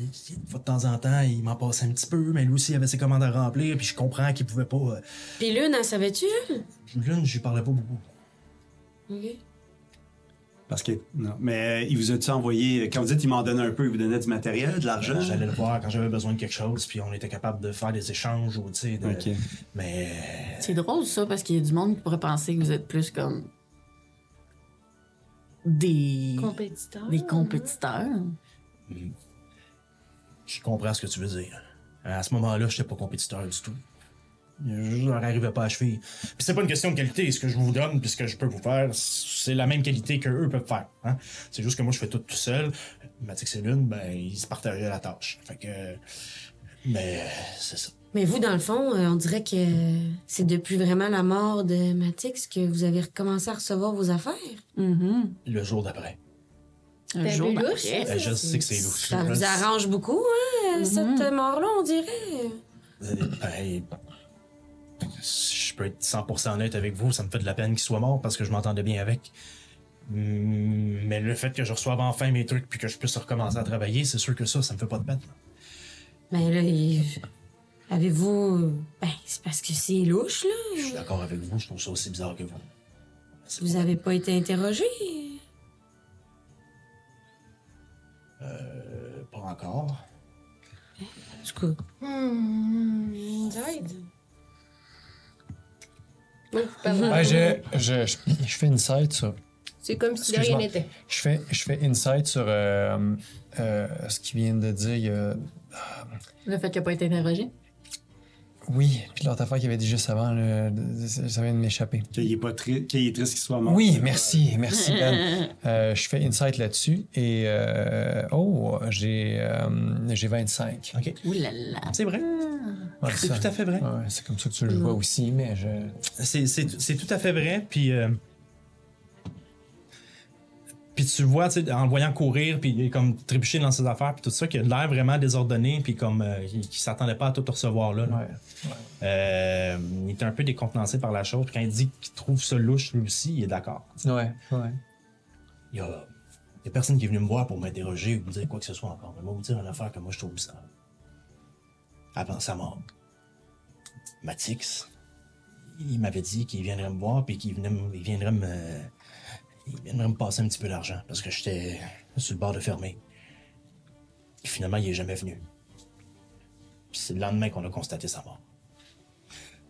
[SPEAKER 1] il- De temps en temps, il m'en passait un petit peu, mais lui aussi, il avait ses commandes à remplir, puis je comprends qu'il pouvait pas. euh,
[SPEAKER 3] Puis Lune, elle savait-tu?
[SPEAKER 1] Lune, je lui parlais pas beaucoup.
[SPEAKER 3] Ok.
[SPEAKER 5] Parce que. Non. Mais euh, il vous a-tu envoyé. euh, Quand vous dites, il m'en donnait un peu, il vous donnait du matériel, de l'argent?
[SPEAKER 3] Ah.
[SPEAKER 1] J'allais le voir quand j'avais besoin de quelque chose, puis on était capable de faire des échanges, ou tu sais. de-
[SPEAKER 5] Ok.
[SPEAKER 1] Mais.
[SPEAKER 4] C'est drôle ça parce qu'il y a du monde qui pourrait penser que vous êtes plus comme des
[SPEAKER 2] Compétiteur.
[SPEAKER 4] des compétiteurs.
[SPEAKER 1] Je comprends ce que tu veux dire. Euh, À ce moment-là, j'étais pas compétiteur du tout. Euh, Je leur arrivais pas à cheville. Puis c'est pas une question de qualité. Ce que je vous donne, puis ce que je peux vous faire, c'est la même qualité que eux peuvent faire. hein. C'est juste que moi, je fais tout tout seul. Matix et Lune, ben, ils se partageaient la tâche. Fait que. euh, Mais c'est ça.
[SPEAKER 3] Mais vous, dans le fond, euh, on dirait que c'est depuis vraiment la mort de Matix que vous avez recommencé à recevoir vos affaires.
[SPEAKER 4] Mhm.
[SPEAKER 1] Le jour d'après.
[SPEAKER 4] Un
[SPEAKER 2] Ben,
[SPEAKER 4] jour,
[SPEAKER 2] lui,
[SPEAKER 4] ben,
[SPEAKER 2] Mm-hmm. louche,
[SPEAKER 4] après,
[SPEAKER 1] Euh, je sais que c'est louche.
[SPEAKER 3] Ça vous arrange beaucoup, hein, cette mort-là, on dirait.
[SPEAKER 1] Euh, ben, si je peux être 100% honnête avec vous, ça me fait de la peine qu'il soit mort parce que je m'entendais bien avec. Mm, Mais le fait que je reçoive enfin mes trucs puis que je puisse recommencer à travailler, c'est sûr que ça, ça me fait pas de peine.
[SPEAKER 3] Mais là, il- avez-vous. Ben, c'est parce que c'est louche,
[SPEAKER 1] Je
[SPEAKER 3] là.
[SPEAKER 1] suis d'accord avec vous, je trouve ça aussi bizarre que vous.
[SPEAKER 3] Vous avez pas été interrogé.
[SPEAKER 1] Euh, pas encore.
[SPEAKER 3] En tout cas,
[SPEAKER 2] Hmm, ça aide. Oh, pardon.
[SPEAKER 6] Ben, je, je, je, je fais une site sur
[SPEAKER 2] C'est comme si de rien
[SPEAKER 6] Excuse-moi.
[SPEAKER 2] n'était.
[SPEAKER 6] Je fais, je fais insight sur euh, euh, ce qu'il vient de dire. il y a-
[SPEAKER 4] Le fait qu'il n'a pas été interrogé.
[SPEAKER 6] Oui, puis l'autre affaire qu'il avait dit juste avant, là, ça vient de m'échapper.
[SPEAKER 5] Qu'il est, pas tri- qu'il est triste qu'il soit mort. Euh,
[SPEAKER 6] Oui, merci, merci Ben. Euh, je fais insight là-dessus et euh, oh, j'ai euh, j'ai 25.
[SPEAKER 1] OK.
[SPEAKER 4] Ouh là là.
[SPEAKER 1] C'est vrai.
[SPEAKER 6] Ouais,
[SPEAKER 1] C'est
[SPEAKER 6] ça.
[SPEAKER 1] tout à fait vrai.
[SPEAKER 6] Ouais, c'est comme ça que tu le vois aussi, mais je.
[SPEAKER 1] C'est- C'est c'est tout à fait vrai. Puis, euh, puis tu le vois, tu sais, en le voyant courir, puis il est comme trébucher dans ses affaires, puis tout ça, qu'il a de l'air vraiment désordonné, puis comme euh, qu'il qu'il s'attendait pas à tout recevoir là. là.
[SPEAKER 6] Ouais.
[SPEAKER 1] Euh, il est un peu décontenancé par la chose. Puis quand il dit qu'il trouve ça louche lui aussi, il est d'accord.
[SPEAKER 6] Ouais, ouais.
[SPEAKER 1] Il y a, il y a personne qui est venu me voir pour m'interroger ou me dire quoi que ce soit encore. Mais moi, vous dire une affaire que moi je trouve bizarre. Avant sa mort, Matix, il m'avait dit qu'il viendrait me voir puis qu'il venait me- il viendrait me. Il viendrait me passer un petit peu d'argent parce que j'étais sur le bord de fermer. Puis finalement, il est jamais venu. Puis c'est le lendemain qu'on a constaté sa mort.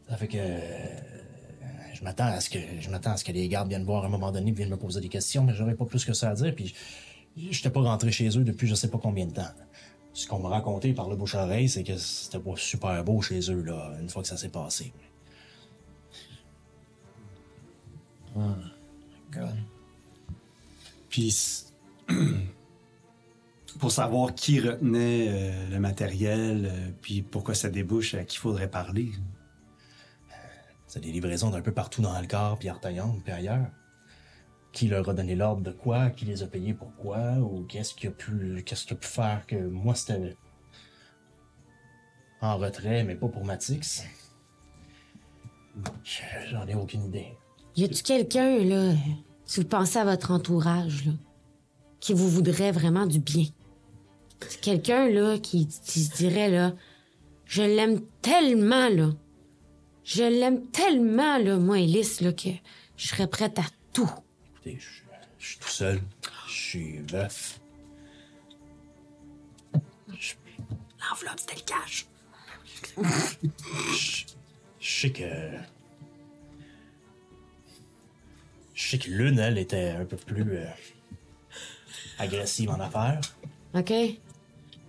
[SPEAKER 1] Ça fait que je m'attends à ce que je m'attends à ce que les gardes viennent voir à un moment donné, viennent me poser des questions, mais j'aurais pas plus que ça à dire. Puis je- j'étais pas rentré chez eux depuis je sais pas combien de temps. Ce qu'on m'a raconté par le bouche à oreille, c'est que c'était pas super beau chez eux là, une fois que ça s'est passé.
[SPEAKER 5] Puis s- pour savoir qui retenait euh, le matériel, euh, puis pourquoi ça débouche, à qui faudrait parler.
[SPEAKER 1] C'est des livraisons d'un peu partout dans le corps, puis à Artaillon, puis ailleurs. Qui leur a donné l'ordre de quoi, qui les a payés pour quoi, ou qu'est-ce qu'il a pu, qu'est-ce qu'il a pu faire que moi c'était en retrait, mais pas pour Matix. J'en ai aucune idée.
[SPEAKER 3] Y a-tu quelqu'un, là, si vous pensez à votre entourage, là, qui vous voudrait vraiment du bien? C'est Quelqu'un, là, qui, qui se dirait, là, je l'aime tellement, là. Je l'aime tellement, là, moi, Elise, là, que je serais prête à tout.
[SPEAKER 1] Écoutez, je, je suis tout seul. Je suis veuf. Je,
[SPEAKER 3] L'enveloppe, c'était le cash.
[SPEAKER 1] je- je sais que. Je sais que l'une, elle, était un peu plus euh, agressive en affaires,
[SPEAKER 3] OK?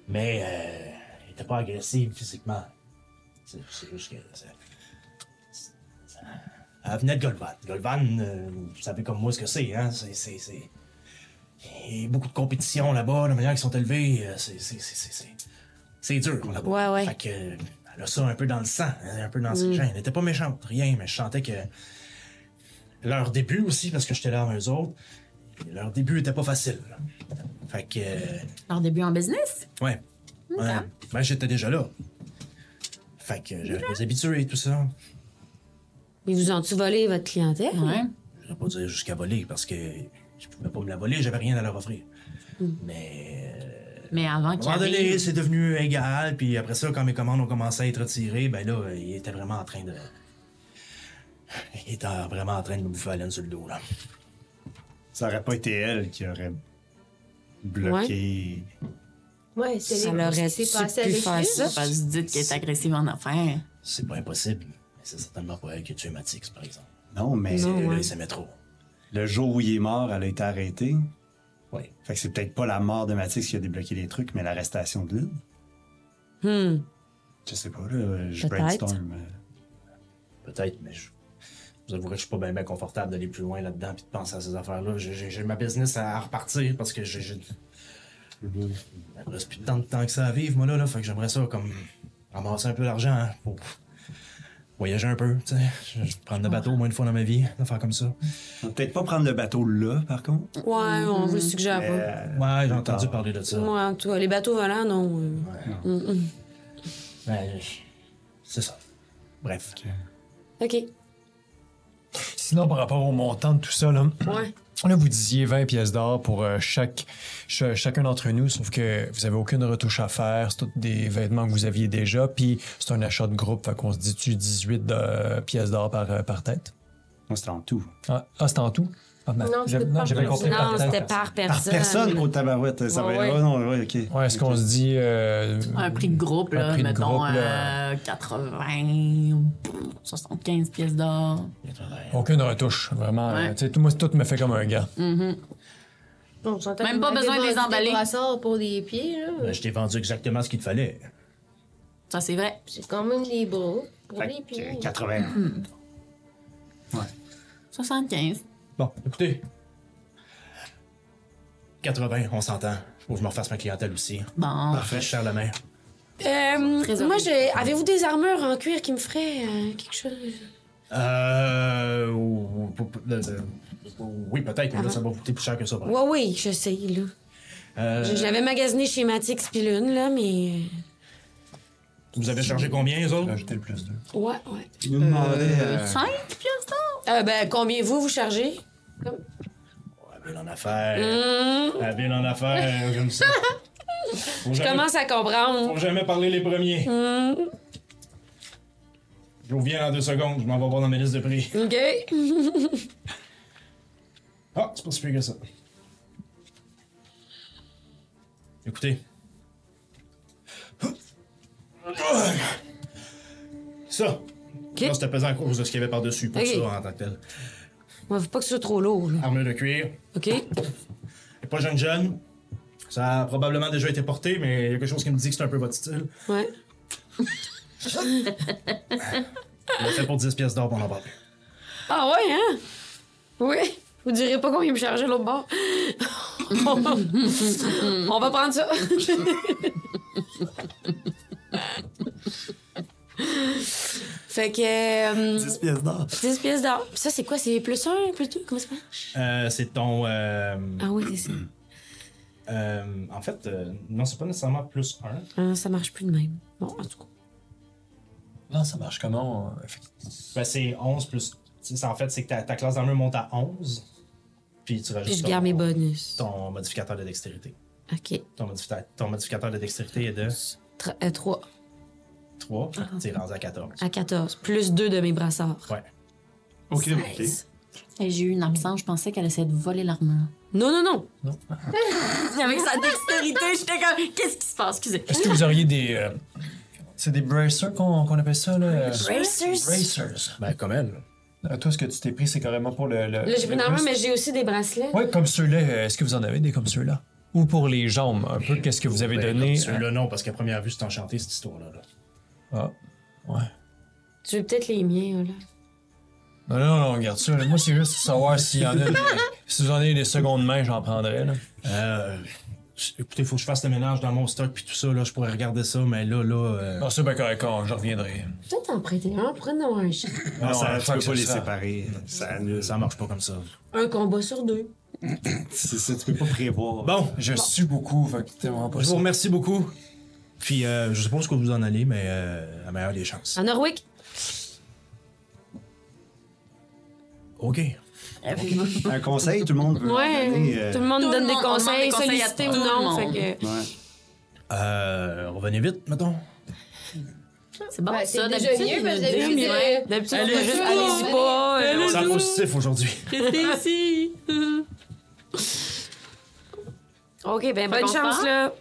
[SPEAKER 1] mais euh, elle était pas agressive physiquement. C'est c'est juste que. c'est- c'est- ça- Elle venait de Golvan. Golvan, euh, vous savez comme moi ce que c'est, hein? C'est. c'est- c'est- Il y a beaucoup de compétition là-bas, la manière qu'ils sont élevés, euh, c'est. c'est- c'est- c'est- c'est- C'est dur là-bas.
[SPEAKER 3] Ouais, ouais. Mm.
[SPEAKER 1] Fait que. euh, Elle a ça un peu dans le sang, hein, un peu dans ses gens. Elle n'était pas méchante, rien, mais je sentais que. Leur début aussi, parce que j'étais là avec eux autres, leur début était pas facile. là. Fait que. euh,
[SPEAKER 4] Leur début en business?
[SPEAKER 1] Ouais. ouais. Ben, j'étais déjà là. Fait que j'avais les habitués et tout ça.
[SPEAKER 3] Ils vous ont-tu volé votre clientèle?
[SPEAKER 4] Ouais.
[SPEAKER 1] Je vais pas dire jusqu'à voler parce que je pouvais pas me la voler, j'avais rien à leur offrir. Mais. euh,
[SPEAKER 4] Mais avant
[SPEAKER 1] À
[SPEAKER 4] qu'ils
[SPEAKER 1] un moment donné,
[SPEAKER 4] arrivent,
[SPEAKER 1] c'est devenu égal, puis après ça, quand mes commandes ont commencé à être retirées, ben là, il était vraiment en train de. Il était vraiment en train de me bouffer la laine sur le dos, là.
[SPEAKER 5] Ça aurait pas été elle qui aurait bloqué.
[SPEAKER 2] Ouais, c'est
[SPEAKER 3] Ça leur
[SPEAKER 2] ce qui
[SPEAKER 3] aurait-tu
[SPEAKER 2] s'est passé
[SPEAKER 3] pu
[SPEAKER 2] avec
[SPEAKER 3] faire
[SPEAKER 2] lui.
[SPEAKER 3] ça?
[SPEAKER 4] pas se dire qu'elle est agressive en affaires.
[SPEAKER 1] C'est pas impossible, mais c'est certainement pas elle qui a tué Matix, par exemple.
[SPEAKER 5] Non, mais
[SPEAKER 3] Non.
[SPEAKER 1] Là,
[SPEAKER 3] Ouais.
[SPEAKER 1] il s'aimait trop.
[SPEAKER 5] le jour où il est mort, elle a été arrêtée.
[SPEAKER 1] Ouais.
[SPEAKER 5] Fait que c'est peut-être pas la mort de Matisse qui a débloqué les trucs, mais l'arrestation de Lynn.
[SPEAKER 3] Hmm.
[SPEAKER 5] Je sais pas, là, je
[SPEAKER 3] Peut-être.
[SPEAKER 5] brainstorm. euh,
[SPEAKER 1] Peut-être, mais je. Vous avouerez que je suis pas bien confortable d'aller plus loin là-dedans puis de penser à ces affaires-là. J'ai- J'ai j'ai ma business à repartir parce que j'ai. j'ai- Il me reste plus tant de temps que ça à vivre, moi, là, là. Fait que j'aimerais ça, comme, ramasser un peu d'argent hein, pour voyager un peu, tu sais. Je- je Prendre le bateau au moins une fois dans ma vie, de faire comme ça.
[SPEAKER 5] On va Peut-être pas prendre le bateau là, par contre.
[SPEAKER 3] Ouais, on vous le suggère pas.
[SPEAKER 5] Euh,
[SPEAKER 1] Ouais, j'ai entendu
[SPEAKER 5] tard.
[SPEAKER 1] parler de ça.
[SPEAKER 3] Ouais, en tout cas, les bateaux volants, non. euh,
[SPEAKER 1] Ben, c'est ça. Bref.
[SPEAKER 3] OK.
[SPEAKER 6] Sinon, par rapport au montant de tout ça, là,
[SPEAKER 3] Ouais.
[SPEAKER 6] là vous disiez 20 pièces d'or pour euh, chaque, ch- chacun d'entre nous, sauf que vous avez aucune retouche à faire. C'est tous des vêtements que vous aviez déjà, puis c'est un achat de groupe, fait qu'on se dit-tu 18 de- pièces d'or par, euh, par tête?
[SPEAKER 5] Moi, c'est en tout.
[SPEAKER 6] Ah, ah, c'est en tout? Ah, ma-
[SPEAKER 2] Non,
[SPEAKER 6] j'avais-
[SPEAKER 2] c'était pas
[SPEAKER 6] j'avais
[SPEAKER 2] par
[SPEAKER 6] compris
[SPEAKER 3] Non,
[SPEAKER 6] par tête.
[SPEAKER 3] c'était par
[SPEAKER 5] Par
[SPEAKER 3] personne.
[SPEAKER 5] personne, au tabarouette. Ça
[SPEAKER 3] Ouais,
[SPEAKER 5] va
[SPEAKER 3] ouais.
[SPEAKER 5] être. non, ouais, ok.
[SPEAKER 6] Ouais, est-ce qu'on se dit. euh,
[SPEAKER 4] Un prix de groupe,
[SPEAKER 6] Un
[SPEAKER 4] là,
[SPEAKER 6] prix de
[SPEAKER 4] mettons,
[SPEAKER 6] groupe, là.
[SPEAKER 4] euh, 80, 75 pièces d'or.
[SPEAKER 6] Aucune retouche, vraiment.
[SPEAKER 4] Ouais.
[SPEAKER 6] euh, tu sais, tout, moi, tout me fait comme un gars.
[SPEAKER 2] On s'entend
[SPEAKER 4] Même
[SPEAKER 2] qu'on
[SPEAKER 4] pas
[SPEAKER 2] a
[SPEAKER 4] besoin de les
[SPEAKER 2] vendu des
[SPEAKER 4] emballer.
[SPEAKER 2] brassards pour les pieds, là.
[SPEAKER 1] Ben, je t'ai vendu exactement ce qu'il te fallait.
[SPEAKER 4] Ça, c'est vrai.
[SPEAKER 2] J'ai quand même les bras pour
[SPEAKER 5] Fait
[SPEAKER 2] les
[SPEAKER 5] que, euh,
[SPEAKER 2] pieds.
[SPEAKER 5] 80.
[SPEAKER 3] Hmm.
[SPEAKER 4] 75.
[SPEAKER 1] Bon, écoutez. 80, on s'entend. Faut que je me refasse ma clientèle aussi.
[SPEAKER 4] Bon.
[SPEAKER 1] Parfait, cher le maire.
[SPEAKER 3] Euh,
[SPEAKER 4] Trésorier.
[SPEAKER 3] moi, j'ai- avez-vous des armures en cuir qui me feraient euh, quelque chose?
[SPEAKER 1] Euh. ou- ou- ou- euh, euh, Oui, peut-être, mais là, ça va coûter plus cher que ça. par
[SPEAKER 3] Ah. Ouais, oui, je sais, là.
[SPEAKER 1] Euh,
[SPEAKER 3] Je- J'avais magasiné chez Matix puis Lune, là, mais... euh,
[SPEAKER 1] vous avez chargé combien, les autres?
[SPEAKER 6] Rajouter le plus 2.
[SPEAKER 3] euh, Ouais, ouais.
[SPEAKER 5] Tu nous demandais. euh,
[SPEAKER 4] 5
[SPEAKER 3] Euh, ben, combien vous, vous chargez?
[SPEAKER 1] La ville en affaires.
[SPEAKER 3] Hum,
[SPEAKER 1] La ville en affaires, j'aime ça. Faut
[SPEAKER 3] je
[SPEAKER 1] jamais-
[SPEAKER 3] commence à comprendre.
[SPEAKER 1] Faut jamais parler les premiers.
[SPEAKER 3] Hum,
[SPEAKER 1] Je vous reviens dans deux secondes, je m'en vais voir dans mes listes de prix.
[SPEAKER 3] OK.
[SPEAKER 1] Ah, c'est pas si pire que ça. Écoutez. Ça! Ça, c'était pesant à cause de ce qu'il y avait par-dessus, pas
[SPEAKER 3] Ok.
[SPEAKER 1] ça en tant que tel.
[SPEAKER 3] Ouais, faut pas que ce soit trop lourd, là.
[SPEAKER 1] Armure de cuir,
[SPEAKER 3] OK?
[SPEAKER 1] et pas jeune jeune. Ça a probablement déjà été porté, mais il y a quelque chose qui me dit que c'est un peu votre style.
[SPEAKER 3] Ouais.
[SPEAKER 1] On l'a fait pour 10 pièces d'or, pour en parle plus.
[SPEAKER 3] Ah ouais, hein? Oui. Vous direz pas combien me chargeait l'autre bord. On va prendre ça. fait que. euh,
[SPEAKER 5] 10 pièces d'or.
[SPEAKER 3] 10 pièces d'or. Puis Ça, c'est quoi? C'est plus 1, plus 2? Comment ça marche?
[SPEAKER 1] Euh, c'est ton. euh,
[SPEAKER 3] Ah oui, c'est ça.
[SPEAKER 1] euh, en fait, euh, non, c'est pas nécessairement plus un.
[SPEAKER 3] Ah, ça marche plus de même. Bon, en tout cas.
[SPEAKER 6] Non, ça marche comment? euh, on- fait-
[SPEAKER 1] Ben, c'est 11 plus. tu sais, En fait, c'est que ta, ta classe d'armure monte à 11. Puis tu rajoutes
[SPEAKER 3] Puis je
[SPEAKER 1] ton-
[SPEAKER 3] garde mes bonus.
[SPEAKER 1] ton modificateur de dextérité.
[SPEAKER 3] OK.
[SPEAKER 1] Ton, modifi- ton modificateur de dextérité est de
[SPEAKER 3] 3
[SPEAKER 1] 3.
[SPEAKER 3] Ah.
[SPEAKER 1] Tu es rendu à 14.
[SPEAKER 3] à 14. Plus 2 de mes brassards.
[SPEAKER 1] Ouais.
[SPEAKER 5] Ok, ok.
[SPEAKER 3] 16.
[SPEAKER 4] Et j'ai eu une absence, je pensais qu'elle essayait de voler l'armure.
[SPEAKER 3] Non, non, non.
[SPEAKER 6] Non.
[SPEAKER 4] Avec sa dextérité, j'étais comme, qu'est-ce qui se passe? Excusez.
[SPEAKER 6] Est-ce que vous auriez des. euh, c'est des bracers qu'on qu'on appelle ça, là?
[SPEAKER 3] Bracers?
[SPEAKER 6] Bracers.
[SPEAKER 1] Ben, comme elle.
[SPEAKER 6] Euh, toi, ce que tu t'es pris, c'est carrément pour le. le
[SPEAKER 3] Là, j'ai pris une armure,
[SPEAKER 6] bracer.
[SPEAKER 3] mais j'ai aussi des bracelets.
[SPEAKER 6] Oui, comme ceux-là, euh, est-ce que vous en avez des comme ceux-là? Ou pour les jambes, un peu, qu'est-ce que vous avez
[SPEAKER 1] Ben,
[SPEAKER 6] donné?
[SPEAKER 1] Celui-là, non, parce qu'à première vue, c'est enchanté, cette histoire-là. là.
[SPEAKER 6] Ah, ouais.
[SPEAKER 3] Tu veux peut-être les miens, là.
[SPEAKER 6] Non, non, non, regarde ça. là. Moi, c'est juste pour savoir s'il y en a. des- si vous en avez des secondes mains, j'en prendrais. Là.
[SPEAKER 1] Euh, écoutez, faut que je fasse le ménage dans mon stock, puis tout ça. Là, je pourrais regarder ça, mais là, là. euh,
[SPEAKER 6] Non, c'est bien Ah, ben, correct, quand je reviendrai.
[SPEAKER 3] Peut-être en prêter un, pourrait en avoir un chien.
[SPEAKER 5] Non,
[SPEAKER 6] Ah, Non,
[SPEAKER 5] Ah, ça,
[SPEAKER 6] je
[SPEAKER 5] tu
[SPEAKER 6] crois
[SPEAKER 5] peux
[SPEAKER 6] que
[SPEAKER 5] pas
[SPEAKER 6] c'est
[SPEAKER 5] les
[SPEAKER 6] ça.
[SPEAKER 5] séparer. Ça annule.
[SPEAKER 1] Ça marche pas comme ça.
[SPEAKER 3] Un combat sur deux.
[SPEAKER 5] C'est ça, tu peux pas prévoir.
[SPEAKER 1] Bon,
[SPEAKER 6] Oh, Je suis beaucoup, fait que c'est vraiment pas
[SPEAKER 1] je vous
[SPEAKER 6] ça.
[SPEAKER 1] remercie beaucoup. Puis, euh, je suppose que vous en allez, mais euh, la meilleure des chances.
[SPEAKER 3] À Norwick.
[SPEAKER 1] OK.
[SPEAKER 4] Euh,
[SPEAKER 5] Un conseil, tout le monde veut.
[SPEAKER 3] Ouais.
[SPEAKER 5] donner, euh,
[SPEAKER 3] tout le monde
[SPEAKER 4] tout le
[SPEAKER 3] donne
[SPEAKER 4] monde-
[SPEAKER 3] des
[SPEAKER 4] on demande
[SPEAKER 3] conseils,
[SPEAKER 4] des conseils à
[SPEAKER 3] sollicités ou
[SPEAKER 4] tout le
[SPEAKER 3] non.
[SPEAKER 4] monde.
[SPEAKER 3] Fait que...
[SPEAKER 5] ouais.
[SPEAKER 1] Euh, revenez vite, mettons.
[SPEAKER 4] C'est bon,
[SPEAKER 2] Ben, c'est
[SPEAKER 4] ça,
[SPEAKER 2] déjà
[SPEAKER 4] d'habitude,
[SPEAKER 2] mieux,
[SPEAKER 4] il
[SPEAKER 2] parce que
[SPEAKER 4] me dit,
[SPEAKER 2] d'habitude,
[SPEAKER 4] ouais.
[SPEAKER 2] euh,
[SPEAKER 3] D'habitude, on
[SPEAKER 2] Allez,
[SPEAKER 3] va juste
[SPEAKER 2] allez,
[SPEAKER 3] allez-y
[SPEAKER 2] allez.
[SPEAKER 3] pas. euh,
[SPEAKER 1] C'est positif aujourd'hui.
[SPEAKER 3] Restez ici. OK, ben bonne
[SPEAKER 4] qu'on
[SPEAKER 3] chance,
[SPEAKER 4] part?
[SPEAKER 3] là.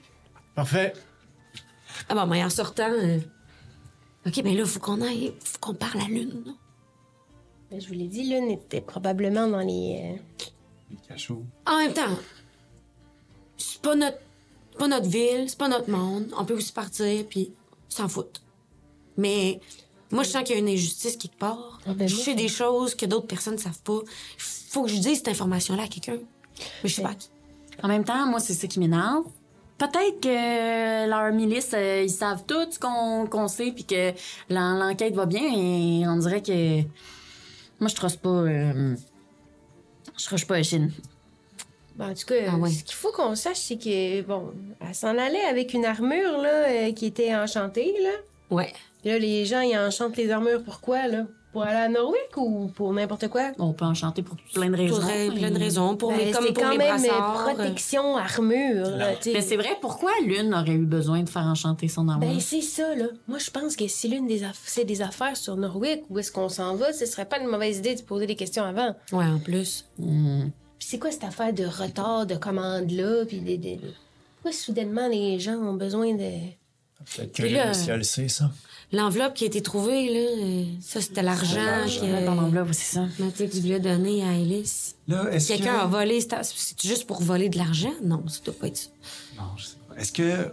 [SPEAKER 1] Parfait.
[SPEAKER 3] Ah bon, mais en sortant... euh, OK, ben là, faut qu'on aille... Faut qu'on parle à Lune, non?
[SPEAKER 2] Ben, je vous l'ai dit, l'une était probablement dans les. euh,
[SPEAKER 5] Cachot.
[SPEAKER 3] En même temps, c'est pas notre... c'est pas notre ville, c'est pas notre monde. On peut aussi partir, puis s'en foutre. Mais moi, je sens qu'il y a une injustice quelque part.
[SPEAKER 2] Ah, ben,
[SPEAKER 3] je
[SPEAKER 2] moi,
[SPEAKER 3] sais des choses que d'autres personnes ne savent pas. Faut que je dise cette information-là à quelqu'un. Mais je
[SPEAKER 2] Ben,
[SPEAKER 3] sais pas à qui.
[SPEAKER 4] En même temps, moi, c'est ça qui m'énerve. Peut-être que leur milice, euh, ils savent tout ce qu'on qu'on sait, puis que l'en- l'enquête va bien, et on dirait que. Moi, je trosse pas. euh, je trosse pas la Chine.
[SPEAKER 2] Ben, en tout cas,
[SPEAKER 3] Ah ouais.
[SPEAKER 2] ce qu'il faut qu'on sache, c'est que, bon, elle s'en allait avec une armure, là, euh, qui était enchantée, là.
[SPEAKER 3] Ouais.
[SPEAKER 2] Puis là, les gens, ils enchantent les armures pour quoi, là? Pour aller à Norwick ou pour n'importe quoi?
[SPEAKER 4] On peut enchanter pour plein de raisons.
[SPEAKER 3] Pour euh,
[SPEAKER 4] mais-
[SPEAKER 3] plein de raisons. Pour
[SPEAKER 2] Ben,
[SPEAKER 3] mes, comme
[SPEAKER 2] c'est
[SPEAKER 3] pour
[SPEAKER 2] quand
[SPEAKER 3] mes
[SPEAKER 2] même
[SPEAKER 3] brassards.
[SPEAKER 2] euh, protection, armure, là, tu sais.
[SPEAKER 4] Mais c'est vrai, pourquoi Lune aurait eu besoin de faire enchanter son armure?
[SPEAKER 2] Ben, c'est ça, là. Moi, je pense que si l'une des, aff- c'est des affaires sur Norwick, où est-ce qu'on s'en va, ce serait pas une mauvaise idée de poser des questions avant.
[SPEAKER 3] euh, Ouais, en plus.
[SPEAKER 4] Hmm.
[SPEAKER 2] Puis c'est quoi cette affaire de retard de commande-là, puis des... des- Pourquoi soudainement les gens ont besoin de...
[SPEAKER 6] Peut-être que
[SPEAKER 3] Puis là-
[SPEAKER 6] le ciel sait ça.
[SPEAKER 3] L'enveloppe qui a été trouvée, là, euh, ça, c'était l'argent
[SPEAKER 6] L'argent.
[SPEAKER 4] Dans
[SPEAKER 3] que
[SPEAKER 4] l'enveloppe, c'est ça.
[SPEAKER 3] Mathieu tu voulais donner à Alice.
[SPEAKER 5] Là, est-ce que.
[SPEAKER 3] Quelqu'un a volé. cette- C'est juste pour voler de l'argent? Non, ça doit pas être ça.
[SPEAKER 5] Non, je sais pas. Est-ce que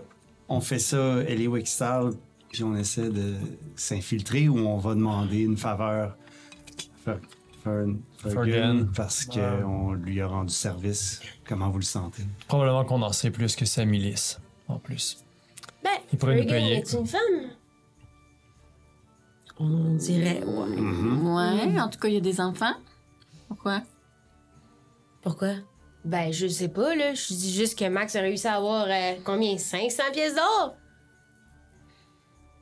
[SPEAKER 5] on fait ça, Ellie Wixal, puis on essaie de s'infiltrer ou on va demander une faveur à Fer- Fer- Fergun
[SPEAKER 6] Fergun.
[SPEAKER 5] parce qu'on lui a rendu service. Comment vous le sentez?
[SPEAKER 6] Probablement qu'on en sait plus que sa milice, en plus.
[SPEAKER 2] Ben,
[SPEAKER 6] Il pourrait nous payer.
[SPEAKER 2] est une femme.
[SPEAKER 3] On dirait, ouais. Hmm.
[SPEAKER 4] Ouais, en tout cas, il y a des enfants. Pourquoi?
[SPEAKER 3] Pourquoi?
[SPEAKER 2] Ben, je sais pas, là. Je dis juste que Max a réussi à avoir euh, combien 500 pièces d'or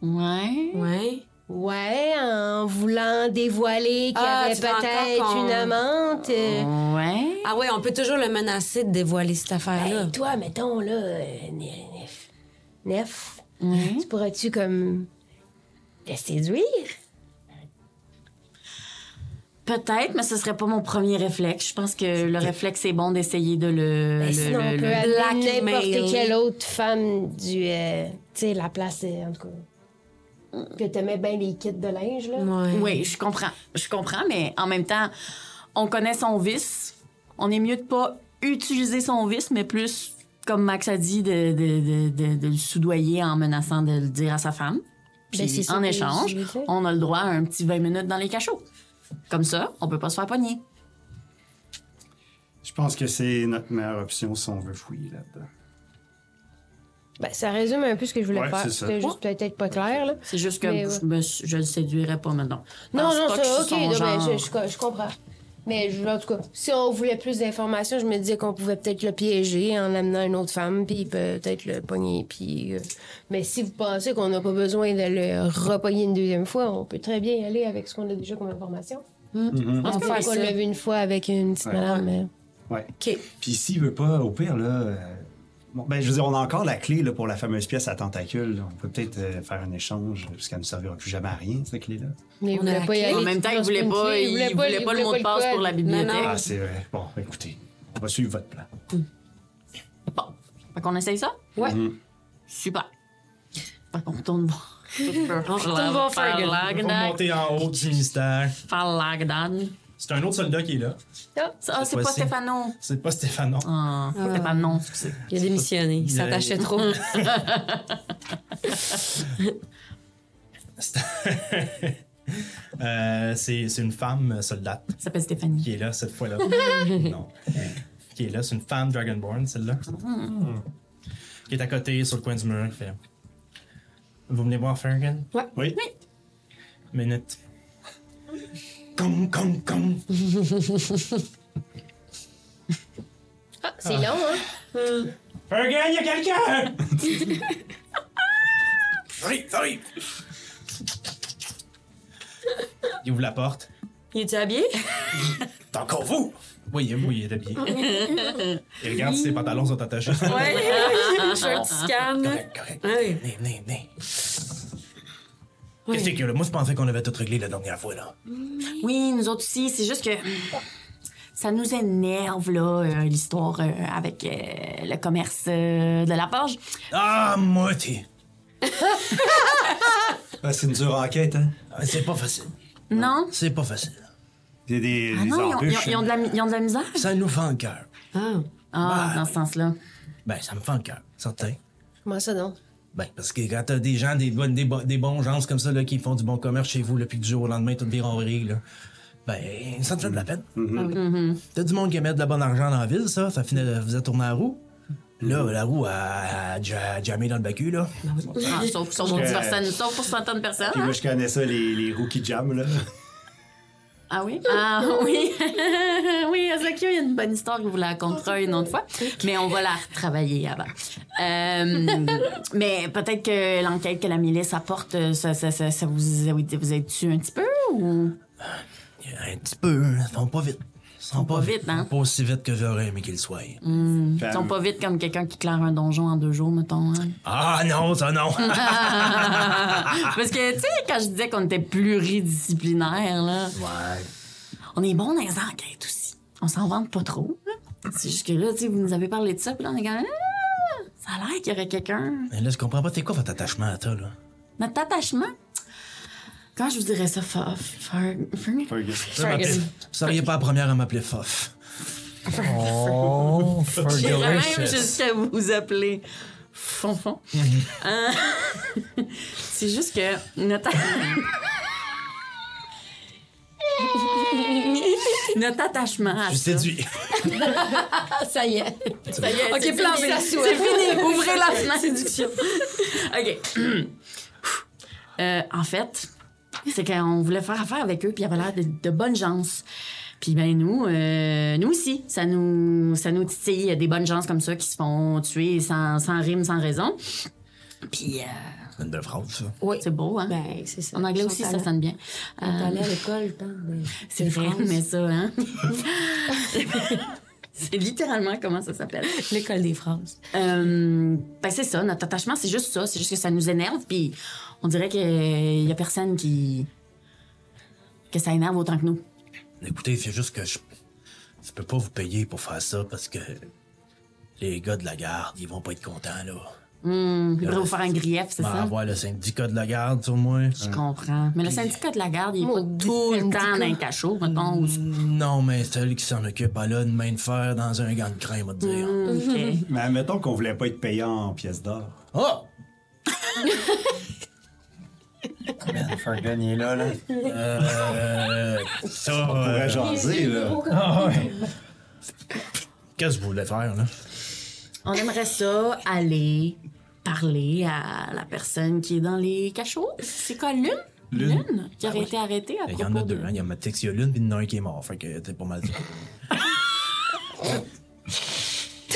[SPEAKER 4] Ouais.
[SPEAKER 3] Ouais.
[SPEAKER 2] Ouais, en voulant dévoiler qu'il y
[SPEAKER 3] Ah,
[SPEAKER 2] avait
[SPEAKER 3] tu veux encore
[SPEAKER 2] peut-être
[SPEAKER 3] qu'on-
[SPEAKER 2] une amante. euh,
[SPEAKER 4] Ouais.
[SPEAKER 3] Ah ouais, on peut toujours le menacer de dévoiler cette affaire-là.
[SPEAKER 2] Ben, toi, mettons, là, euh, ne- Nef, Nef,
[SPEAKER 4] Ouais.
[SPEAKER 2] tu pourras-tu, comme, le séduire?
[SPEAKER 4] Peut-être, mais ce serait pas mon premier réflexe. Je pense que le réflexe est bon d'essayer de le.
[SPEAKER 2] Ben,
[SPEAKER 4] le-
[SPEAKER 2] sinon,
[SPEAKER 4] le-
[SPEAKER 2] on peut
[SPEAKER 4] le-
[SPEAKER 2] appeler
[SPEAKER 3] blackmail.
[SPEAKER 2] n'importe quelle autre femme du, euh, tu sais, la place, euh, en tout cas. Que t'aimais bien les kits de linge, là. Ben,
[SPEAKER 3] Ouais.
[SPEAKER 4] Oui, je comprends. Je comprends, mais en même temps, on connaît son vice. On est mieux de pas utiliser son vice, mais plus, comme Max a dit, de, de, de- de- de le soudoyer en menaçant de le dire à sa femme. Puis
[SPEAKER 2] Ben, c'est ça
[SPEAKER 4] en
[SPEAKER 2] que
[SPEAKER 4] échange,
[SPEAKER 2] je vais faire.
[SPEAKER 4] on a le droit à un petit 20 minutes dans les cachots. Comme ça, on peut pas se faire pogner.
[SPEAKER 5] Je pense que c'est notre meilleure option si on veut fouiller là-dedans.
[SPEAKER 2] Ben, ça résume un peu ce que je voulais
[SPEAKER 5] Ouais,
[SPEAKER 2] faire.
[SPEAKER 5] c'est ça.
[SPEAKER 2] C'était juste peut-être pas clair, là.
[SPEAKER 4] C'est juste que
[SPEAKER 2] Mais Ben ouais.
[SPEAKER 4] je, me suis- je le séduirais pas maintenant.
[SPEAKER 2] Non,
[SPEAKER 4] Je
[SPEAKER 2] non,
[SPEAKER 4] pense
[SPEAKER 2] ça, ok,
[SPEAKER 4] pas que je suis son
[SPEAKER 2] non, ben, je,
[SPEAKER 4] genre.
[SPEAKER 2] je- je comprends. Mais je, en tout cas, si on voulait plus d'informations, je me disais qu'on pouvait peut-être le piéger en amenant une autre femme, puis peut-être le pogner. Puis, euh, mais si vous pensez qu'on n'a pas besoin de le repogner une deuxième fois, on peut très bien y aller avec ce qu'on a déjà comme information.
[SPEAKER 5] Mhm.
[SPEAKER 2] On
[SPEAKER 3] On
[SPEAKER 2] va
[SPEAKER 3] fait
[SPEAKER 2] pas
[SPEAKER 3] ça.
[SPEAKER 2] le lever une fois avec une petite
[SPEAKER 5] Ouais.
[SPEAKER 2] madame. mais-
[SPEAKER 5] Ouais.
[SPEAKER 3] OK.
[SPEAKER 5] Puis s'il veut pas, au pire, là. euh, bon, ben, je veux dire, on a encore la clé là, pour la fameuse pièce à tentacules. là. On peut peut-être euh, faire un échange, parce qu'elle ne servira plus jamais à rien, cette clé-là.
[SPEAKER 2] Mais il
[SPEAKER 3] On a
[SPEAKER 2] voulait
[SPEAKER 3] la
[SPEAKER 2] pas y
[SPEAKER 3] clé.
[SPEAKER 2] aller.
[SPEAKER 4] En même temps, il
[SPEAKER 2] Parce
[SPEAKER 4] voulait
[SPEAKER 2] qu'une
[SPEAKER 4] pas,
[SPEAKER 2] clé,
[SPEAKER 4] il voulait pas le mot de passe pour la
[SPEAKER 2] code.
[SPEAKER 4] bibliothèque.
[SPEAKER 5] Ah, c'est vrai. Bon, écoutez, on va suivre votre plan.
[SPEAKER 4] Bon, fait qu'on essaye ça?
[SPEAKER 3] Ouais.
[SPEAKER 5] Mhm.
[SPEAKER 4] Super. Fait qu'on retourne voir. On
[SPEAKER 3] retourne voir Fergal.
[SPEAKER 1] Faut monter en haut du ministère.
[SPEAKER 4] Farlagdan.
[SPEAKER 1] C'est un autre soldat qui est là.
[SPEAKER 4] Ah, c'est pas
[SPEAKER 1] fois-ci.
[SPEAKER 4] Stéphano.
[SPEAKER 1] C'est pas Stéphano.
[SPEAKER 4] Ah, Stéphano, excusez.
[SPEAKER 3] Il a démissionné. Il
[SPEAKER 1] Il a-
[SPEAKER 3] s'attachait trop.
[SPEAKER 1] C'est Euh, c'est c'est une femme euh, soldate
[SPEAKER 4] Ça s'appelle Stéphanie.
[SPEAKER 1] qui est là cette fois-là. non. Qui est là, c'est une femme Dragonborn, celle-là. Hmm. Qui est à côté sur le coin du mur. qui fait, Vous venez voir Fergan?
[SPEAKER 3] Ouais.
[SPEAKER 1] Oui. Minute. Con, con, con.
[SPEAKER 2] Ah, c'est long, hein?
[SPEAKER 1] Fergan, il y a quelqu'un! Sorry, sorry! Il ouvre la porte.
[SPEAKER 3] Il était habillé?
[SPEAKER 1] C'est encore vous! Oui, oui, il est habillé. Il regarde si ses pantalons sont attachés.
[SPEAKER 3] Ouais. Je fais un petit scan.
[SPEAKER 1] Correct, correct.
[SPEAKER 3] Ouais.
[SPEAKER 1] Venez, venez, venez.
[SPEAKER 3] Ouais.
[SPEAKER 1] Qu'est-ce que là? Moi, je pensais qu'on avait tout réglé la dernière fois, là.
[SPEAKER 4] Oui, nous autres aussi, c'est juste que ça nous énerve, là, euh, l'histoire euh, avec euh, le commerce euh, de la page.
[SPEAKER 1] Ah, moitié!
[SPEAKER 5] Ah, c'est une dure enquête, hein?
[SPEAKER 1] Ah, C'est pas facile.
[SPEAKER 4] Non?
[SPEAKER 1] C'est pas facile.
[SPEAKER 5] C'est des,
[SPEAKER 4] Ah
[SPEAKER 5] des
[SPEAKER 4] non, ils ont, ils ont-
[SPEAKER 5] embûches.
[SPEAKER 4] ils ont de la, mi- ils ont de la misère?
[SPEAKER 1] Ça nous fait un cœur.
[SPEAKER 3] Ah.
[SPEAKER 4] Ah,
[SPEAKER 1] Bah.
[SPEAKER 4] dans ce sens-là.
[SPEAKER 1] Ben, ça me fait un cœur, certain.
[SPEAKER 2] Comment ça, donc?
[SPEAKER 1] Ben, parce que quand t'as des gens, des, bonnes, des, bo- des bons gens comme ça, là, qui font du bon commerce chez vous, là, puis que du jour au lendemain, tout vire en vrille, là, ben, ça te fait de la peine.
[SPEAKER 4] Ah
[SPEAKER 1] Mm-hmm. T'as du monde qui met de la bonne argent dans la ville, ça, ça finit, de- vous êtes tourné la roue. Là, la roue a, a, ja- jammé dans le bacu, là.
[SPEAKER 4] Ah, sauf, sauf pour
[SPEAKER 5] que-
[SPEAKER 4] 10 personnes, sauf pour centaines de personnes.
[SPEAKER 5] Puis
[SPEAKER 4] hein?
[SPEAKER 5] moi, je connais ça, les, les rookie jam, là.
[SPEAKER 4] Ah oui? Ah oui. oui, Azakio, il y a une bonne histoire que vous la racontera une autre fois, mais on va la retravailler avant. Euh, mais peut-être que l'enquête que la milice apporte, euh, ça, ça, ça, ça vous, a- vous a tué un petit peu ou.
[SPEAKER 1] Un petit peu, hein, ils sont pas vite. Ils sont
[SPEAKER 4] pas vite, hein?
[SPEAKER 1] Ils sont Pas aussi vite que j'aurais aimé qu'ils soient.
[SPEAKER 5] Fait,
[SPEAKER 4] Ils sont pas vite comme quelqu'un qui claire un donjon en deux jours, mettons. hein?
[SPEAKER 1] Ah non, ça non!
[SPEAKER 4] Mm. Parce que, tu sais, quand je disais qu'on était pluridisciplinaire, là.
[SPEAKER 1] ouais.
[SPEAKER 4] On est bon dans les enquêtes aussi. On s'en vante pas trop. hein. C'est juste que là, tu sais, vous nous avez parlé de ça, puis là, on est comme, Ah, ça a l'air qu'il y aurait quelqu'un.
[SPEAKER 1] Mais là, je comprends pas, t'es quoi votre attachement à toi, là?
[SPEAKER 4] Notre attachement, quand je vous dirais ça, fa- fa- fa-
[SPEAKER 5] Fergus.
[SPEAKER 1] Ça m'appelait- Vous seriez pas la première à m'appeler Fof.
[SPEAKER 6] Oh,
[SPEAKER 4] j'irais même
[SPEAKER 6] Fergalicious.
[SPEAKER 4] jusqu'à vous appeler Fonfon. Euh, C'est juste que notre... notre attachement à
[SPEAKER 5] Je
[SPEAKER 4] Ah, ça.
[SPEAKER 5] séduis.
[SPEAKER 3] Ça y est.
[SPEAKER 4] Ça y est,
[SPEAKER 2] Ok,
[SPEAKER 4] c'est
[SPEAKER 2] plan
[SPEAKER 4] fini,
[SPEAKER 2] B.
[SPEAKER 4] ça s'ouvre.
[SPEAKER 2] C'est
[SPEAKER 4] fini. Ouvrez la fenêtre. Séduction. OK. Euh, en fait, c'est qu'on voulait faire affaire avec eux, puis il y avait l'air de, de bonnes gens. Puis ben nous, euh, nous aussi, ça nous, ça nous titille des bonnes gens comme ça qui se font tuer sans, sans rime, sans raison. Puis euh,
[SPEAKER 1] C'est une belle phrase, ça.
[SPEAKER 3] Oui.
[SPEAKER 4] c'est beau, hein?
[SPEAKER 3] Ben, c'est ça.
[SPEAKER 4] en anglais aussi, ça sonne bien.
[SPEAKER 3] On
[SPEAKER 4] Euh,
[SPEAKER 3] allait à l'école, tant de-
[SPEAKER 4] c'est
[SPEAKER 3] de
[SPEAKER 4] vrai,
[SPEAKER 3] France.
[SPEAKER 4] mais ça, hein? c'est littéralement comment ça s'appelle.
[SPEAKER 3] L'école des phrases.
[SPEAKER 4] Euh, ben c'est ça, notre attachement, c'est juste ça. C'est juste que ça nous énerve, puis on dirait qu'il y a personne qui. que ça énerve autant que nous.
[SPEAKER 1] Écoutez, c'est juste que je... je peux pas vous payer pour faire ça parce que les gars de la garde, ils vont pas être contents, là.
[SPEAKER 4] Hum,
[SPEAKER 1] Le
[SPEAKER 4] il devrait vous
[SPEAKER 1] reste.
[SPEAKER 4] faire un grief, c'est
[SPEAKER 1] M'en
[SPEAKER 4] ça?
[SPEAKER 1] avoir le syndicat de la garde, sur moi. Euh,
[SPEAKER 4] Je comprends. Mais le syndicat de la garde, il est pas
[SPEAKER 2] Maudit
[SPEAKER 4] tout le temps
[SPEAKER 2] syndicat.
[SPEAKER 4] dans un cachot, mettons. ou-
[SPEAKER 1] Non, mais celle qui s'en occupe, elle a une main de fer dans un gant de crin, on va te dire.
[SPEAKER 4] Hum, ok.
[SPEAKER 5] Mais admettons qu'on voulait pas être payé en pièces d'or.
[SPEAKER 1] Oh!
[SPEAKER 7] Man, Fergan, il est là, là.
[SPEAKER 1] Euh, ça,
[SPEAKER 5] On pourrait
[SPEAKER 1] euh,
[SPEAKER 5] jaser, là.
[SPEAKER 6] Ah ouais.
[SPEAKER 1] qu'est-ce que vous voulez faire, là?
[SPEAKER 4] On aimerait ça aller parler à la personne qui est dans les cachots. C'est quoi, Lune?
[SPEAKER 5] Lune.
[SPEAKER 4] Qui aurait été arrêtée à
[SPEAKER 1] Ah Il y
[SPEAKER 4] propos
[SPEAKER 1] en a
[SPEAKER 4] de-
[SPEAKER 1] deux, hein. Il y en a Matix, il y a l'une, puis il y en a un qui est mort. Fait que t'es pas mal.
[SPEAKER 4] Euh.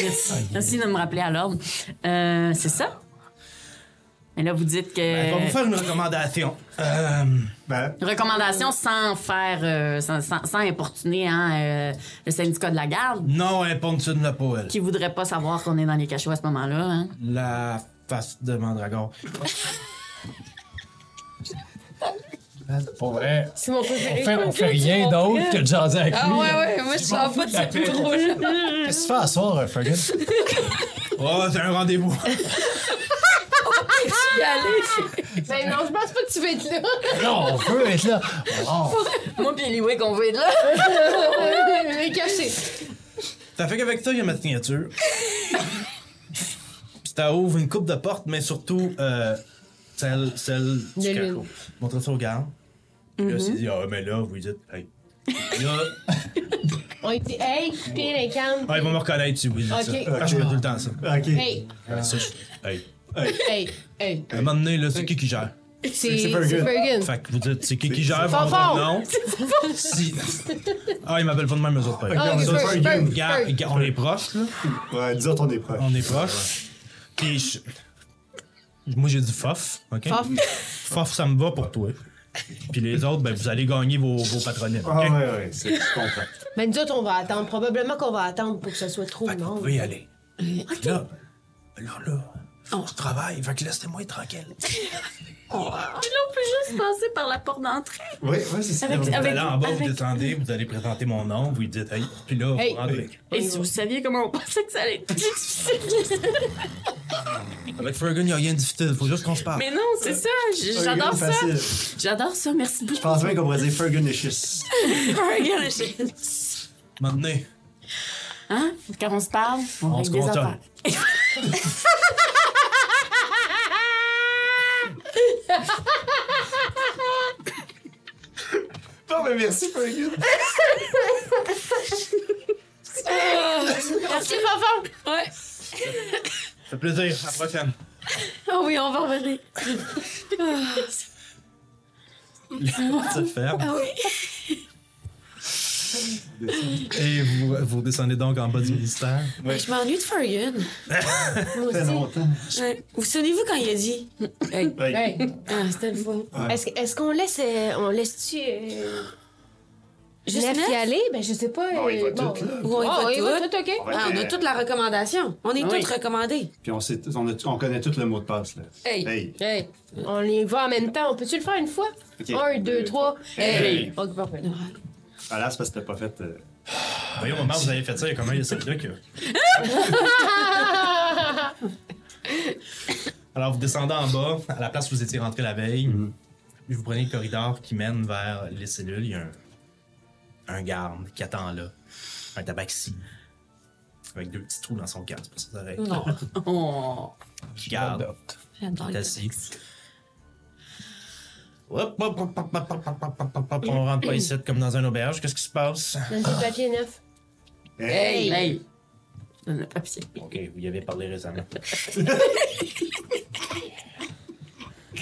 [SPEAKER 4] Merci. Merci de me rappeler à l'ordre. Euh, c'est ça? Mais là, vous dites
[SPEAKER 1] Elle va vous
[SPEAKER 4] que.
[SPEAKER 1] faire une recommandation. Euh,
[SPEAKER 5] Ben,
[SPEAKER 4] Recommandation sans faire. euh, sans, sans- sans importuner hein, euh, le syndicat de la garde,
[SPEAKER 1] non, elle ne l'a pas, elle.
[SPEAKER 4] qui voudrait pas savoir qu'on est dans les cachots à ce moment-là. Hein.
[SPEAKER 1] La face de Mandragore.
[SPEAKER 7] Pour vrai,
[SPEAKER 2] C'est mon
[SPEAKER 6] On
[SPEAKER 2] préféré.
[SPEAKER 6] fait, on fait
[SPEAKER 2] Ben
[SPEAKER 6] rien d'autre que de jaser avec
[SPEAKER 2] Ah
[SPEAKER 6] lui.
[SPEAKER 2] ouais, ouais, moi je suis en
[SPEAKER 6] fous de la
[SPEAKER 2] c'est plus
[SPEAKER 6] paix.
[SPEAKER 2] trop là.
[SPEAKER 6] Qu'est-ce que tu fais à soir, euh, Fergus?
[SPEAKER 1] Oh, c'est un rendez-vous.
[SPEAKER 2] Y aller. Ben non, je pense pas que tu vas être là.
[SPEAKER 6] Non, on veut être là. Oh,
[SPEAKER 4] Moi, puis Eliwick, on veut être là.
[SPEAKER 2] Mais caché.
[SPEAKER 1] Ça fait qu'avec ça, il y a ma signature. Puis ça ouvre une coupe de porte, mais surtout euh, celle, celle
[SPEAKER 2] De Mm-hmm.
[SPEAKER 1] du cacao.
[SPEAKER 2] l'une.
[SPEAKER 1] Montre ça au garde. Puis Là, c'est dit, ah, mais là, vous lui dites, hey. Là,
[SPEAKER 2] On était hey, pile et calme.
[SPEAKER 1] ah, ils vont me reconnaître si vous dites
[SPEAKER 2] Ok.
[SPEAKER 1] ça. Ah, je fais tout le temps ça.
[SPEAKER 5] OK.
[SPEAKER 2] Hey,
[SPEAKER 1] Ça, je- hey.
[SPEAKER 2] hey, hey.
[SPEAKER 1] À un moment donné, là, c'est qui qui gère?
[SPEAKER 2] C'est c'est Fergus.
[SPEAKER 1] Fait que vous dites, c'est qui qui gère?
[SPEAKER 2] Fort,
[SPEAKER 1] votre
[SPEAKER 2] fort.
[SPEAKER 1] nom? Si... Ah, ils m'appellent pas de même, eux autres. pareil.
[SPEAKER 5] Ah,
[SPEAKER 1] Ça, ça,
[SPEAKER 5] ok, Ferg,
[SPEAKER 1] c'est-
[SPEAKER 5] Ferg,
[SPEAKER 1] Regarde, regarde, on est proches, là.
[SPEAKER 5] Ouais, dis autres, on est proche.
[SPEAKER 1] On est proche. Puis je- moi j'ai dit fof, ok?
[SPEAKER 2] Fof.
[SPEAKER 1] Fof, ça me va pour toi. Puis les autres, ben vous allez gagner vos, vos patronymes. ok?
[SPEAKER 5] Ah, ouais, ouais, c'est- je comprends.
[SPEAKER 2] Mais nous autres, on va attendre. Probablement qu'on va attendre pour que ça soit trop
[SPEAKER 1] Fait que vous
[SPEAKER 2] long.
[SPEAKER 1] pouvez y aller. Là, là, là, je travaille, fait que laissez-moi être tranquille.
[SPEAKER 4] On peut juste passer par la porte d'entrée.
[SPEAKER 5] Oui, ouais, c'est ça.
[SPEAKER 1] Là, vous
[SPEAKER 4] avec-
[SPEAKER 1] allez en bas, vous
[SPEAKER 4] avec-
[SPEAKER 1] descendez, vous allez présenter mon nom, vous lui dites hey, puis là,
[SPEAKER 2] Hey.
[SPEAKER 1] vous rentrez.
[SPEAKER 4] Et si vous saviez comment on pensait que ça allait être plus difficile.
[SPEAKER 1] Avec Fergun, il n'y a rien de difficile, faut juste qu'on se parle.
[SPEAKER 4] Mais non, c'est ça. j-
[SPEAKER 5] Fergun,
[SPEAKER 4] J'adore ça.
[SPEAKER 5] facile.
[SPEAKER 4] J'adore ça. Merci
[SPEAKER 5] Je
[SPEAKER 4] beaucoup.
[SPEAKER 5] pense même qu'on pourrait dire Fergunicious.
[SPEAKER 4] Regarde, j'ai-
[SPEAKER 1] Maintenant,
[SPEAKER 4] Hein? Quand on se parle, on,
[SPEAKER 1] on
[SPEAKER 4] règle
[SPEAKER 1] se
[SPEAKER 4] des
[SPEAKER 1] contente.
[SPEAKER 4] affaires.
[SPEAKER 5] Non, mais merci, Fergun.
[SPEAKER 4] Merci, Fafan. Ouais.
[SPEAKER 1] Ça fait plaisir, à la prochaine.
[SPEAKER 4] Ah oui, on va revenir.
[SPEAKER 1] Ça ferme.
[SPEAKER 4] Ah
[SPEAKER 1] Et vous, vous descendez donc en bas du ministère.
[SPEAKER 3] Ben, Je m'ennuie de Fergun.
[SPEAKER 5] Ça fait longtemps.
[SPEAKER 3] Ouais. Vous souvenez-vous quand il a dit.
[SPEAKER 5] Ouais.
[SPEAKER 2] Hey,
[SPEAKER 3] Ah, c'était une fois.
[SPEAKER 2] Est-ce que- est-ce qu'on laisse. euh, on laisse-tu. euh,
[SPEAKER 3] Juste
[SPEAKER 2] Neff
[SPEAKER 3] neuf?
[SPEAKER 2] y aller? Ben, je sais pas.
[SPEAKER 5] Bon, il va
[SPEAKER 2] euh, bon.
[SPEAKER 5] tout, là.
[SPEAKER 3] Ou on y
[SPEAKER 2] Ah,
[SPEAKER 3] va
[SPEAKER 2] il va
[SPEAKER 3] toutes?
[SPEAKER 2] tout, OK?
[SPEAKER 5] Ouais.
[SPEAKER 3] Ah, on a
[SPEAKER 1] euh,
[SPEAKER 3] toute la recommandation. On est
[SPEAKER 4] Oui.
[SPEAKER 3] toutes recommandées.
[SPEAKER 5] Puis on, sait, on, a- on connaît tout le mot de passe, là.
[SPEAKER 3] Hey.
[SPEAKER 2] Hey, on les va en même temps. On peut-tu le faire une fois?
[SPEAKER 5] Ok.
[SPEAKER 2] Un, deux, trois.
[SPEAKER 5] Hey.
[SPEAKER 2] Hey! Ok, ben, parfait.
[SPEAKER 5] Voilà, c'est parce que t'as pas fait... euh,
[SPEAKER 1] Voyez, au moment où vous avez fait ça, il y a comment il y a celui-là qui a- Alors, vous descendez en bas, à la place où vous étiez rentré la veille, puis vous prenez le corridor qui mène vers les cellules. Il y a un, un garde qui attend là, un tabaxi, avec deux petits trous dans son casque pour ses oreilles.
[SPEAKER 3] Non.
[SPEAKER 4] Oh.
[SPEAKER 1] Garde,
[SPEAKER 3] J'adore.
[SPEAKER 1] est assis. Hop, hop, hop, hop, hop, hop, hop, hop, hop, hop, hop, On rentre pas ici comme dans une auberge. Qu'est-ce qui se passe?
[SPEAKER 2] Donne des papiers neufs.
[SPEAKER 4] Hey! Hey! Donne le papier.
[SPEAKER 1] Ok, vous y avez parlé récemment.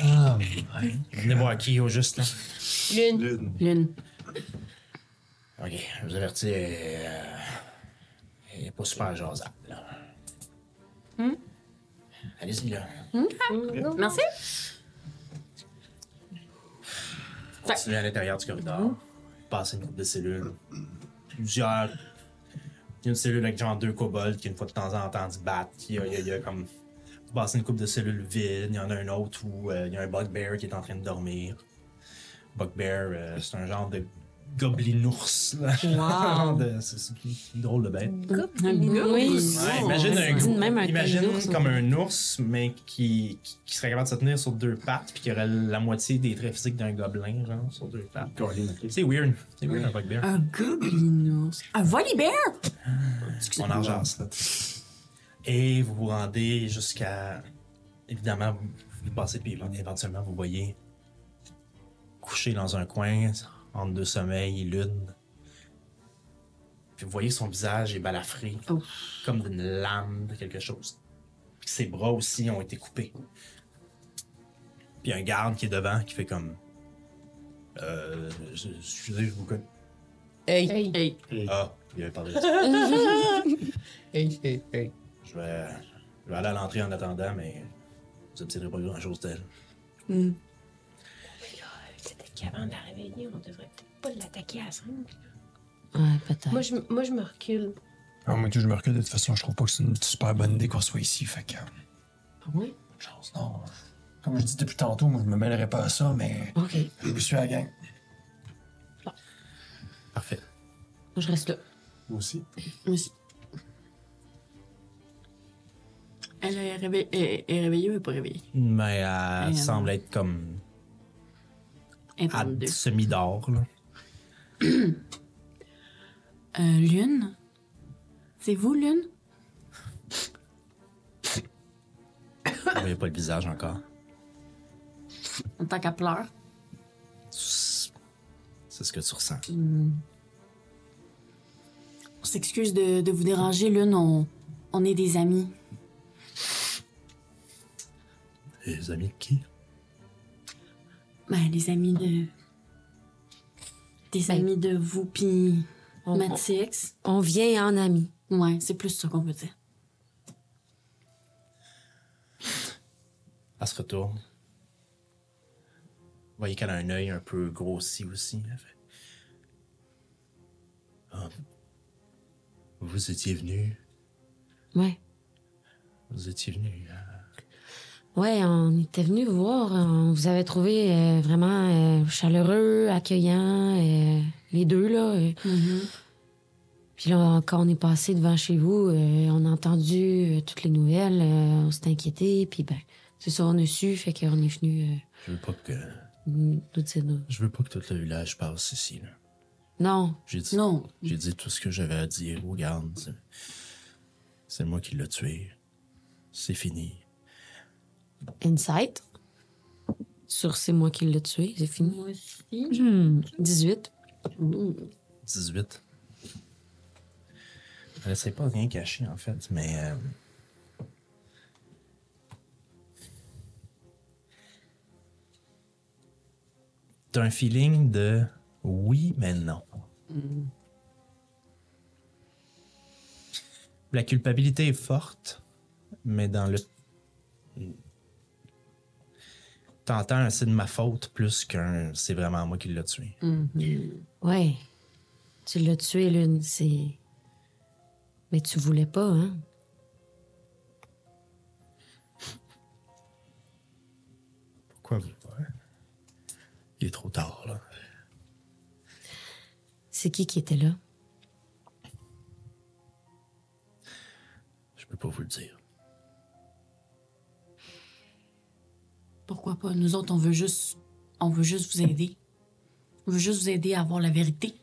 [SPEAKER 6] Ah,
[SPEAKER 1] Venez voir qui au juste, hein? là.
[SPEAKER 4] Mm.
[SPEAKER 2] Lune.
[SPEAKER 5] Lune.
[SPEAKER 4] Lune.
[SPEAKER 1] Ok, je vous avertis. euh, Il est pas super jasable, là. Allez-y, là.
[SPEAKER 4] Merci.
[SPEAKER 1] Continuez à l'intérieur du corridor. Passez une couple de cellules. Plusieurs. Il y a une cellule avec genre deux kobolds qui, une fois de temps en temps, se battent. Il y a, il y a- il y a comme. Vous passez une couple de cellules vides. Il y en a un autre où euh, il y a un bugbear qui est en train de dormir. Bugbear, euh, c'est un genre de gobelinours. là. Genre de- c'est c'est une drôle de bête.
[SPEAKER 3] Oui.
[SPEAKER 1] Ouais, imagine,
[SPEAKER 3] ouais,
[SPEAKER 1] un,
[SPEAKER 3] c'est
[SPEAKER 1] gros-
[SPEAKER 3] même un
[SPEAKER 1] imagine
[SPEAKER 3] tel ours,
[SPEAKER 1] comme
[SPEAKER 3] ouais.
[SPEAKER 1] un ours, mais qui, qui, qui serait capable de se tenir sur deux pattes, puis qui aurait la moitié des traits physiques d'un gobelin, genre, sur deux pattes. C'est weird. C'est weird, un bugbear.
[SPEAKER 4] Un gobelinours. Un volibear!
[SPEAKER 1] On en jase, là. Et vous vous rendez jusqu'à. Évidemment, vous, vous passez, puis évent- éventuellement, vous voyez couché dans un coin, entre deux sommeils et lune. Puis vous voyez son visage est balafré,
[SPEAKER 4] Oh.
[SPEAKER 1] comme d'une lame de quelque chose. Puis ses bras aussi ont été coupés. Puis il y a un garde qui est devant qui fait comme. Euh. je- Excusez, je vous connais.
[SPEAKER 2] Hey. Hey.
[SPEAKER 4] Hey!
[SPEAKER 1] Ah, il avait parlé de ça.
[SPEAKER 7] Hey, hey, hey.
[SPEAKER 1] Je vais, je vais aller à l'entrée en attendant, mais vous obtiendrez pas grand-chose d'elle.
[SPEAKER 2] Peut-être qu'avant de la réveiller, on devrait peut-être pas l'attaquer à 5.
[SPEAKER 3] Ouais, peut-être.
[SPEAKER 2] Moi, je, moi, je me recule.
[SPEAKER 6] Ah, moi, tout, je me recule de toute façon. Je trouve pas que c'est une super bonne idée qu'on soit ici. Fait que. euh,
[SPEAKER 3] Ouais.
[SPEAKER 7] Chance, non. Comme je dis depuis tantôt, moi, je me mêlerais pas à ça, mais
[SPEAKER 3] OK. Moi,
[SPEAKER 7] je suis à la gang.
[SPEAKER 1] Parfait.
[SPEAKER 3] je reste là.
[SPEAKER 7] Moi aussi.
[SPEAKER 3] Moi aussi.
[SPEAKER 4] Elle est, réveillée, est, est réveillée ou elle est pas réveillée?
[SPEAKER 1] Mais elle
[SPEAKER 4] Et, euh,
[SPEAKER 1] semble être comme
[SPEAKER 4] Elle est
[SPEAKER 1] à
[SPEAKER 4] entre deux.
[SPEAKER 1] semi-d'or. là.
[SPEAKER 4] Euh, Lune? C'est vous, Lune?
[SPEAKER 1] Vous voyez pas le visage encore.
[SPEAKER 4] En tant qu'à pleure.
[SPEAKER 1] C'est ce que tu ressens.
[SPEAKER 4] On s'excuse de, de vous déranger, Lune. On, on est des amis.
[SPEAKER 1] Les amis de qui?
[SPEAKER 4] Ben, les amis de. Des
[SPEAKER 3] Ben.
[SPEAKER 4] amis de vous, puis
[SPEAKER 3] On-
[SPEAKER 4] Matix.
[SPEAKER 3] On vient en ami.
[SPEAKER 4] Ouais, c'est plus ça qu'on veut dire.
[SPEAKER 1] Elle se retourne. Vous voyez qu'elle a un œil un peu grossi aussi. Elle fait, Ah. Vous étiez venu.
[SPEAKER 3] Ouais.
[SPEAKER 1] Vous étiez venu. hein?
[SPEAKER 3] Ouais, on était venu vous voir. On vous avait trouvé euh, vraiment euh, chaleureux, accueillant, euh, les deux, là. euh.
[SPEAKER 1] Mm-hmm.
[SPEAKER 3] Puis là, quand on est passé devant chez vous, euh, on a entendu euh, toutes les nouvelles, euh, on s'est inquiété, puis ben, c'est ça, on a su, fait qu'on est venu
[SPEAKER 1] Je veux pas que.
[SPEAKER 3] euh, nous dire nous.
[SPEAKER 1] Je veux pas que tout le village passe ici. Là.
[SPEAKER 3] Non,
[SPEAKER 1] J'ai dit,
[SPEAKER 4] Non.
[SPEAKER 1] J'ai dit tout ce que j'avais à dire au garde. C'est- C'est moi qui l'ai tué. C'est fini.
[SPEAKER 3] insight. Sur c'est moi qui l'ai tué, c'est fini.
[SPEAKER 4] Moi aussi.
[SPEAKER 3] 18.
[SPEAKER 1] 18. Elle essaie pas de rien cacher, en fait, mais. euh, T'as un feeling de oui, mais non. La culpabilité est forte, mais dans le. T'entends un c'est de ma faute plus qu'un c'est vraiment moi qui l'a tué.
[SPEAKER 3] Ouais. Tu l'as tué, Lune, c'est. Mais tu voulais pas, hein?
[SPEAKER 1] Pourquoi vous ouais. Il est trop tard, là.
[SPEAKER 3] C'est qui qui était là?
[SPEAKER 1] Je peux pas vous le dire.
[SPEAKER 4] Pourquoi pas? Nous autres, on veut juste. On veut juste vous aider. On veut juste vous aider à avoir la vérité.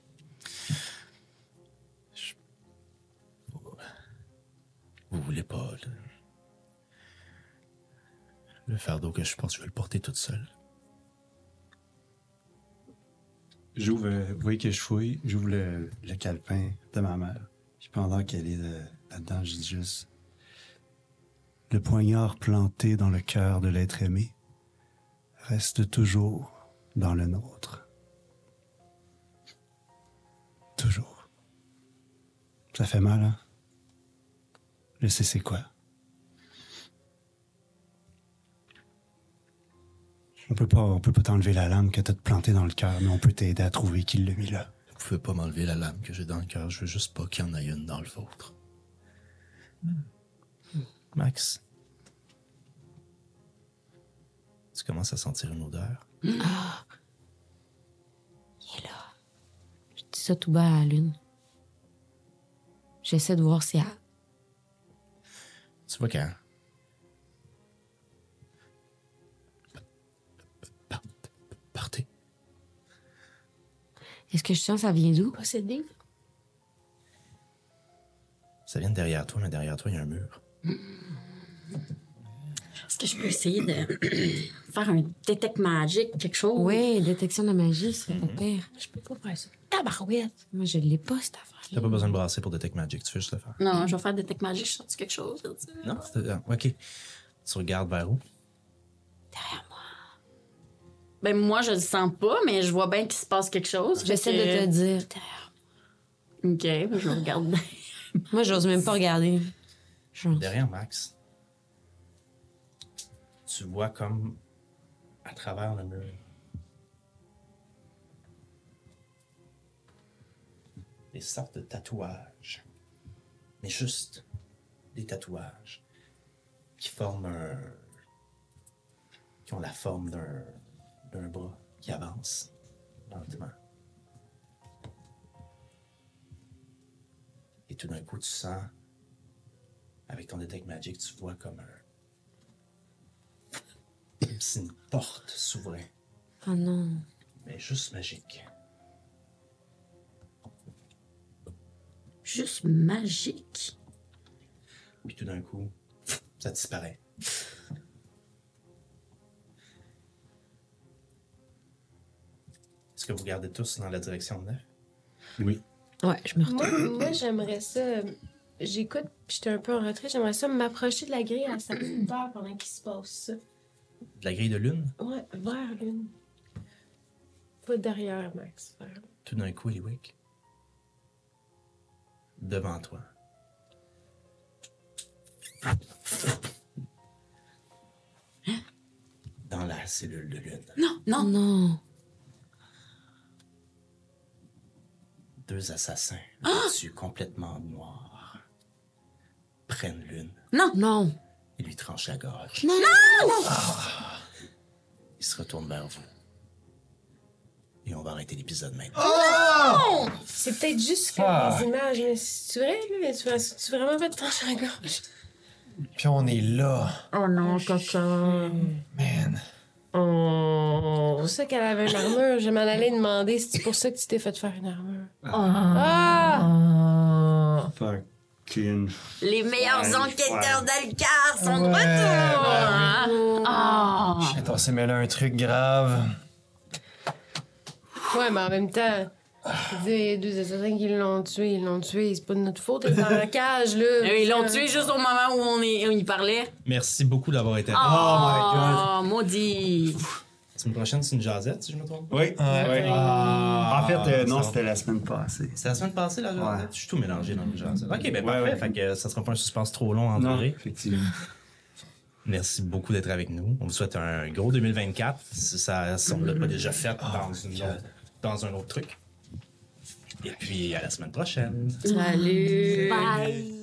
[SPEAKER 1] Vous voulez pas le, le fardeau que je porte, je vais le porter toute seule.
[SPEAKER 5] J'ouvre, euh, vous voyez que je fouille, j'ouvre le, le calepin de ma mère. Puis pendant qu'elle est euh, là-dedans, je dis juste Le poignard planté dans le cœur de l'être aimé reste toujours dans le nôtre. Toujours. Ça fait mal, hein? Je sais c'est quoi. On peut pas, on peut pas t'enlever la lame que t'as plantée dans le cœur, mais on peut t'aider à trouver qui l'a mis là.
[SPEAKER 1] Vous pouvez pas m'enlever la lame que j'ai dans le cœur. Je veux juste pas qu'il y en ait une dans le vôtre. Max, tu commences à sentir une odeur.
[SPEAKER 3] Il est là. Je dis ça tout bas à la lune. J'essaie de voir si elle...
[SPEAKER 1] Tu vois quand? Par- Partez.
[SPEAKER 3] Est-ce que je sens ça vient d'où?
[SPEAKER 2] Possédé.
[SPEAKER 1] Ça vient de derrière toi, mais derrière toi, il y a un mur.
[SPEAKER 4] Est-ce que je peux essayer de faire un détect magique, quelque chose?
[SPEAKER 3] Oui, détection de la magie, ça fait
[SPEAKER 1] Mhm.
[SPEAKER 3] pas pire.
[SPEAKER 2] Je peux pas faire ça. Tabarouette.
[SPEAKER 3] Moi, je l'ai pas, cette
[SPEAKER 1] T'as
[SPEAKER 3] affaire-là.
[SPEAKER 1] pas besoin de brasser pour Detect Magic, tu fais juste le faire.
[SPEAKER 4] Non, je vais faire détect magique, je sens quelque chose.
[SPEAKER 1] Non? c'est- ah, Ok. Tu regardes vers où?
[SPEAKER 4] Ben moi, je le sens pas, mais je vois bien qu'il se passe quelque chose.
[SPEAKER 3] J'essaie de te dire. Derrière.
[SPEAKER 4] de te dire. OK, ben, je regarde bien.
[SPEAKER 3] Moi, j'ose même pas regarder. Genre.
[SPEAKER 1] Derrière Max, tu vois comme à travers le mur des sortes de tatouages, mais juste des tatouages qui forment un. qui ont la forme d'un d'un bras qui avance lentement. Et tout d'un coup, tu sens avec ton Detect Magic, tu vois comme un. comme si une porte s'ouvrait,
[SPEAKER 3] Oh non.
[SPEAKER 1] mais juste magique.
[SPEAKER 4] Juste magique.
[SPEAKER 1] Puis tout d'un coup, ça disparaît. Est-ce que vous regardez tous dans la direction de neuf?
[SPEAKER 3] Ouais, je me
[SPEAKER 2] Moi, moi j'aimerais ça. euh, J'écoute, puis j'étais un peu en retrait. J'aimerais ça m'approcher de la grille à sa hauteur pendant qu'il se passe ça.
[SPEAKER 1] De la grille de lune,
[SPEAKER 2] Ouais, vers l'une. Pas derrière, Max. Vers.
[SPEAKER 1] tout d'un coup, Eliwick, devant toi. Dans la cellule de lune.
[SPEAKER 3] Non. Ah Non.
[SPEAKER 1] Deux assassins,
[SPEAKER 3] Ah!
[SPEAKER 1] vêtus complètement de noir, prennent l'une
[SPEAKER 3] Non.
[SPEAKER 1] et lui tranchent la gorge.
[SPEAKER 3] Non.
[SPEAKER 1] Ah! Ils se retournent vers vous. Et on va arrêter l'épisode maintenant.
[SPEAKER 2] C'est peut-être juste comme des images, mais c'est vrai, là. Mais tu as vraiment pas de temps à la gorge.
[SPEAKER 6] Puis on est là.
[SPEAKER 4] Oh non, coquin.
[SPEAKER 6] Man.
[SPEAKER 2] Oh, c'est pour ça qu'elle avait une armure. Je m'en allais demander si c'est pour ça que tu t'es fait faire une armure. Ah!
[SPEAKER 5] Fucking.
[SPEAKER 4] Les meilleurs
[SPEAKER 5] Ouais,
[SPEAKER 4] enquêteurs
[SPEAKER 5] ouais.
[SPEAKER 4] d'Alcar sont de
[SPEAKER 6] Ouais,
[SPEAKER 4] retour! Ah!
[SPEAKER 6] Shit, on s'est mêlé un truc grave.
[SPEAKER 2] Ouais, mais en même temps, je veux dire, deux assassins qui l'ont tué, ils l'ont tué. C'est pas de notre faute, ils sont en cage, là.
[SPEAKER 4] Euh, Ils l'ont tué juste au moment où on, est, on y parlait.
[SPEAKER 8] Merci beaucoup d'avoir été
[SPEAKER 3] Ah!
[SPEAKER 8] là.
[SPEAKER 4] Oh, maudit!
[SPEAKER 1] La semaine prochaine, c'est une jasette, si je me trompe pas.
[SPEAKER 5] Oui.
[SPEAKER 6] Ouais.
[SPEAKER 5] en fait, euh,
[SPEAKER 1] ça
[SPEAKER 5] non,
[SPEAKER 1] va.
[SPEAKER 5] c'était la semaine passée.
[SPEAKER 1] C'est la semaine passée, la jasette?
[SPEAKER 5] Ouais.
[SPEAKER 1] Je suis tout mélangé dans le jasette. Ok, ben
[SPEAKER 5] Ouais,
[SPEAKER 1] parfait.
[SPEAKER 5] ouais.
[SPEAKER 1] Fait que ça sera pas un suspense trop long à
[SPEAKER 5] Non,
[SPEAKER 1] durer.
[SPEAKER 5] effectivement.
[SPEAKER 1] Merci beaucoup d'être avec nous. On vous souhaite un gros 2024. Si ça semble pas déjà fait dans, une autre- dans un autre truc. Et puis, à la semaine prochaine.
[SPEAKER 4] Salut!
[SPEAKER 3] Bye.